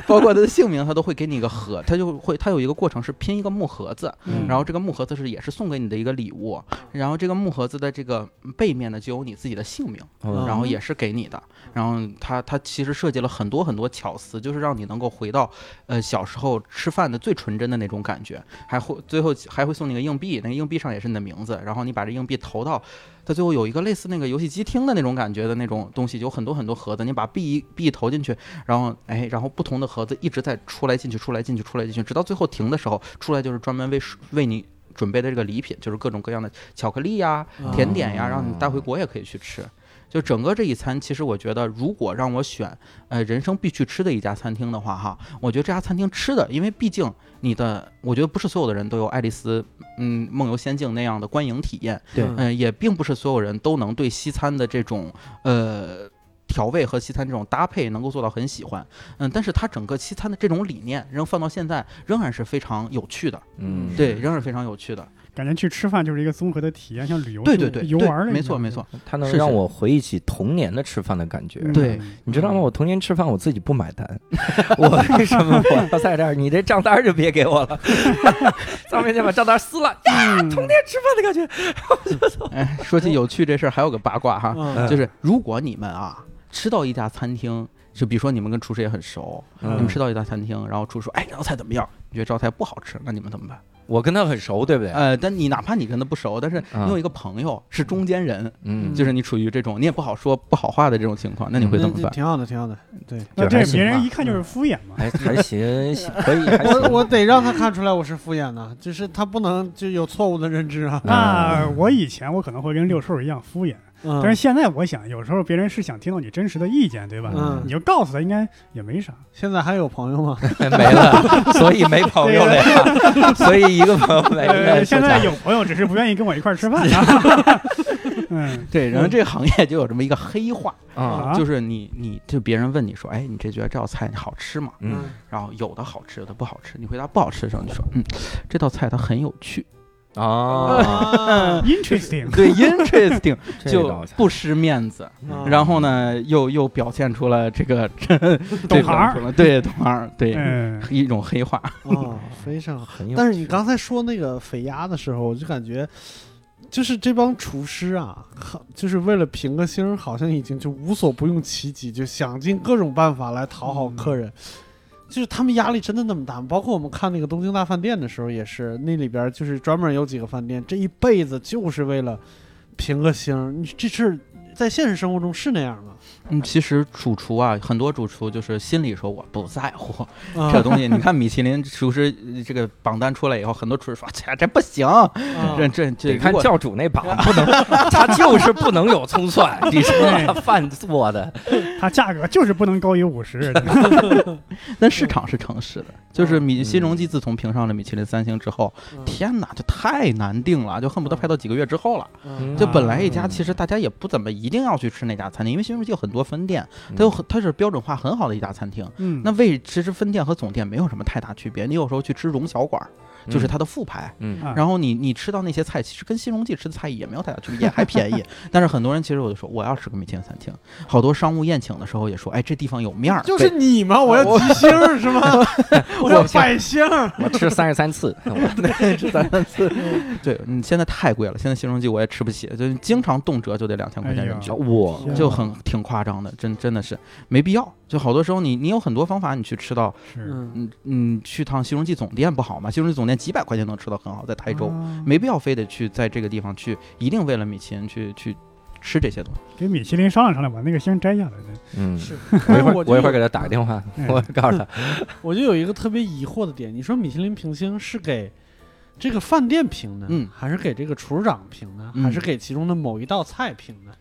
Speaker 5: 包括他的姓名，他都会给你一个盒，他就会他有一个过程是拼一个木盒子，
Speaker 2: 嗯
Speaker 5: 然后这个木盒子是也是送给你的一个礼物，然后这个木盒子的这个背面呢就有你自己的姓名。
Speaker 3: 嗯
Speaker 5: 然后也是给你的。然后它它其实设计了很多很多巧思，就是让你能够回到呃小时候吃饭的最纯真的那种感觉，还会最后还会送你个硬币，那个硬币上也是你的名字，然后你把这硬币投到。它最后有一个类似那个游戏机厅的那种感觉的那种东西，有很多很多盒子，你把币一币投进去，然后哎，然后不同的盒子一直在出来进去，出来进去，出来进去，直到最后停的时候，出来就是专门为为你准备的这个礼品，就是各种各样的巧克力呀、
Speaker 3: 啊
Speaker 5: 甜点
Speaker 2: 哦
Speaker 5: 呀，让你带回国也可以去吃。就整个这一餐，其实我觉得，如果让我选，呃，人生必去吃的一家餐厅的话，哈，我觉得这家餐厅吃的，因为毕竟你的，我觉得不是所有的人都有《爱丽丝》嗯梦游仙境那样的观影体验，
Speaker 1: 对
Speaker 5: 嗯、也并不是所有人都能对西餐的这种呃调味和西餐这种搭配能够做到很喜欢，嗯，但是它整个西餐的这种理念，然后放到现在仍然是非常有趣的，
Speaker 1: 嗯，
Speaker 5: 对，仍然非常有趣的，
Speaker 2: 感觉去吃饭就是一个综合的体验，像旅游
Speaker 5: 对对对，
Speaker 2: 游玩儿
Speaker 5: 对
Speaker 2: 了一样
Speaker 5: 没错没错，
Speaker 1: 它能
Speaker 5: 是是
Speaker 1: 让我回忆起童年的吃饭的感觉。
Speaker 2: 嗯
Speaker 5: 对
Speaker 1: 你知道吗？我童年吃饭我自己不买单，我为什么我要在这儿？你这账单儿就别给我了，上面先把账单撕了。
Speaker 2: 嗯
Speaker 1: 吃饭的感觉，
Speaker 5: 哎，说起有趣这事儿，还有个八卦哈，
Speaker 3: 嗯
Speaker 5: 就是如果你们啊吃到一家餐厅，就比如说你们跟厨师也很熟，你们
Speaker 1: 嗯
Speaker 5: 吃到一家餐厅，然后厨师说，哎，这道菜怎么样？你觉得这道菜不好吃，那你们怎么办？
Speaker 1: 我跟他很熟，对不对？
Speaker 5: 呃，但你哪怕你跟他不熟，但是
Speaker 1: 嗯
Speaker 5: 你有一个朋友是中间人，
Speaker 1: 嗯，
Speaker 5: 就是你处于这种你也不好说不好话的这种情况，那你会怎么
Speaker 3: 嗯那
Speaker 5: 办？
Speaker 3: 挺好的，挺好的。对，
Speaker 2: 那
Speaker 1: 就还
Speaker 2: 这
Speaker 1: 行
Speaker 2: 别人
Speaker 1: 吧
Speaker 2: 一看就是敷衍
Speaker 5: 嗯
Speaker 2: 嘛。
Speaker 1: 还还行，行可以，还
Speaker 3: 我
Speaker 1: 行。
Speaker 3: 我得让他看出来我是敷衍的，就是他不能就有错误的认知啊。
Speaker 2: 那
Speaker 5: 嗯
Speaker 2: 我以前我可能会跟六兽一样敷衍，
Speaker 3: 嗯
Speaker 2: 但是现在我想，有时候别人是想听到你真实的意见，对吧？
Speaker 3: 嗯
Speaker 2: 你就告诉他，应该也没啥。
Speaker 3: 现在还有朋友吗？
Speaker 1: 没了，所以没朋友了呀，所以一个朋友没
Speaker 5: 哎
Speaker 1: 了。
Speaker 2: 呃，现在有朋友，只是不愿意跟我一块儿吃 饭。嗯
Speaker 5: 对，然后这个行业就有这么一个黑话，
Speaker 1: 啊，
Speaker 2: 啊，
Speaker 5: 就是你你就别人问你说，哎，你这觉得这道菜好吃吗？
Speaker 1: 嗯，
Speaker 5: 然后有的好吃，有的不好吃，你回答不好吃的时候，你说，嗯，这道菜它很有趣。
Speaker 1: 啊，
Speaker 3: 嗯
Speaker 2: ，interesting，
Speaker 5: 对，interesting
Speaker 1: 这嗯
Speaker 5: 就
Speaker 1: 倒是
Speaker 5: 不失面子，
Speaker 3: 啊
Speaker 5: 然后呢，又又表现出了这个这
Speaker 2: 懂
Speaker 5: 这
Speaker 2: 行儿
Speaker 5: 个对懂行儿，对
Speaker 2: 嗯，
Speaker 5: 一种黑化，
Speaker 3: 啊，非常好。
Speaker 1: 很有
Speaker 3: 但是你
Speaker 1: 趣
Speaker 3: 刚才说那个肥鸭的时候，我就感觉，就是这帮厨师啊，好就是为了评个星儿，好像已经就无所不用其极，就想尽各种办法来讨好客人。就是他们压力真的那么大吗？包括我们看那个《东京大饭店》的时候，也是那里边就是专门有几个饭店，这一辈子就是为了评个星儿。你这事儿在现实生活中是那样吗？
Speaker 5: 嗯，其实主厨啊，很多主厨就是心里说我不在乎
Speaker 3: 啊
Speaker 5: 这东西。你看米其林厨师呃这个榜单出来以后，很多厨师说这这不行，
Speaker 3: 啊
Speaker 5: 这这这
Speaker 1: 得看
Speaker 5: 如果
Speaker 1: 教主那把，不能，他就是不能有葱 蒜，你知道吗？饭做的，
Speaker 2: 它价格就是不能高于五十，
Speaker 5: 但市场是诚实的，就是米
Speaker 1: 嗯
Speaker 5: 新荣记自从评上了米其林三星之后，天哪，就太难定了，就恨不得
Speaker 3: 嗯
Speaker 5: 拍到几个月之后了。
Speaker 3: 嗯
Speaker 5: 就本来一家
Speaker 1: 嗯
Speaker 5: 其实大家也不怎么一定要去吃那家餐厅，因为新荣记有很多分店，
Speaker 1: 嗯
Speaker 5: 它有很它是标准化很好的一家餐厅。
Speaker 2: 嗯，
Speaker 5: 那为其实分店和总店没有什么太大区别，你有时候去吃荣小馆儿，就是它的副牌。
Speaker 1: 嗯，
Speaker 2: 啊
Speaker 5: 然后你你吃到那些菜，其实跟新荣记吃的菜也没有太大区别，也还便宜。但是很多人其实我就说，我要吃个米其林餐厅。好多商务宴请的时候也说，哎，这地方有面儿，
Speaker 3: 嗯就是
Speaker 5: 对
Speaker 3: 你吗？我要
Speaker 5: 我
Speaker 3: 吉星儿是吗？我要百星儿。
Speaker 1: 我吃三十三 次，我
Speaker 5: 吃三 次。对，你现在太贵了，现在新荣记我也吃不起，就是经常动辄就得两千块钱人
Speaker 1: 哎
Speaker 5: 民币。
Speaker 1: 我
Speaker 2: 天
Speaker 5: 就很挺夸张的，真真的是没必要。就好多时候你你有很多方法，你去吃到，
Speaker 2: 是
Speaker 3: 嗯
Speaker 5: 嗯嗯，去趟新荣记总店不好吗？新荣记总店几百块钱能吃到很好，在台州、
Speaker 2: 啊
Speaker 5: 没必要非得去在这个地方去，一定为了米其林去去吃这些东西。
Speaker 2: 给米其林商量商量，把那个星摘下来的，
Speaker 1: 嗯，
Speaker 3: 是，
Speaker 1: 我一会儿
Speaker 3: 就
Speaker 1: 我一会儿
Speaker 3: 有
Speaker 1: 给他打个电话，
Speaker 2: 嗯
Speaker 1: 我告诉他，
Speaker 3: 我就有一个特别疑惑的点，你说米其林评星是给这个饭店评呢，
Speaker 5: 嗯
Speaker 3: 还是给这个厨师长评呢，
Speaker 5: 嗯
Speaker 3: 还是给其中的某一道菜评呢？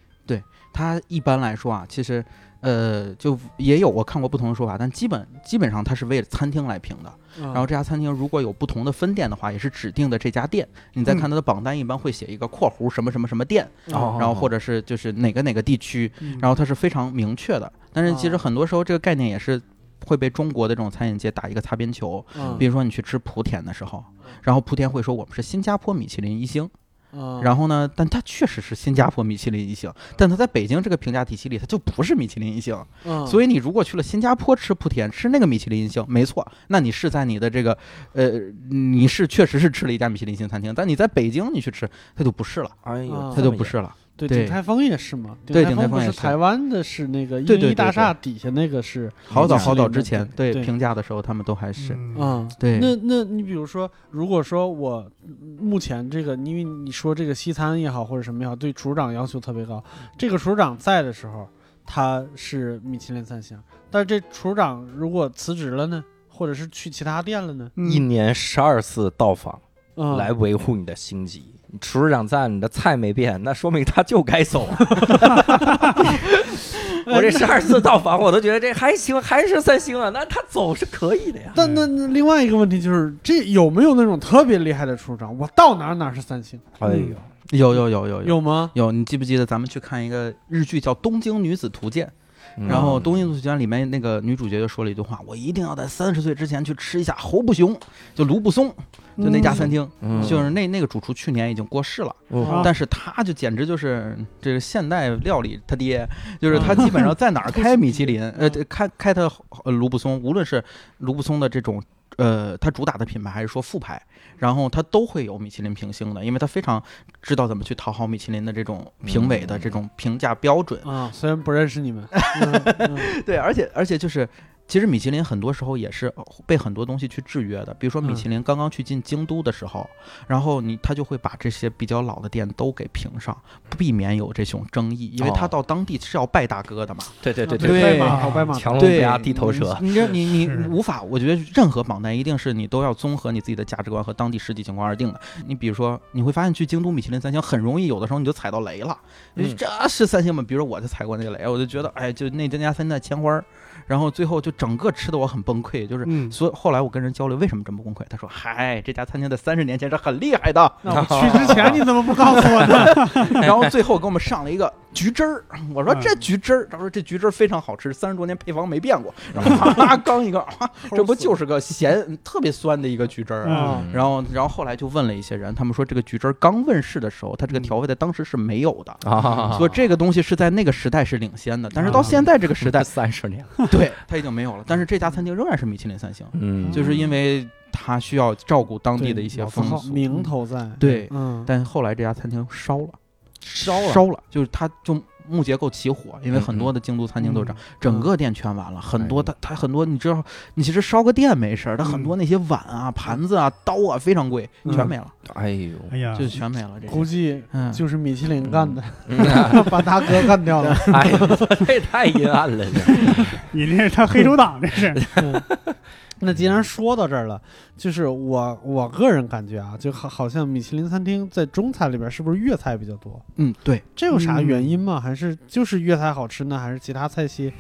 Speaker 5: 它一般来说啊，其实呃，就也有我看过不同的说法，但基本基本上它是为了餐厅来评的。
Speaker 3: 然
Speaker 5: 然后这家餐厅如果有不同的分店的话，也是指定的这家店。你再看它的榜单，一般会写一个括弧什么什么什么店，
Speaker 3: 嗯
Speaker 1: 哦
Speaker 5: 然后或者是就是哪个哪个地区，嗯
Speaker 2: 嗯
Speaker 5: 然后它是非常明确的。但是其实
Speaker 3: 哦
Speaker 5: 很多时候这个概念也是会被中国的这种餐饮界打一个擦边球。
Speaker 3: 嗯
Speaker 5: 比如说你去吃莆田的时候，然后莆田会说我们是新加坡米其林一星，
Speaker 3: 嗯
Speaker 5: 然后呢，但它确实是新加坡米其林一星，但它在北京这个评价体系里，它就不是米其林一星。
Speaker 3: 嗯
Speaker 5: 所以你如果去了新加坡吃莆田，吃那个米其林一星，没错，那你是在你的这个呃，你是确实是吃了一家米其林一星餐厅，但你在北京你去吃，它就不是了，
Speaker 1: 哎
Speaker 3: 啊
Speaker 1: 呦，
Speaker 5: 它就不是了。
Speaker 3: 对
Speaker 5: 对
Speaker 3: 鼎泰丰也是嘛，
Speaker 5: 对
Speaker 3: 泰
Speaker 5: 鼎泰
Speaker 3: 不
Speaker 5: 丰
Speaker 3: 是
Speaker 5: 也是
Speaker 3: 台湾的，是那个
Speaker 5: 对对
Speaker 3: 印尼
Speaker 5: 对
Speaker 3: 大
Speaker 5: 对
Speaker 3: 厦底下那个是
Speaker 5: 好早
Speaker 3: 米其
Speaker 5: 好早
Speaker 3: 林的
Speaker 5: 之前，
Speaker 3: 对
Speaker 5: 对评价的时候，他们都还是啊
Speaker 2: 嗯
Speaker 3: 嗯。
Speaker 5: 对
Speaker 3: 那那你比如说，如果说我嗯目前这个，因为你说这个西餐也好或者什么也好，对厨师长要求特别高。这个厨师长在的时候，他是米其林三星，但是这厨师长如果辞职了呢，或者是去其他店了呢，
Speaker 1: 一
Speaker 2: 嗯，
Speaker 1: 年十二次到访
Speaker 3: 嗯，
Speaker 1: 来维护你的星级。你厨师长在，你的菜没变，那说明他就该走。 我这十二次到访，我都觉得这还行，还是三星啊，那他走是可以的呀。
Speaker 3: 但那那另外一个问题就是，这有没有那种特别厉害的厨师长？我到哪儿哪儿是三星，
Speaker 1: 哎呦，
Speaker 5: 有有有有有
Speaker 3: 有吗？
Speaker 5: 有，你记不记得咱们去看一个日剧叫《东京女子图鉴》？
Speaker 1: 嗯
Speaker 5: 然后《东京女子图鉴》里面那个女主角就说了一句话：“我一定要在三十岁之前去吃一下侯不雄，就卢布松，就那家餐厅，
Speaker 1: 嗯
Speaker 5: 就是那那个主厨去年已经过世了，
Speaker 2: 啊
Speaker 5: 但是他就简直就是这个现代料理他爹，就是他
Speaker 3: 啊
Speaker 5: 基本上在哪儿开米其林，呃，
Speaker 3: 嗯
Speaker 5: 对开开他呃卢布松，无论是卢布松的这种。”呃，他主打的品牌还是说副牌，然后他都会有米其林评星的，因为他非常知道怎么去讨好米其林的这种评委的这种评价标准。
Speaker 3: 啊，虽然不认识你们，嗯嗯
Speaker 5: 对，而且而且就是，其实米其林很多时候也是呃被很多东西去制约的。比如说米
Speaker 3: 嗯
Speaker 5: 其林刚刚去进京都的时候，然后你他就会把这些比较老的店都给评上，避免有这种争议，因为他
Speaker 1: 哦
Speaker 5: 到当地是要拜大哥的嘛。
Speaker 1: 对对对
Speaker 3: 啊拜
Speaker 5: 对
Speaker 3: 马
Speaker 2: 对
Speaker 3: 好拜马，
Speaker 1: 强龙不
Speaker 5: 对嗯
Speaker 1: 压地头蛇。
Speaker 5: 你这你你
Speaker 2: 是
Speaker 5: 无法，我觉得任何榜单一定是你都要综合你自己的价值观和当地实际情况而定的。你比如说，你会发现去京都米其林三星很容易，有的时候你就踩到雷了。
Speaker 1: 嗯
Speaker 5: 你这是三星吗？比如我就踩过那个雷，我就觉得哎，就那家三星在千花儿，然后最后就整个吃的我很崩溃，就是。
Speaker 2: 嗯，
Speaker 5: 所以后来我跟人交流，为什么这么崩溃？他说：“嗨，这家餐厅在三十年
Speaker 3: 嗯
Speaker 5: 前是很厉害的，
Speaker 2: 嗯
Speaker 3: 那我去之前你怎么不告诉我呢？
Speaker 5: 然后最后给我们上了一个橘汁儿。我说
Speaker 2: 嗯
Speaker 5: 这橘汁儿，他说这橘汁儿非常好吃，三十多年配方没变过。然后啪啦刚一个，啊这不就是个咸特别酸的一个橘汁儿啊？
Speaker 2: 嗯
Speaker 1: 嗯
Speaker 5: 然后，然后后来就问了一些人，他们说这个橘汁儿刚问世的时候，它这个调味在当时是没有的，
Speaker 1: 啊，
Speaker 5: 所以这个东西是在那个时代是领先的。但是到现在这个 时代，
Speaker 1: 三十年了，
Speaker 5: 对它已经没有了。但是这家餐厅仍然是米其林三星，
Speaker 1: 嗯，
Speaker 5: 就是因为它需要照顾当地的一些
Speaker 3: 老字
Speaker 5: 风
Speaker 3: 号
Speaker 5: 俗。
Speaker 3: 名头在，
Speaker 5: 对，
Speaker 3: 嗯，
Speaker 5: 但后来这家餐厅烧了，
Speaker 1: 烧了，
Speaker 5: 烧了，就是它就木结构起火，因为
Speaker 1: 嗯
Speaker 5: 很多的京都餐厅都是这样，
Speaker 3: 嗯
Speaker 5: 整个店全完了，很多
Speaker 1: 哎
Speaker 5: 它它很多你知道，你其实烧个店没事儿，它很多那些碗啊、盘子啊、刀啊非常贵，
Speaker 3: 嗯
Speaker 5: 全没了，
Speaker 1: 哎呦，
Speaker 2: 哎呀，
Speaker 5: 就全没了这些。
Speaker 3: 估计
Speaker 5: 嗯，
Speaker 3: 就是米其林干的，
Speaker 1: 嗯
Speaker 3: 把大哥干掉了。
Speaker 1: 哎呦，这太阴暗了，这
Speaker 2: 你这是他黑手党，这是
Speaker 3: 嗯 那既然说到这儿了，就是我我个人感觉啊，就好好像米其林餐厅在中菜里边是不是粤菜比较多？
Speaker 5: 嗯，对，
Speaker 3: 这有啥
Speaker 2: 嗯
Speaker 3: 原因吗？还是就是粤菜好吃呢？还是其他菜系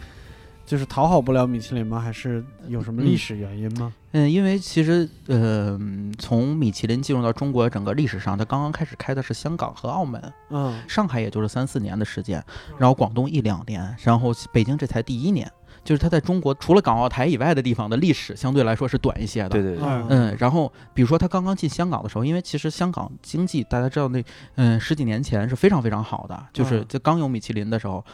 Speaker 3: 就是讨好不了米其林吗？还是有什么历史原因吗？
Speaker 5: 嗯，因为其实，呃，从米其林进入到中国整个历史上，它刚刚开始开的是香港和澳门，
Speaker 3: 嗯
Speaker 5: 上海也就是三四年的时间，然后广东一两年，然后北京这才第一年，就是它在中国除了港澳台以外的地方的历史相对来说是短一些 的。
Speaker 1: 对对对，
Speaker 2: 嗯
Speaker 5: 嗯，然后比如说他刚刚进香港的时候，因为其实香港经济大家知道那，嗯，十几年前是非常非常好的，就是
Speaker 3: 嗯
Speaker 5: 在刚有米其林的时候。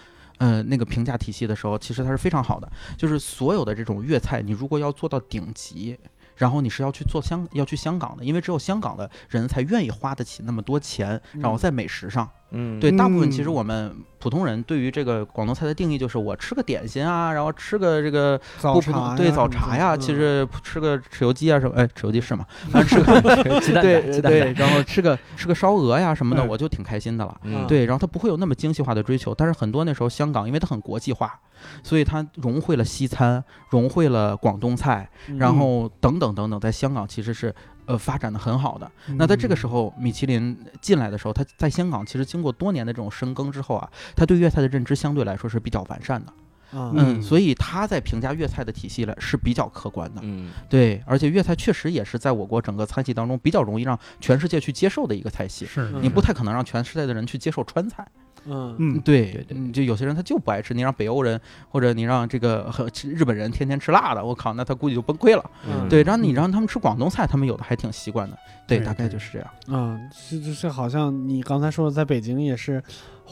Speaker 5: 嗯，那个评价体系的时候，其实它是非常好的。就是所有的这种粤菜，你如果要做到顶级，然后你是要去做香，要去香港的，因为只有香港的人才愿意花得起那么多钱，然后在美食上。
Speaker 1: 嗯，
Speaker 5: 对，大部分其实
Speaker 2: 嗯
Speaker 5: 我们普通人对于这个广东菜的定义就是我吃个点心啊，然后吃个这个
Speaker 3: 早
Speaker 5: 不不
Speaker 3: 茶
Speaker 5: 对
Speaker 3: 呀
Speaker 5: 早
Speaker 3: 什么
Speaker 5: 茶
Speaker 3: 的
Speaker 5: 呀，
Speaker 3: 嗯
Speaker 5: 其实吃个豉油鸡啊什么，哎，豉油鸡是吗？反正吃个
Speaker 1: 鸡蛋
Speaker 5: 对
Speaker 1: 仔鸡蛋
Speaker 5: 对，
Speaker 1: 仔，
Speaker 5: 然后吃个吃个烧鹅呀什么的，
Speaker 2: 嗯
Speaker 5: 我就挺开心的了。
Speaker 1: 嗯，
Speaker 5: 对，然后它不会有那么精细化的追求，但是很多那时候香港，因为它很国际化，所以它融汇了西餐，融汇了广东菜，然
Speaker 2: 嗯
Speaker 5: 后等等等等，在香港其实是呃发展的很好的。 那在
Speaker 1: 嗯
Speaker 5: 这个时候，米其林进来的时候，他在香港其实经过多年的这种深耕之后啊，他对粤菜的认知相对来说是比较完善的，
Speaker 3: 嗯
Speaker 5: 嗯，所以他在评价粤菜的体系来是比较客观的，
Speaker 1: 嗯，
Speaker 5: 对，而且粤菜确实也是在我国整个餐系当中比较容易让全世界去接受的一个菜系，
Speaker 2: 嗯是
Speaker 1: 嗯
Speaker 5: 你不太可能让全世界的人去接受川菜，
Speaker 3: 嗯
Speaker 2: 嗯
Speaker 5: 对
Speaker 1: 对对
Speaker 5: 你就有些人他就不爱吃，你让北欧人或者你让这个和日本人天天吃辣的，我靠，那他估计就崩溃了，
Speaker 1: 嗯
Speaker 5: 对，让你让他们吃广东菜，他们有的还挺习惯的，对，
Speaker 2: 对
Speaker 5: 大概
Speaker 2: 对
Speaker 5: 就是这样，
Speaker 3: 嗯，就就是好像你刚才说的，在北京也是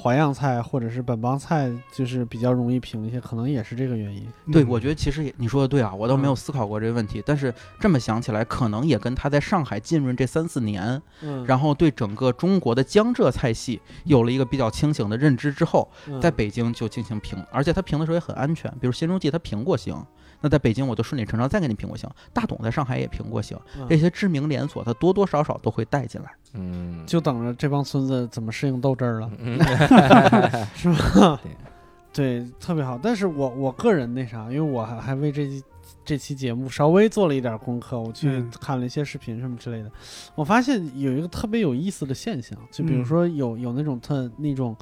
Speaker 3: 淮扬菜或者是本帮菜，就是比较容易评一些，可能也是这个原因。
Speaker 5: 对，
Speaker 2: 嗯
Speaker 5: 我觉得其实也你说的对啊，我倒
Speaker 3: 嗯
Speaker 5: 没有思考过这个问题，但是这么想起来，可能也跟他在上海浸润这三四年，
Speaker 3: 嗯
Speaker 5: 然后对整个中国的江浙菜系有了一个比较清醒的认知之后，
Speaker 3: 后
Speaker 5: 在北京就进行评，而且他评的时候也很安全，比如《新中记》他评过星，那在北京我就顺理成章再给你评过星，大董在上海也评过星，
Speaker 3: 嗯
Speaker 5: 这些知名连锁他多多少少都会带进来。
Speaker 1: 嗯，
Speaker 3: 就等着这帮孙子怎么适应豆汁儿了。
Speaker 1: 嗯，
Speaker 3: 是吧
Speaker 1: 对？
Speaker 3: 对，特别好。但是我我个人那啥，因为我还还为这期这期节目稍微做了一点功课，我去
Speaker 2: 嗯
Speaker 3: 看了一些视频什么之类的。我发现有一个特别有意思的现象，就比如
Speaker 2: 嗯
Speaker 3: 说有有那种特那种，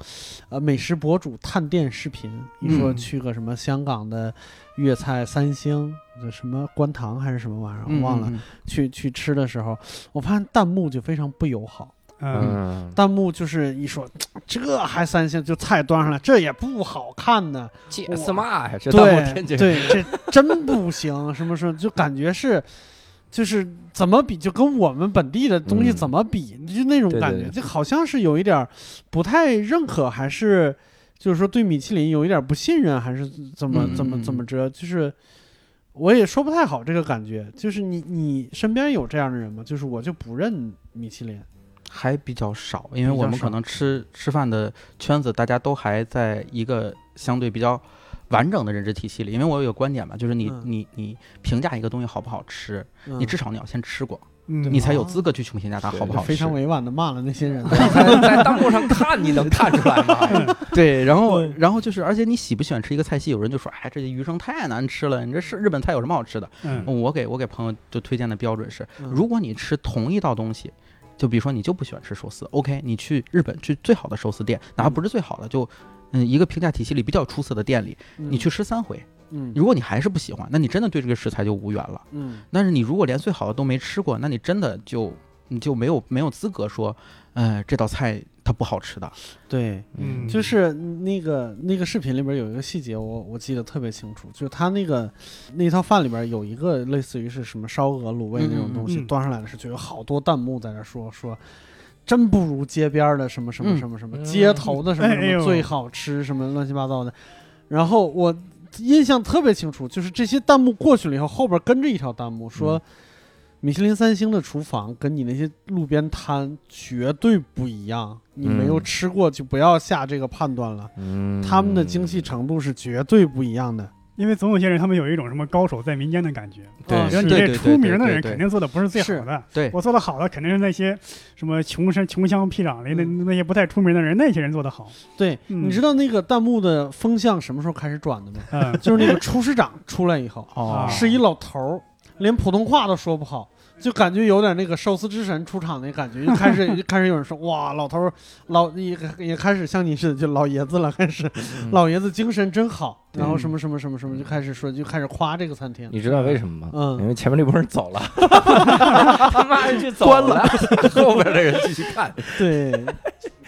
Speaker 3: 呃，美食博主探店视频，一说
Speaker 2: 嗯
Speaker 3: 去个什么香港的粤菜三星，就什么观塘还是什么玩意儿，我忘了。
Speaker 5: 嗯，
Speaker 3: 去去吃的时候，我发现弹幕就非常不友好。
Speaker 2: 嗯
Speaker 1: 嗯，
Speaker 3: 弹幕就是一说，这还三星，就菜端上来，这也不好看呢。
Speaker 1: 解释嘛，这大
Speaker 3: 对
Speaker 1: 幕天津，
Speaker 3: 对，这真不行，什么什么，就感觉是，就是怎么比，就跟我们本地的东西
Speaker 1: 嗯
Speaker 3: 怎么比，就那种
Speaker 1: 对对
Speaker 3: 感觉，
Speaker 1: 对
Speaker 3: 就好像是有一点儿不太认可，还是就是说对米其林有一点儿不信任，还是怎么、
Speaker 5: 嗯
Speaker 3: 怎么
Speaker 5: 嗯
Speaker 3: 怎
Speaker 5: 嗯
Speaker 3: 么着，就是。我也说不太好这个感觉，就是你你身边有这样的人吗？就是我就不认米其林，
Speaker 5: 还比较少，因为
Speaker 3: 比
Speaker 5: 我
Speaker 3: 较
Speaker 5: 们
Speaker 3: 少
Speaker 5: 可能吃吃饭的圈子，大家都还在一个相对比较完整的认知体系里。因为我有个观点嘛，就是你、
Speaker 3: 嗯
Speaker 5: 你你评价一个东西好不好吃，
Speaker 3: 嗯、
Speaker 5: 你至少你要先吃过，
Speaker 2: 嗯，
Speaker 5: 你才有资格去去评价它好不
Speaker 3: 就
Speaker 5: 好
Speaker 3: 非
Speaker 5: 吃
Speaker 3: 常。委婉的骂了那些人。
Speaker 1: 在弹幕上看你能看出来 吗？
Speaker 5: 对，然后然后就是，而且你喜不喜欢吃一个菜系，有人就说，哎，这鱼生太难吃了，你这是日本菜有什么好吃的？
Speaker 2: 嗯
Speaker 5: 我给我给朋友就推荐的标准是，
Speaker 3: 嗯
Speaker 5: 如果你吃同一道东西，就比如说你就不喜欢吃寿司，OK，你去日本去最好的寿司店，哪怕不是最好的，就嗯一个评价体系里比较出色的店里，你去，吃三回，
Speaker 3: 嗯
Speaker 5: 如果你还是不喜欢，那你真的对这个食材就无缘了。
Speaker 3: 嗯
Speaker 5: 但是你如果连最好的都没吃过，那你真的就你就没有没有资格说，呃，这道菜它不好吃的。
Speaker 3: 对，
Speaker 2: 嗯
Speaker 3: 就是那个那个视频里边有一个细节我，我记得特别清楚，就是他那个那套饭里边有一个类似于是什么烧鹅、卤味那种东西，
Speaker 2: 嗯嗯嗯
Speaker 3: 端上来的时候就有好多弹幕在那说说，真不如街边的什么什么什么什么，
Speaker 1: 嗯
Speaker 3: 街头的什么什
Speaker 2: 哎
Speaker 3: 么
Speaker 2: 呦
Speaker 3: 最好吃，什么乱七八糟的。然后我印象特别清楚，就是这些弹幕过去了以后，后边跟着一条弹幕说。米其林三星的厨房跟你那些路边摊绝对不一样，你没有
Speaker 1: 嗯
Speaker 3: 吃过就不要下这个判断了。
Speaker 1: 嗯，
Speaker 3: 他们的精细程度是绝对不一样的。
Speaker 2: 因为总有些人他们有一种什么高手在民间的感觉，
Speaker 5: 对
Speaker 2: 觉得你
Speaker 5: 啊
Speaker 2: 这
Speaker 5: 对对
Speaker 2: 出名的
Speaker 5: 对
Speaker 2: 人
Speaker 5: 对对
Speaker 2: 肯定做的不是最好的，
Speaker 5: 对
Speaker 2: 我做的好的肯定是那些什么穷山穷乡僻壤里那
Speaker 5: 嗯
Speaker 2: 那些不太出名的人，那些人做的好，
Speaker 3: 对，
Speaker 2: 嗯
Speaker 3: 你知道那个弹幕的风向什么时候开始转的吗？，
Speaker 2: 嗯
Speaker 3: 就是那个厨师长出来以后，
Speaker 2: 哦
Speaker 3: 是一老头儿，连普通话都说不好，就感觉有点那个寿司之神出场那感觉，就开始就开始有人说哇，老头儿老也也开始像你似的就老爷子了，开始
Speaker 1: 嗯
Speaker 3: 老爷子精神真好，然后
Speaker 2: 嗯
Speaker 3: 什么什么什么什么就开始说就开始夸这个餐厅，
Speaker 1: 你知道为什么吗？
Speaker 3: 嗯
Speaker 1: 因为前面那波人走了， 他妈的就走了， 后边的人继续看。
Speaker 3: 对，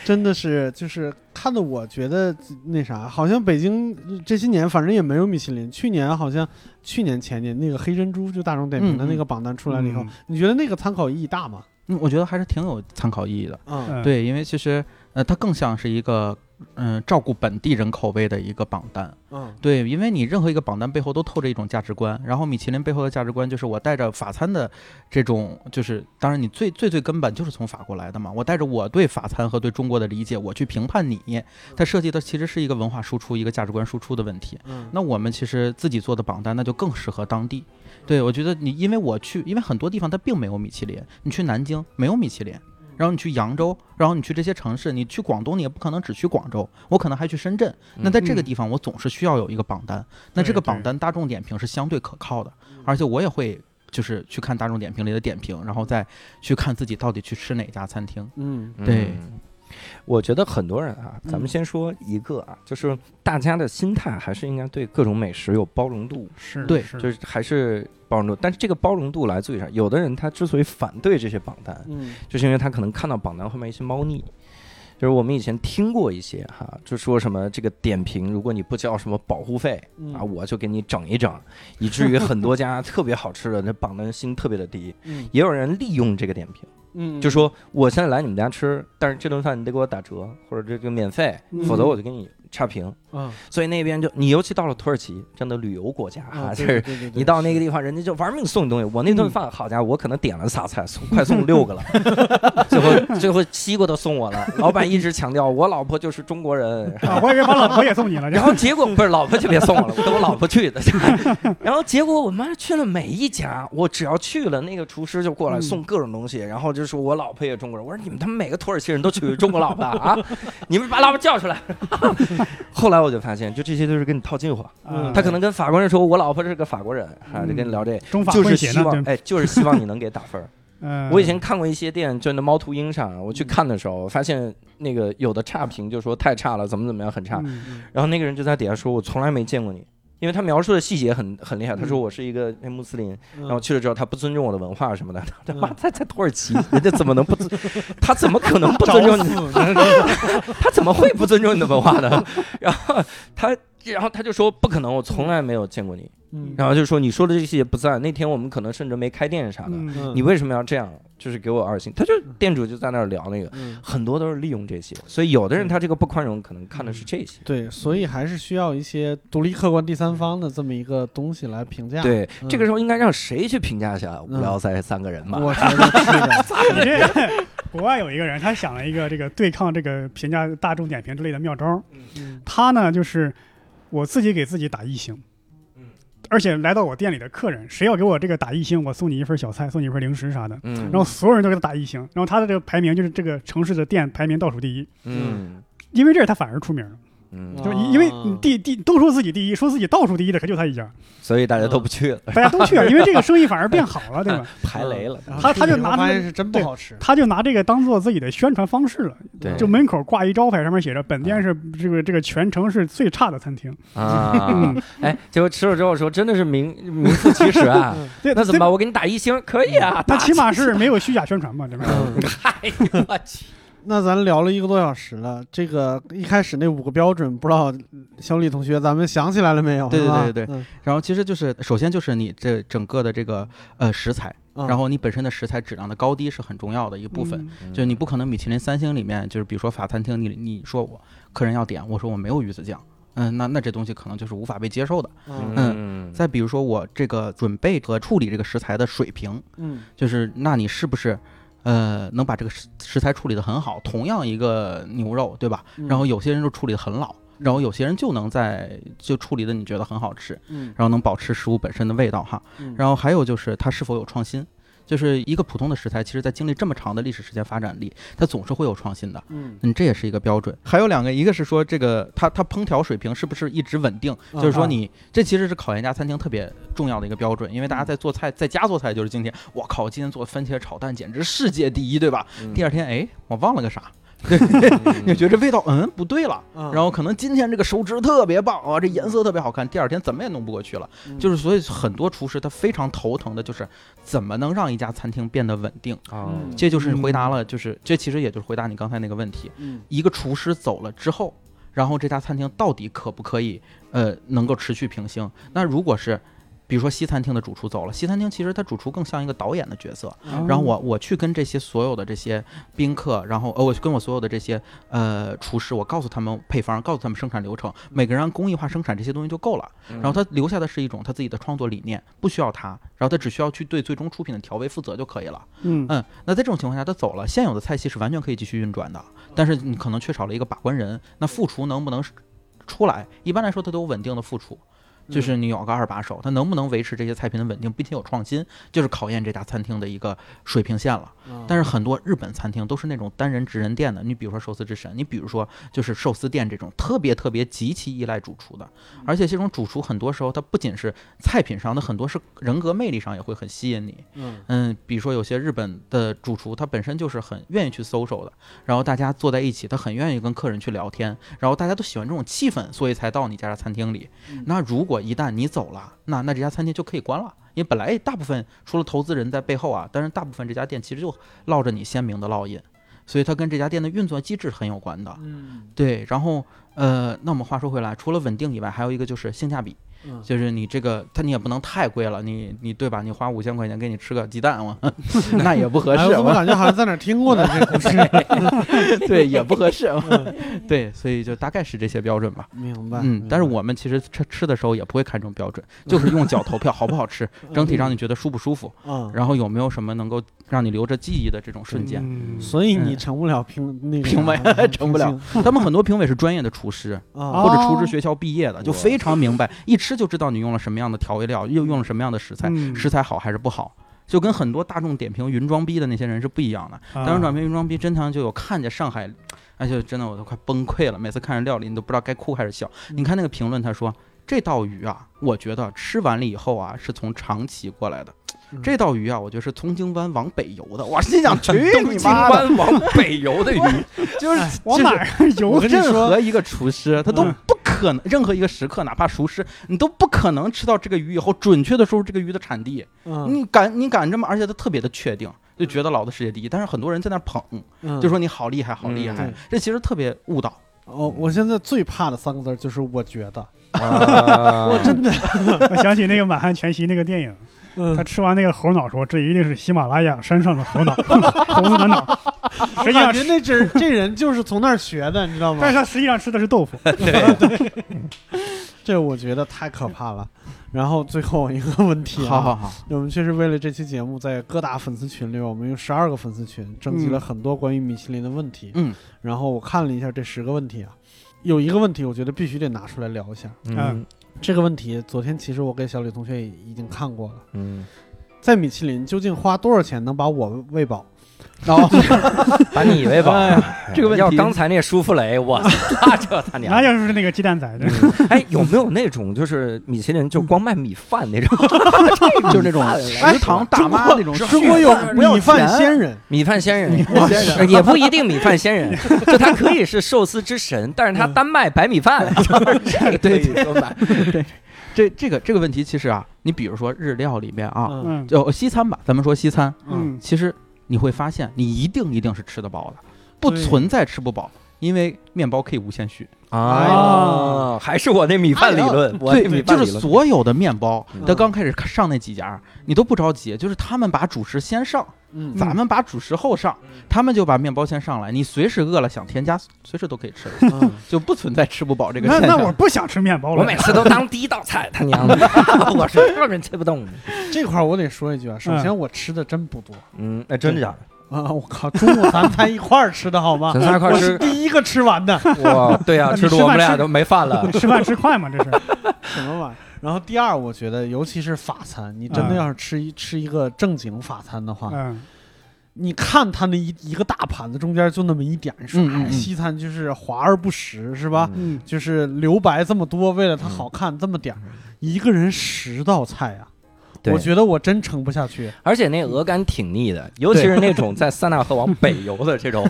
Speaker 3: 真的是就是看的，我觉得那啥，好像北京这些年反正也没有米其林。去年好像去年前年那个黑珍珠就大众点评的
Speaker 5: 嗯嗯
Speaker 3: 那个榜单出来了以后，
Speaker 2: 嗯
Speaker 3: 你觉得那个参考意义大吗？
Speaker 5: 嗯，我觉得还是挺有参考意义的。
Speaker 3: 嗯
Speaker 2: 嗯，
Speaker 5: 对，因为其实呃，它更像是一个嗯、照顾本地人口味的一个榜单。
Speaker 3: 嗯
Speaker 5: 对，因为你任何一个榜单背后都透着一种价值观，然后米其林背后的价值观就是我带着法餐的这种，就是当然你最最最根本就是从法国来的嘛，我带着我对法餐和对中国的理解，我去评判你，它涉及的其实是一个文化输出、一个价值观输出的问题。
Speaker 3: 嗯，
Speaker 5: 那我们其实自己做的榜单，那就更适合当地。对我觉得你，因为我去，因为很多地方它并没有米其林，你去南京没有米其林。然后你去扬州，然后你去这些城市，你去广东，你也不可能只去广州，我可能还去深圳。那在这个地方，我总是需要有一个榜单。那这个榜单，大众点评是相对可靠的，而且我也会就是去看大众点评里的点评，然后再去看自己到底去吃哪家餐厅。
Speaker 3: 嗯
Speaker 5: 对
Speaker 1: 嗯我觉得很多人啊，咱们先说一个啊，就是大家的心态还是应该对各种美食有包容度，
Speaker 2: 是，
Speaker 5: 对
Speaker 3: 嗯
Speaker 2: 是
Speaker 1: 就是还是包容度。但是这个包容度来自于啥？有的人他之所以反对这些榜单，
Speaker 3: 嗯
Speaker 1: 就是因为他可能看到榜单后面一些猫腻。就是我们以前听过一些哈，就说什么这个点评，如果你不交什么保护费
Speaker 3: 嗯
Speaker 1: 啊，我就给你整一整，以至于很多家 特别好吃的那榜单星特别的低。
Speaker 3: 嗯
Speaker 1: 也有人利用这个点评，
Speaker 3: 嗯，
Speaker 1: 就说我现在来你们家吃，但是这顿饭你得给我打折或者这个免费，否则
Speaker 3: 嗯
Speaker 1: 我就给你差评。
Speaker 3: 嗯
Speaker 1: 所以那边就你尤其到了土耳其这样的旅游国家哈，
Speaker 3: 啊，
Speaker 1: 就
Speaker 3: 对
Speaker 1: 是
Speaker 3: 对对对
Speaker 1: 你到那个地方，人家就玩命送你东西。我那顿饭，好家伙，我可能点了仨菜，送快送六个 了，最后最后西瓜都送我了。老板一直强调，我老婆就是中国人。
Speaker 2: 啊，我以为把老婆也送你了，
Speaker 1: 然后结果不是老婆就别送我了，我跟我老婆去的。 然后结果我妈去了每一家，我只要去了，那个厨师就过来
Speaker 2: 嗯
Speaker 1: 送各种东西，然后就说我老婆也中国人。我说你们他妈每个土耳其人都娶中国老婆啊？ 你们把老婆叫出来。 后来我就发现，就这些都是跟你套近乎。
Speaker 2: 啊
Speaker 1: 他可能跟法国人说，我老婆是个法国人，啊，就跟你
Speaker 2: 嗯
Speaker 1: 聊这，
Speaker 2: 中法
Speaker 1: 就
Speaker 2: 混
Speaker 1: 是
Speaker 2: 血
Speaker 1: 希
Speaker 2: 呢，
Speaker 1: 望，
Speaker 2: 对
Speaker 1: 哎，就是希望你能给打分儿。
Speaker 2: 嗯，
Speaker 1: 我以前看过一些店，就那猫头鹰上，我去看的时候，我发现那个有的差评就说太差了，怎么怎么样，很差。
Speaker 2: 嗯
Speaker 1: 然后那个人就在底下说，我从来没见过你。因为他描述的细节很很厉害，他说我是一个哎穆斯林，
Speaker 3: 嗯
Speaker 1: 然后去了之后他不尊重我的文化什么的， 他妈在在土耳其，人家怎么能不尊？ 他怎么可能不尊重你？ 他怎么会不尊重你的文化呢？ 然后他，然后他就说不可能，我从来没有见过你。
Speaker 3: 嗯
Speaker 1: 然后就说你说的这些不在那天，我们可能甚至没开店啥的，
Speaker 2: 嗯，
Speaker 1: 你为什么要这样？就是给我二星，他就店主就在那儿聊那个，
Speaker 3: 嗯
Speaker 1: 很多都是利用这些，所以有的人他这个不宽容，可能看的是这些。
Speaker 3: 对，所以还是需要一些独立、客观、第三方的这么一个东西来评价。，
Speaker 1: 对，
Speaker 3: 嗯
Speaker 1: 这个时候应该让谁去评价一下无聊赛三个人嘛？
Speaker 3: 我觉得是的。
Speaker 1: 嗯
Speaker 2: 你这国外有一个人，他想了一个这个对抗这个评价大众点评之类的妙招儿。
Speaker 3: 嗯
Speaker 2: 他呢，就是我自己给自己打一星，而且来到我店里的客人，谁要给我这个打一星，我送你一份小菜，送你一份零食啥的。
Speaker 1: 嗯
Speaker 2: 然后所有人都给他打一星，然后他的这个排名就是这个城市的店排名倒数第一，
Speaker 1: 嗯
Speaker 2: 因为这是他反而出名了。
Speaker 1: 嗯
Speaker 3: 啊，
Speaker 2: 就是因为你第第都说自己第一，说自己倒数第一的可就他一家，
Speaker 1: 所以大家都不去了，
Speaker 2: 大家都去了，因为这个生意反而变好了，对吧？
Speaker 1: 排雷了。
Speaker 3: 然后
Speaker 2: 他他
Speaker 3: 去
Speaker 2: 就
Speaker 3: 以
Speaker 2: 拿
Speaker 3: 后发
Speaker 2: 那
Speaker 3: 现是真不
Speaker 2: 对
Speaker 3: 好吃，
Speaker 2: 他就拿这个当做自己的宣传方式了，
Speaker 1: 对，
Speaker 2: 就门口挂一招牌，上面写着“本店是这个这个全城是最差的餐厅
Speaker 1: 啊，哎，结果吃了之后说真的是名 名副其实啊。
Speaker 3: 嗯”。
Speaker 2: 对，
Speaker 1: 那怎么
Speaker 2: 这
Speaker 1: 办？？我给你打一星，可以啊。
Speaker 2: 那
Speaker 1: 打
Speaker 2: 起码是没有虚假宣传嘛，这 边。
Speaker 3: 嗯
Speaker 1: 哎呦 我去，
Speaker 3: 那咱聊了一个多小时了，这个一开始那五个标准，不知道小李同学咱们想起来了没有？
Speaker 5: 对
Speaker 3: 是吧
Speaker 5: 对对对，
Speaker 3: 嗯
Speaker 5: 然后其实就是，首先就是你这整个的这个呃食材，
Speaker 3: 嗯
Speaker 5: 然后你本身的食材质量的高低是很重要的一个部分。
Speaker 2: 嗯
Speaker 5: 就是你不可能米其林三星里面，就是比如说法餐厅，你你说我客人要点，我说我没有鱼子酱，嗯，那那这东西可能就是无法被接受的。
Speaker 3: 嗯
Speaker 1: 嗯，
Speaker 5: 再比如说我这个准备和处理这个食材的水平，
Speaker 3: 嗯
Speaker 5: 就是那你是不是呃能把这个食食材处理得很好？同样一个牛肉，对吧？
Speaker 3: 嗯，
Speaker 5: 然后有些人就处理得很老，然后有些人就能在就处理的你觉得很好吃，
Speaker 3: 嗯，
Speaker 5: 然后能保持食物本身的味道哈。
Speaker 3: 嗯
Speaker 5: 然后还有就是它是否有创新，就是一个普通的食材，其实在经历这么长的历史时间发展里，它总是会有创新的。
Speaker 3: 嗯，
Speaker 5: 嗯，这也是一个标准。还有两个，一个是说这个它它烹调水平是不是一直稳定，
Speaker 3: 嗯
Speaker 5: 就是说
Speaker 3: 啊
Speaker 5: 你这其实是考验一家餐厅特别重要的一个标准，因为大家在做菜，在家做菜就是今天，我靠，我今天做番茄炒蛋简直世界第一，对吧？
Speaker 3: 嗯
Speaker 5: 第二天哎，我忘了个啥，你觉得味道嗯不对了。
Speaker 3: 然
Speaker 5: 然后可能今天这个手指特别棒啊，这颜色特别好看，第二天怎么也弄不过去了。就是所以很多厨师他非常头疼的就是怎么能让一家餐厅变得稳定。
Speaker 3: 嗯
Speaker 1: 啊，
Speaker 5: 这就是回答了，就是这其实也就是回答你刚才那个问题，
Speaker 3: 嗯
Speaker 5: 一个厨师走了之后，然后这家餐厅到底可不可以呃能够持续平行？那如果是。比如说西餐厅的主厨走了，西餐厅其实它主厨更像一个导演的角色，
Speaker 3: 嗯
Speaker 5: 然后我我去跟这些所有的这些宾客，然后呃，我去跟我所有的这些呃厨师，我告诉他们配方，告诉他们生产流程，每个人按工艺化生产这些东西就够了。
Speaker 1: 嗯
Speaker 5: 然后他留下的是一种他自己的创作理念，不需要他，然后他只需要去对最终出品的调味负责就可以了。
Speaker 2: 嗯
Speaker 5: 嗯，那在这种情况下，他走了，现有的菜系是完全可以继续运转的，但是你可能缺少了一个把关人，那副厨能不能是出来？一般来说，他都有稳定的副厨。
Speaker 3: 嗯
Speaker 5: 就是你有个二把手，他能不能维持这些菜品的稳定，并且有创新，就是考验这家餐厅的一个水平线了。
Speaker 3: 哦
Speaker 5: 但是很多日本餐厅都是那种单人职人店的，你比如说寿司之神，你比如说就是寿司店这种特别特别极其依赖主厨的，
Speaker 3: 嗯
Speaker 5: 而且这种主厨很多时候他不仅是菜品上的，很多是人格魅力上也会很吸引你。
Speaker 3: 嗯
Speaker 5: 嗯，比如说有些日本的主厨，他本身就是很愿意去 social 的，然后大家坐在一起，他很愿意跟客人去聊天，然后大家都喜欢这种气氛，所以才到你家的餐厅里。那如果一旦你走了，那那这家餐厅就可以关了，因为本来哎大部分除了投资人在背后啊，但是大部分这家店其实就烙着你鲜明的烙印，所以它跟这家店的运作机制很有关的。
Speaker 3: 嗯
Speaker 5: 对，然后呃，那我们话说回来，除了稳定以外，还有一个就是性价比。
Speaker 3: 嗯
Speaker 5: 就是你这个，它你也不能太贵了，你你对吧？你花五千块钱给你吃个鸡蛋嘛， 那也不合
Speaker 3: 哎，我
Speaker 5: 适
Speaker 3: 怎么
Speaker 5: 嘛，
Speaker 3: 感觉好像在哪儿听 过呢？这个故事，
Speaker 5: 对，也不合适嘛， 对，所以就大概是这些标准吧。
Speaker 3: 明白。
Speaker 5: 嗯，但是我们其实吃吃的时候也不会看重标准，就是用脚投票好不好吃，
Speaker 3: 嗯
Speaker 5: 整体
Speaker 2: 嗯
Speaker 5: 让你觉得舒不舒服，
Speaker 3: 啊，
Speaker 5: 然后有没有什么能够让你留着记忆的这种瞬间。
Speaker 2: 嗯
Speaker 3: 所以你成不了评那个
Speaker 5: 评委
Speaker 3: 啥
Speaker 5: 成不了
Speaker 3: 评
Speaker 5: 他们很多评委是专业的厨师
Speaker 3: 星啊
Speaker 5: 或
Speaker 2: 哦
Speaker 5: 者厨师学校毕业的，就
Speaker 1: 哇
Speaker 5: 非常明白，一吃就知道你用了什么样的调味料，又用了什么样的食材，
Speaker 2: 嗯
Speaker 5: 食材好还是不好。就跟很多大众点评云装逼的那些人是不一样的，
Speaker 2: 啊
Speaker 5: 大众点评云装逼真堂就有看见上海，哎就真的我都快崩溃了。每次看着料理，你都不知道该哭还是笑。你看那个评论，他说这道鱼啊，我觉得吃完了以后啊，是从长崎过来的。
Speaker 3: 嗯
Speaker 5: 这道鱼啊，我觉得是从京湾往北游的。我心想，去你
Speaker 1: 京
Speaker 5: 妈的！
Speaker 1: 湾往北游的鱼，
Speaker 5: 就是
Speaker 3: 哎
Speaker 2: 往哪儿 游
Speaker 5: 我
Speaker 2: 去？
Speaker 5: 任何一个厨师，他都
Speaker 2: 嗯
Speaker 5: 不可能，任何一个食客，哪怕厨师，你都不可能吃到这个鱼以后准确的说出这个鱼的产地。
Speaker 3: 嗯
Speaker 5: 你敢，你敢这么，而且他特别的确定，就觉得老子世界第一。但是很多人在那儿捧，
Speaker 3: 嗯，
Speaker 5: 就说你好厉害，好厉
Speaker 3: 嗯
Speaker 5: 害
Speaker 3: 对，
Speaker 5: 这其实特别误导。
Speaker 3: 哦，我现在最怕的三个字儿就是我觉得，
Speaker 1: 我
Speaker 3: 真的，
Speaker 2: 我想起那个满汉全席那个电影，他
Speaker 3: 嗯，
Speaker 2: 吃完那个猴脑说：“这一定是喜马拉雅山上的猴脑， 猴子的脑。”实际上
Speaker 3: 感觉那只这人就是从那儿学的，你知道吗
Speaker 2: 但？是他实际上吃的是豆腐。
Speaker 3: 这我觉得太可怕了。然后最后一个问题、啊，
Speaker 5: 好好好，
Speaker 3: 我们确实为了这期节目，在各大粉丝群里，我们用十二个粉丝群征集了
Speaker 2: 嗯
Speaker 3: 很多关于米其林的问题。
Speaker 5: 嗯，
Speaker 3: 然后我看了一下这十个问题啊，有一个问题我觉得必须得拿出来聊一下。
Speaker 1: 嗯
Speaker 3: 这个问题昨天其实我给小李同学也已经看过了，
Speaker 1: 嗯，
Speaker 3: 在米其林究竟花多少钱能把我喂饱？然后
Speaker 1: 把你为宝。
Speaker 5: 哎呀 这个问题
Speaker 1: 要刚才那舒芙蕾，我操， 这他
Speaker 2: 那
Speaker 1: 娘！
Speaker 2: 就是那个鸡蛋仔，
Speaker 1: 哎，有没有那种就是米其林就光卖米饭那 种？
Speaker 5: 就 是那种食堂大妈 那种
Speaker 3: 嗯哎中国有米饭仙人，
Speaker 1: 米饭仙人，
Speaker 5: 饭仙人
Speaker 1: 呃也不一定米饭仙人， 就他可以是寿司之神，但是他单卖白米饭，嗯
Speaker 5: 对对对对，这这个这个问题其实啊，你比如说日料里面啊，
Speaker 3: 嗯
Speaker 2: 嗯
Speaker 5: 就西餐吧，咱们说西餐，
Speaker 2: 嗯，
Speaker 5: 其实你会发现你一定一定是吃得饱的，不
Speaker 3: 对
Speaker 5: 存在吃不饱，因为面包可以无限续。
Speaker 1: 啊，还是我那米饭理论，我那米
Speaker 5: 对，就
Speaker 1: 饭理
Speaker 5: 是
Speaker 1: 论，
Speaker 5: 所有的面包
Speaker 1: 嗯，
Speaker 5: 它刚开始上那几家，你都不着急，就是他们把主食先上，
Speaker 3: 嗯
Speaker 5: 咱们把主食后上，他们就把面包先上来，你随时饿了想添加，随时都可以吃，
Speaker 3: 嗯
Speaker 5: 就不存在吃不饱这个
Speaker 2: 那
Speaker 5: 现象。
Speaker 2: 那我不想吃面包
Speaker 1: 我
Speaker 2: 了
Speaker 1: 每，次都当第一道菜，他娘的，我说根本吃不动。
Speaker 3: 这块儿我得说一句啊，首先我吃的真不多
Speaker 1: 嗯，那真的假的？
Speaker 3: 啊，我靠，中午咱仨一块儿吃的好吗
Speaker 1: 咱？仨一嗯块儿
Speaker 3: 我
Speaker 1: 吃
Speaker 3: 是，第一个吃完的，
Speaker 1: 哇，对啊，
Speaker 2: 你
Speaker 1: 吃的
Speaker 2: 吃
Speaker 1: 我们
Speaker 2: 饭
Speaker 1: 俩
Speaker 2: 吃
Speaker 1: 都没饭 了。
Speaker 2: 吃饭吃快嘛，这是。
Speaker 3: 什么玩意儿？然后第二，我觉得尤其是法餐，你真的
Speaker 2: 嗯
Speaker 3: 要是吃一吃一个正经法餐的话，
Speaker 2: 嗯，
Speaker 3: 你看他那一一个大盘子中间就那么一点，你说
Speaker 5: 嗯嗯
Speaker 3: 哎，
Speaker 5: 嗯
Speaker 3: 西餐就是华而不实是吧？
Speaker 1: 嗯
Speaker 2: 嗯，
Speaker 3: 就是留白这么多，为了它好看这么点
Speaker 5: 嗯
Speaker 3: 儿，一个人十道菜啊，
Speaker 1: 对
Speaker 3: 我觉得我真撑不下 去。
Speaker 1: 而且那鹅肝挺腻的，尤其是那种在塞纳河往北游的这种，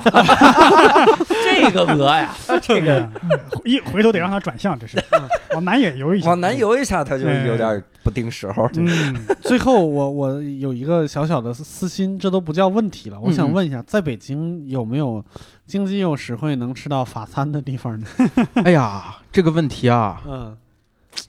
Speaker 1: 这个鹅呀，
Speaker 2: 这个嗯一回头得让他转向，这是往南也游一 下，
Speaker 1: 往南。游一下，它就有点不定时候。
Speaker 2: 嗯，
Speaker 3: 最后我我有一个小小的私心，这都不叫问题了。我想
Speaker 5: 嗯
Speaker 3: 问一下，在北京有没有经济又实惠能吃到法餐的地方呢？
Speaker 5: 哎呀，这个问题啊，
Speaker 3: 嗯，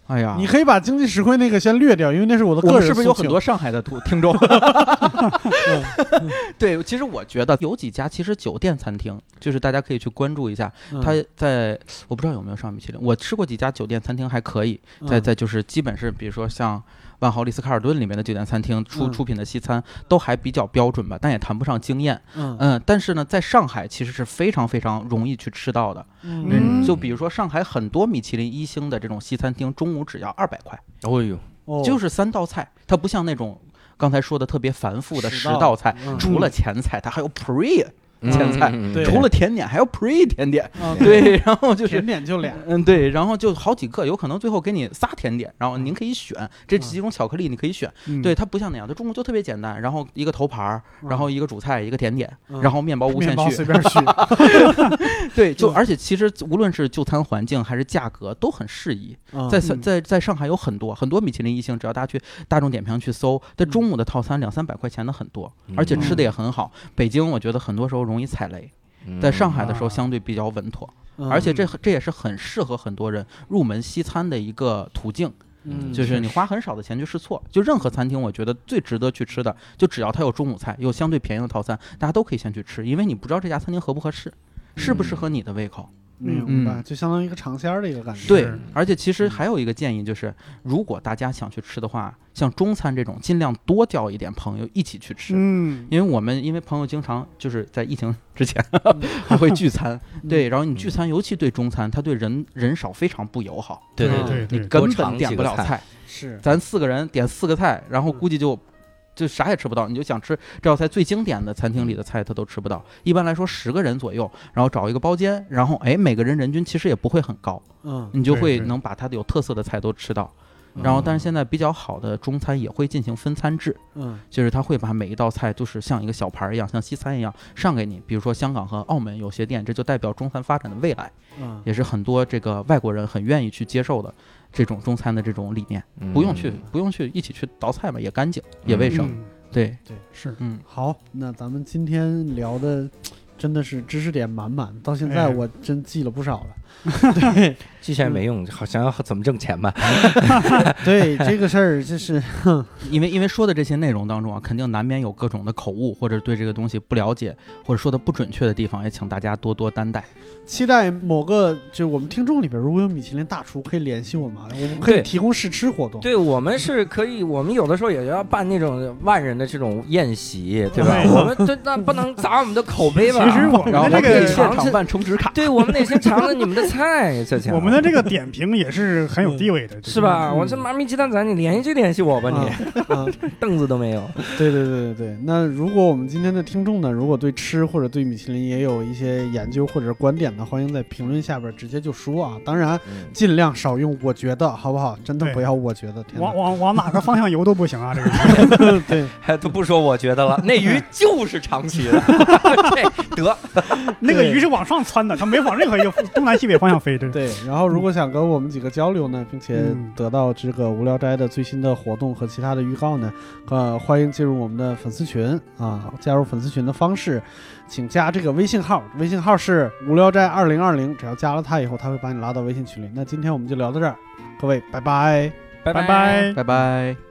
Speaker 5: 哎呀，
Speaker 3: 你可以把经济实惠那个先略掉，因为那是我的
Speaker 5: 我
Speaker 3: 个
Speaker 5: 们
Speaker 3: 人
Speaker 5: 哦是不是有很多
Speaker 3: 诉
Speaker 5: 上海的图听众？
Speaker 3: 求？
Speaker 5: 对，其实我觉得有几家其实酒店餐厅，就是大家可以去关注一下，
Speaker 3: 嗯
Speaker 5: 它在我不知道有没有上米其林，我吃过几家酒店餐厅还可以，
Speaker 3: 嗯
Speaker 5: 再再就是基本是比如说像万豪丽思卡尔顿里面的酒店餐厅出
Speaker 3: 嗯
Speaker 5: 出品的西餐都还比较标准吧，但也谈不上惊艳。
Speaker 3: 嗯嗯
Speaker 5: 嗯，但是呢，在上海其实是非常非常容易去吃到的。
Speaker 3: 嗯，
Speaker 2: 嗯
Speaker 5: 就比如说上海很多米其林一星的这种西餐厅，中午只要二百块，
Speaker 1: 哦呦，
Speaker 3: 哦
Speaker 5: 嗯就是三道菜，它不像那种刚才说的特别繁复的
Speaker 3: 十
Speaker 5: 十
Speaker 3: 道
Speaker 5: 道菜，
Speaker 3: 嗯
Speaker 5: 除了前菜，它还有 pre。
Speaker 1: 前
Speaker 5: 前
Speaker 1: 菜
Speaker 5: 菜，
Speaker 3: 对
Speaker 5: 除了甜点还有 pre 甜 点，
Speaker 3: 啊
Speaker 5: 对，然后就是
Speaker 3: 甜。点就俩，
Speaker 5: 嗯，对，然后就好几个，有可能最后给你仨甜点，然后您可以选这
Speaker 3: 嗯
Speaker 5: 几种巧克力，你可以选。
Speaker 2: 嗯
Speaker 5: 对，，它不像那样，它中午就特别简单，然后一个头盘儿，
Speaker 3: 嗯
Speaker 5: 然后一个主菜，一个甜点，
Speaker 3: 嗯
Speaker 5: 然后面包无
Speaker 3: 面
Speaker 5: 限
Speaker 3: 包
Speaker 5: 续
Speaker 3: 随。便续。
Speaker 5: 对，就
Speaker 3: 嗯
Speaker 5: 而且其实无论是就餐环境还是价格都很适宜，
Speaker 3: 嗯
Speaker 5: 在在
Speaker 2: 嗯
Speaker 5: 在在上海有很多很多米其林一星，只要大家去大众点评去搜，它
Speaker 3: 嗯
Speaker 5: 中午的套餐两三百块钱的很多，而且吃的也很好。北京我觉得很多时候容易踩雷，
Speaker 1: 嗯
Speaker 5: 在上海的时候
Speaker 3: 啊
Speaker 5: 相对比较稳妥。
Speaker 3: 嗯
Speaker 5: 而且这这也是很适合很多人入门西餐的一个途径，
Speaker 3: 嗯
Speaker 5: 就是你花很少的钱去试错。就任何餐厅，我觉得最值得去吃的，就只要它有中午菜，有相对便宜的套餐，大家都可以先去吃，因为你不知道这家餐厅合不合适，适
Speaker 3: 嗯
Speaker 5: 不适合你的胃口。
Speaker 3: 明
Speaker 5: 嗯
Speaker 3: 白，就相当于一个尝鲜儿的一个感觉。
Speaker 5: 对
Speaker 2: 是，
Speaker 5: 而且其实还有一个建议就是，如果大家想去吃的话，像中餐这种，尽量多叫一点朋友一起去吃。
Speaker 2: 嗯，
Speaker 5: 因为我们因为朋友经常就是在疫情 之前还会聚餐，
Speaker 2: 嗯
Speaker 5: 对，然后你聚餐，尤其对中餐，它对人人少非常不友好，
Speaker 1: 对
Speaker 3: 对
Speaker 1: 对
Speaker 2: 对
Speaker 5: 你
Speaker 2: 对，
Speaker 5: 根本点不了菜。
Speaker 3: 是，
Speaker 5: 咱四个人点四个菜，然后估计
Speaker 2: 嗯
Speaker 5: 就就啥也吃不到，你就想吃这道菜最经典的餐厅里的菜，他都吃不到。一般来说十个人左右，然后找一个包间，然后哎每个人人均其实也不会很高，
Speaker 3: 嗯
Speaker 5: 你就
Speaker 2: 对
Speaker 5: 会
Speaker 2: 对
Speaker 5: 能把它的有特色的菜都吃到。
Speaker 1: 嗯
Speaker 5: 然后但是现在比较好的中餐也会进行分餐制，
Speaker 3: 嗯
Speaker 5: 就是他会把每一道菜就是像一个小盘儿一样，像西餐一样上给你。比如说香港和澳门有些店，这就代表中餐发展的未来，
Speaker 3: 嗯，
Speaker 5: 也是很多这个外国人很愿意去接受的这种中餐的这种理念。
Speaker 1: 嗯
Speaker 5: 不用去，不用去一起去倒菜嘛，也干净，也卫生。
Speaker 2: 嗯
Speaker 5: 对，
Speaker 2: 是
Speaker 5: 嗯，
Speaker 3: 好，那咱们今天聊的。真的是知识点满满，到现在
Speaker 2: 哎
Speaker 3: 我真记了不少了。 对
Speaker 1: 记下来没用，好想想怎么挣钱吧。
Speaker 3: 对，这个事儿就是
Speaker 5: 因为因为说的这些内容当中啊，肯定难免有各种的口误，或者对这个东西不了解，或者说的不准确的地方，也请大家多多担待。
Speaker 3: 期待某个就是我们听众里边如果有米其林大厨，可以联系我们，啊，我们可
Speaker 1: 对
Speaker 3: 以提供试吃活动。 啊
Speaker 1: 对我们是可以，我们有的时候也要办那种万人的这种宴席，对吧？
Speaker 2: 对
Speaker 1: 我们这那不能砸我们的口碑吧？
Speaker 2: 其实我
Speaker 5: 然后
Speaker 2: 们
Speaker 5: 嗯
Speaker 2: 这
Speaker 5: 我们可以
Speaker 1: 这
Speaker 5: 现
Speaker 1: 个
Speaker 2: 个
Speaker 5: 场办充值卡，
Speaker 1: 对我们那些尝了你们的菜，这家伙
Speaker 2: 我们的这个点评也是很有地位的，
Speaker 1: 是吧？
Speaker 3: 嗯
Speaker 1: 我这妈咪鸡蛋仔，你联系联系我吧，你
Speaker 3: 啊，
Speaker 1: 凳子都没有。
Speaker 3: 对对对对对，那如果我们今天的听众呢，如果对吃或者对米其林也有一些研究或者观点呢，欢迎在评论下边直接就说啊。当然，尽量少用“我觉得”，好不好？真的
Speaker 2: 对
Speaker 3: 不要“我觉得”，天
Speaker 2: 往往往哪个方向游都不行啊！这个
Speaker 3: 哪！对，
Speaker 1: 还都不说我觉得了，那 鱼就是长鳍 的，这得
Speaker 2: 那个
Speaker 3: 对
Speaker 2: 鱼是往上窜的，它没往任何一个东南西北方向飞，这是。
Speaker 3: 对，然后如果想跟我们几个交流呢，并且
Speaker 2: 嗯
Speaker 3: 得到这个无聊斋的最新的活动和其他的预告呢，呃，欢迎进入我们的粉丝群啊！加入粉丝群的方式，请加这个微信号，微信号是无聊斋二零二零，只要加了他以后，他会把你拉到微信群里。那今天我们就聊到这儿，各位，拜拜。
Speaker 1: 拜
Speaker 2: 拜拜。
Speaker 5: 拜拜。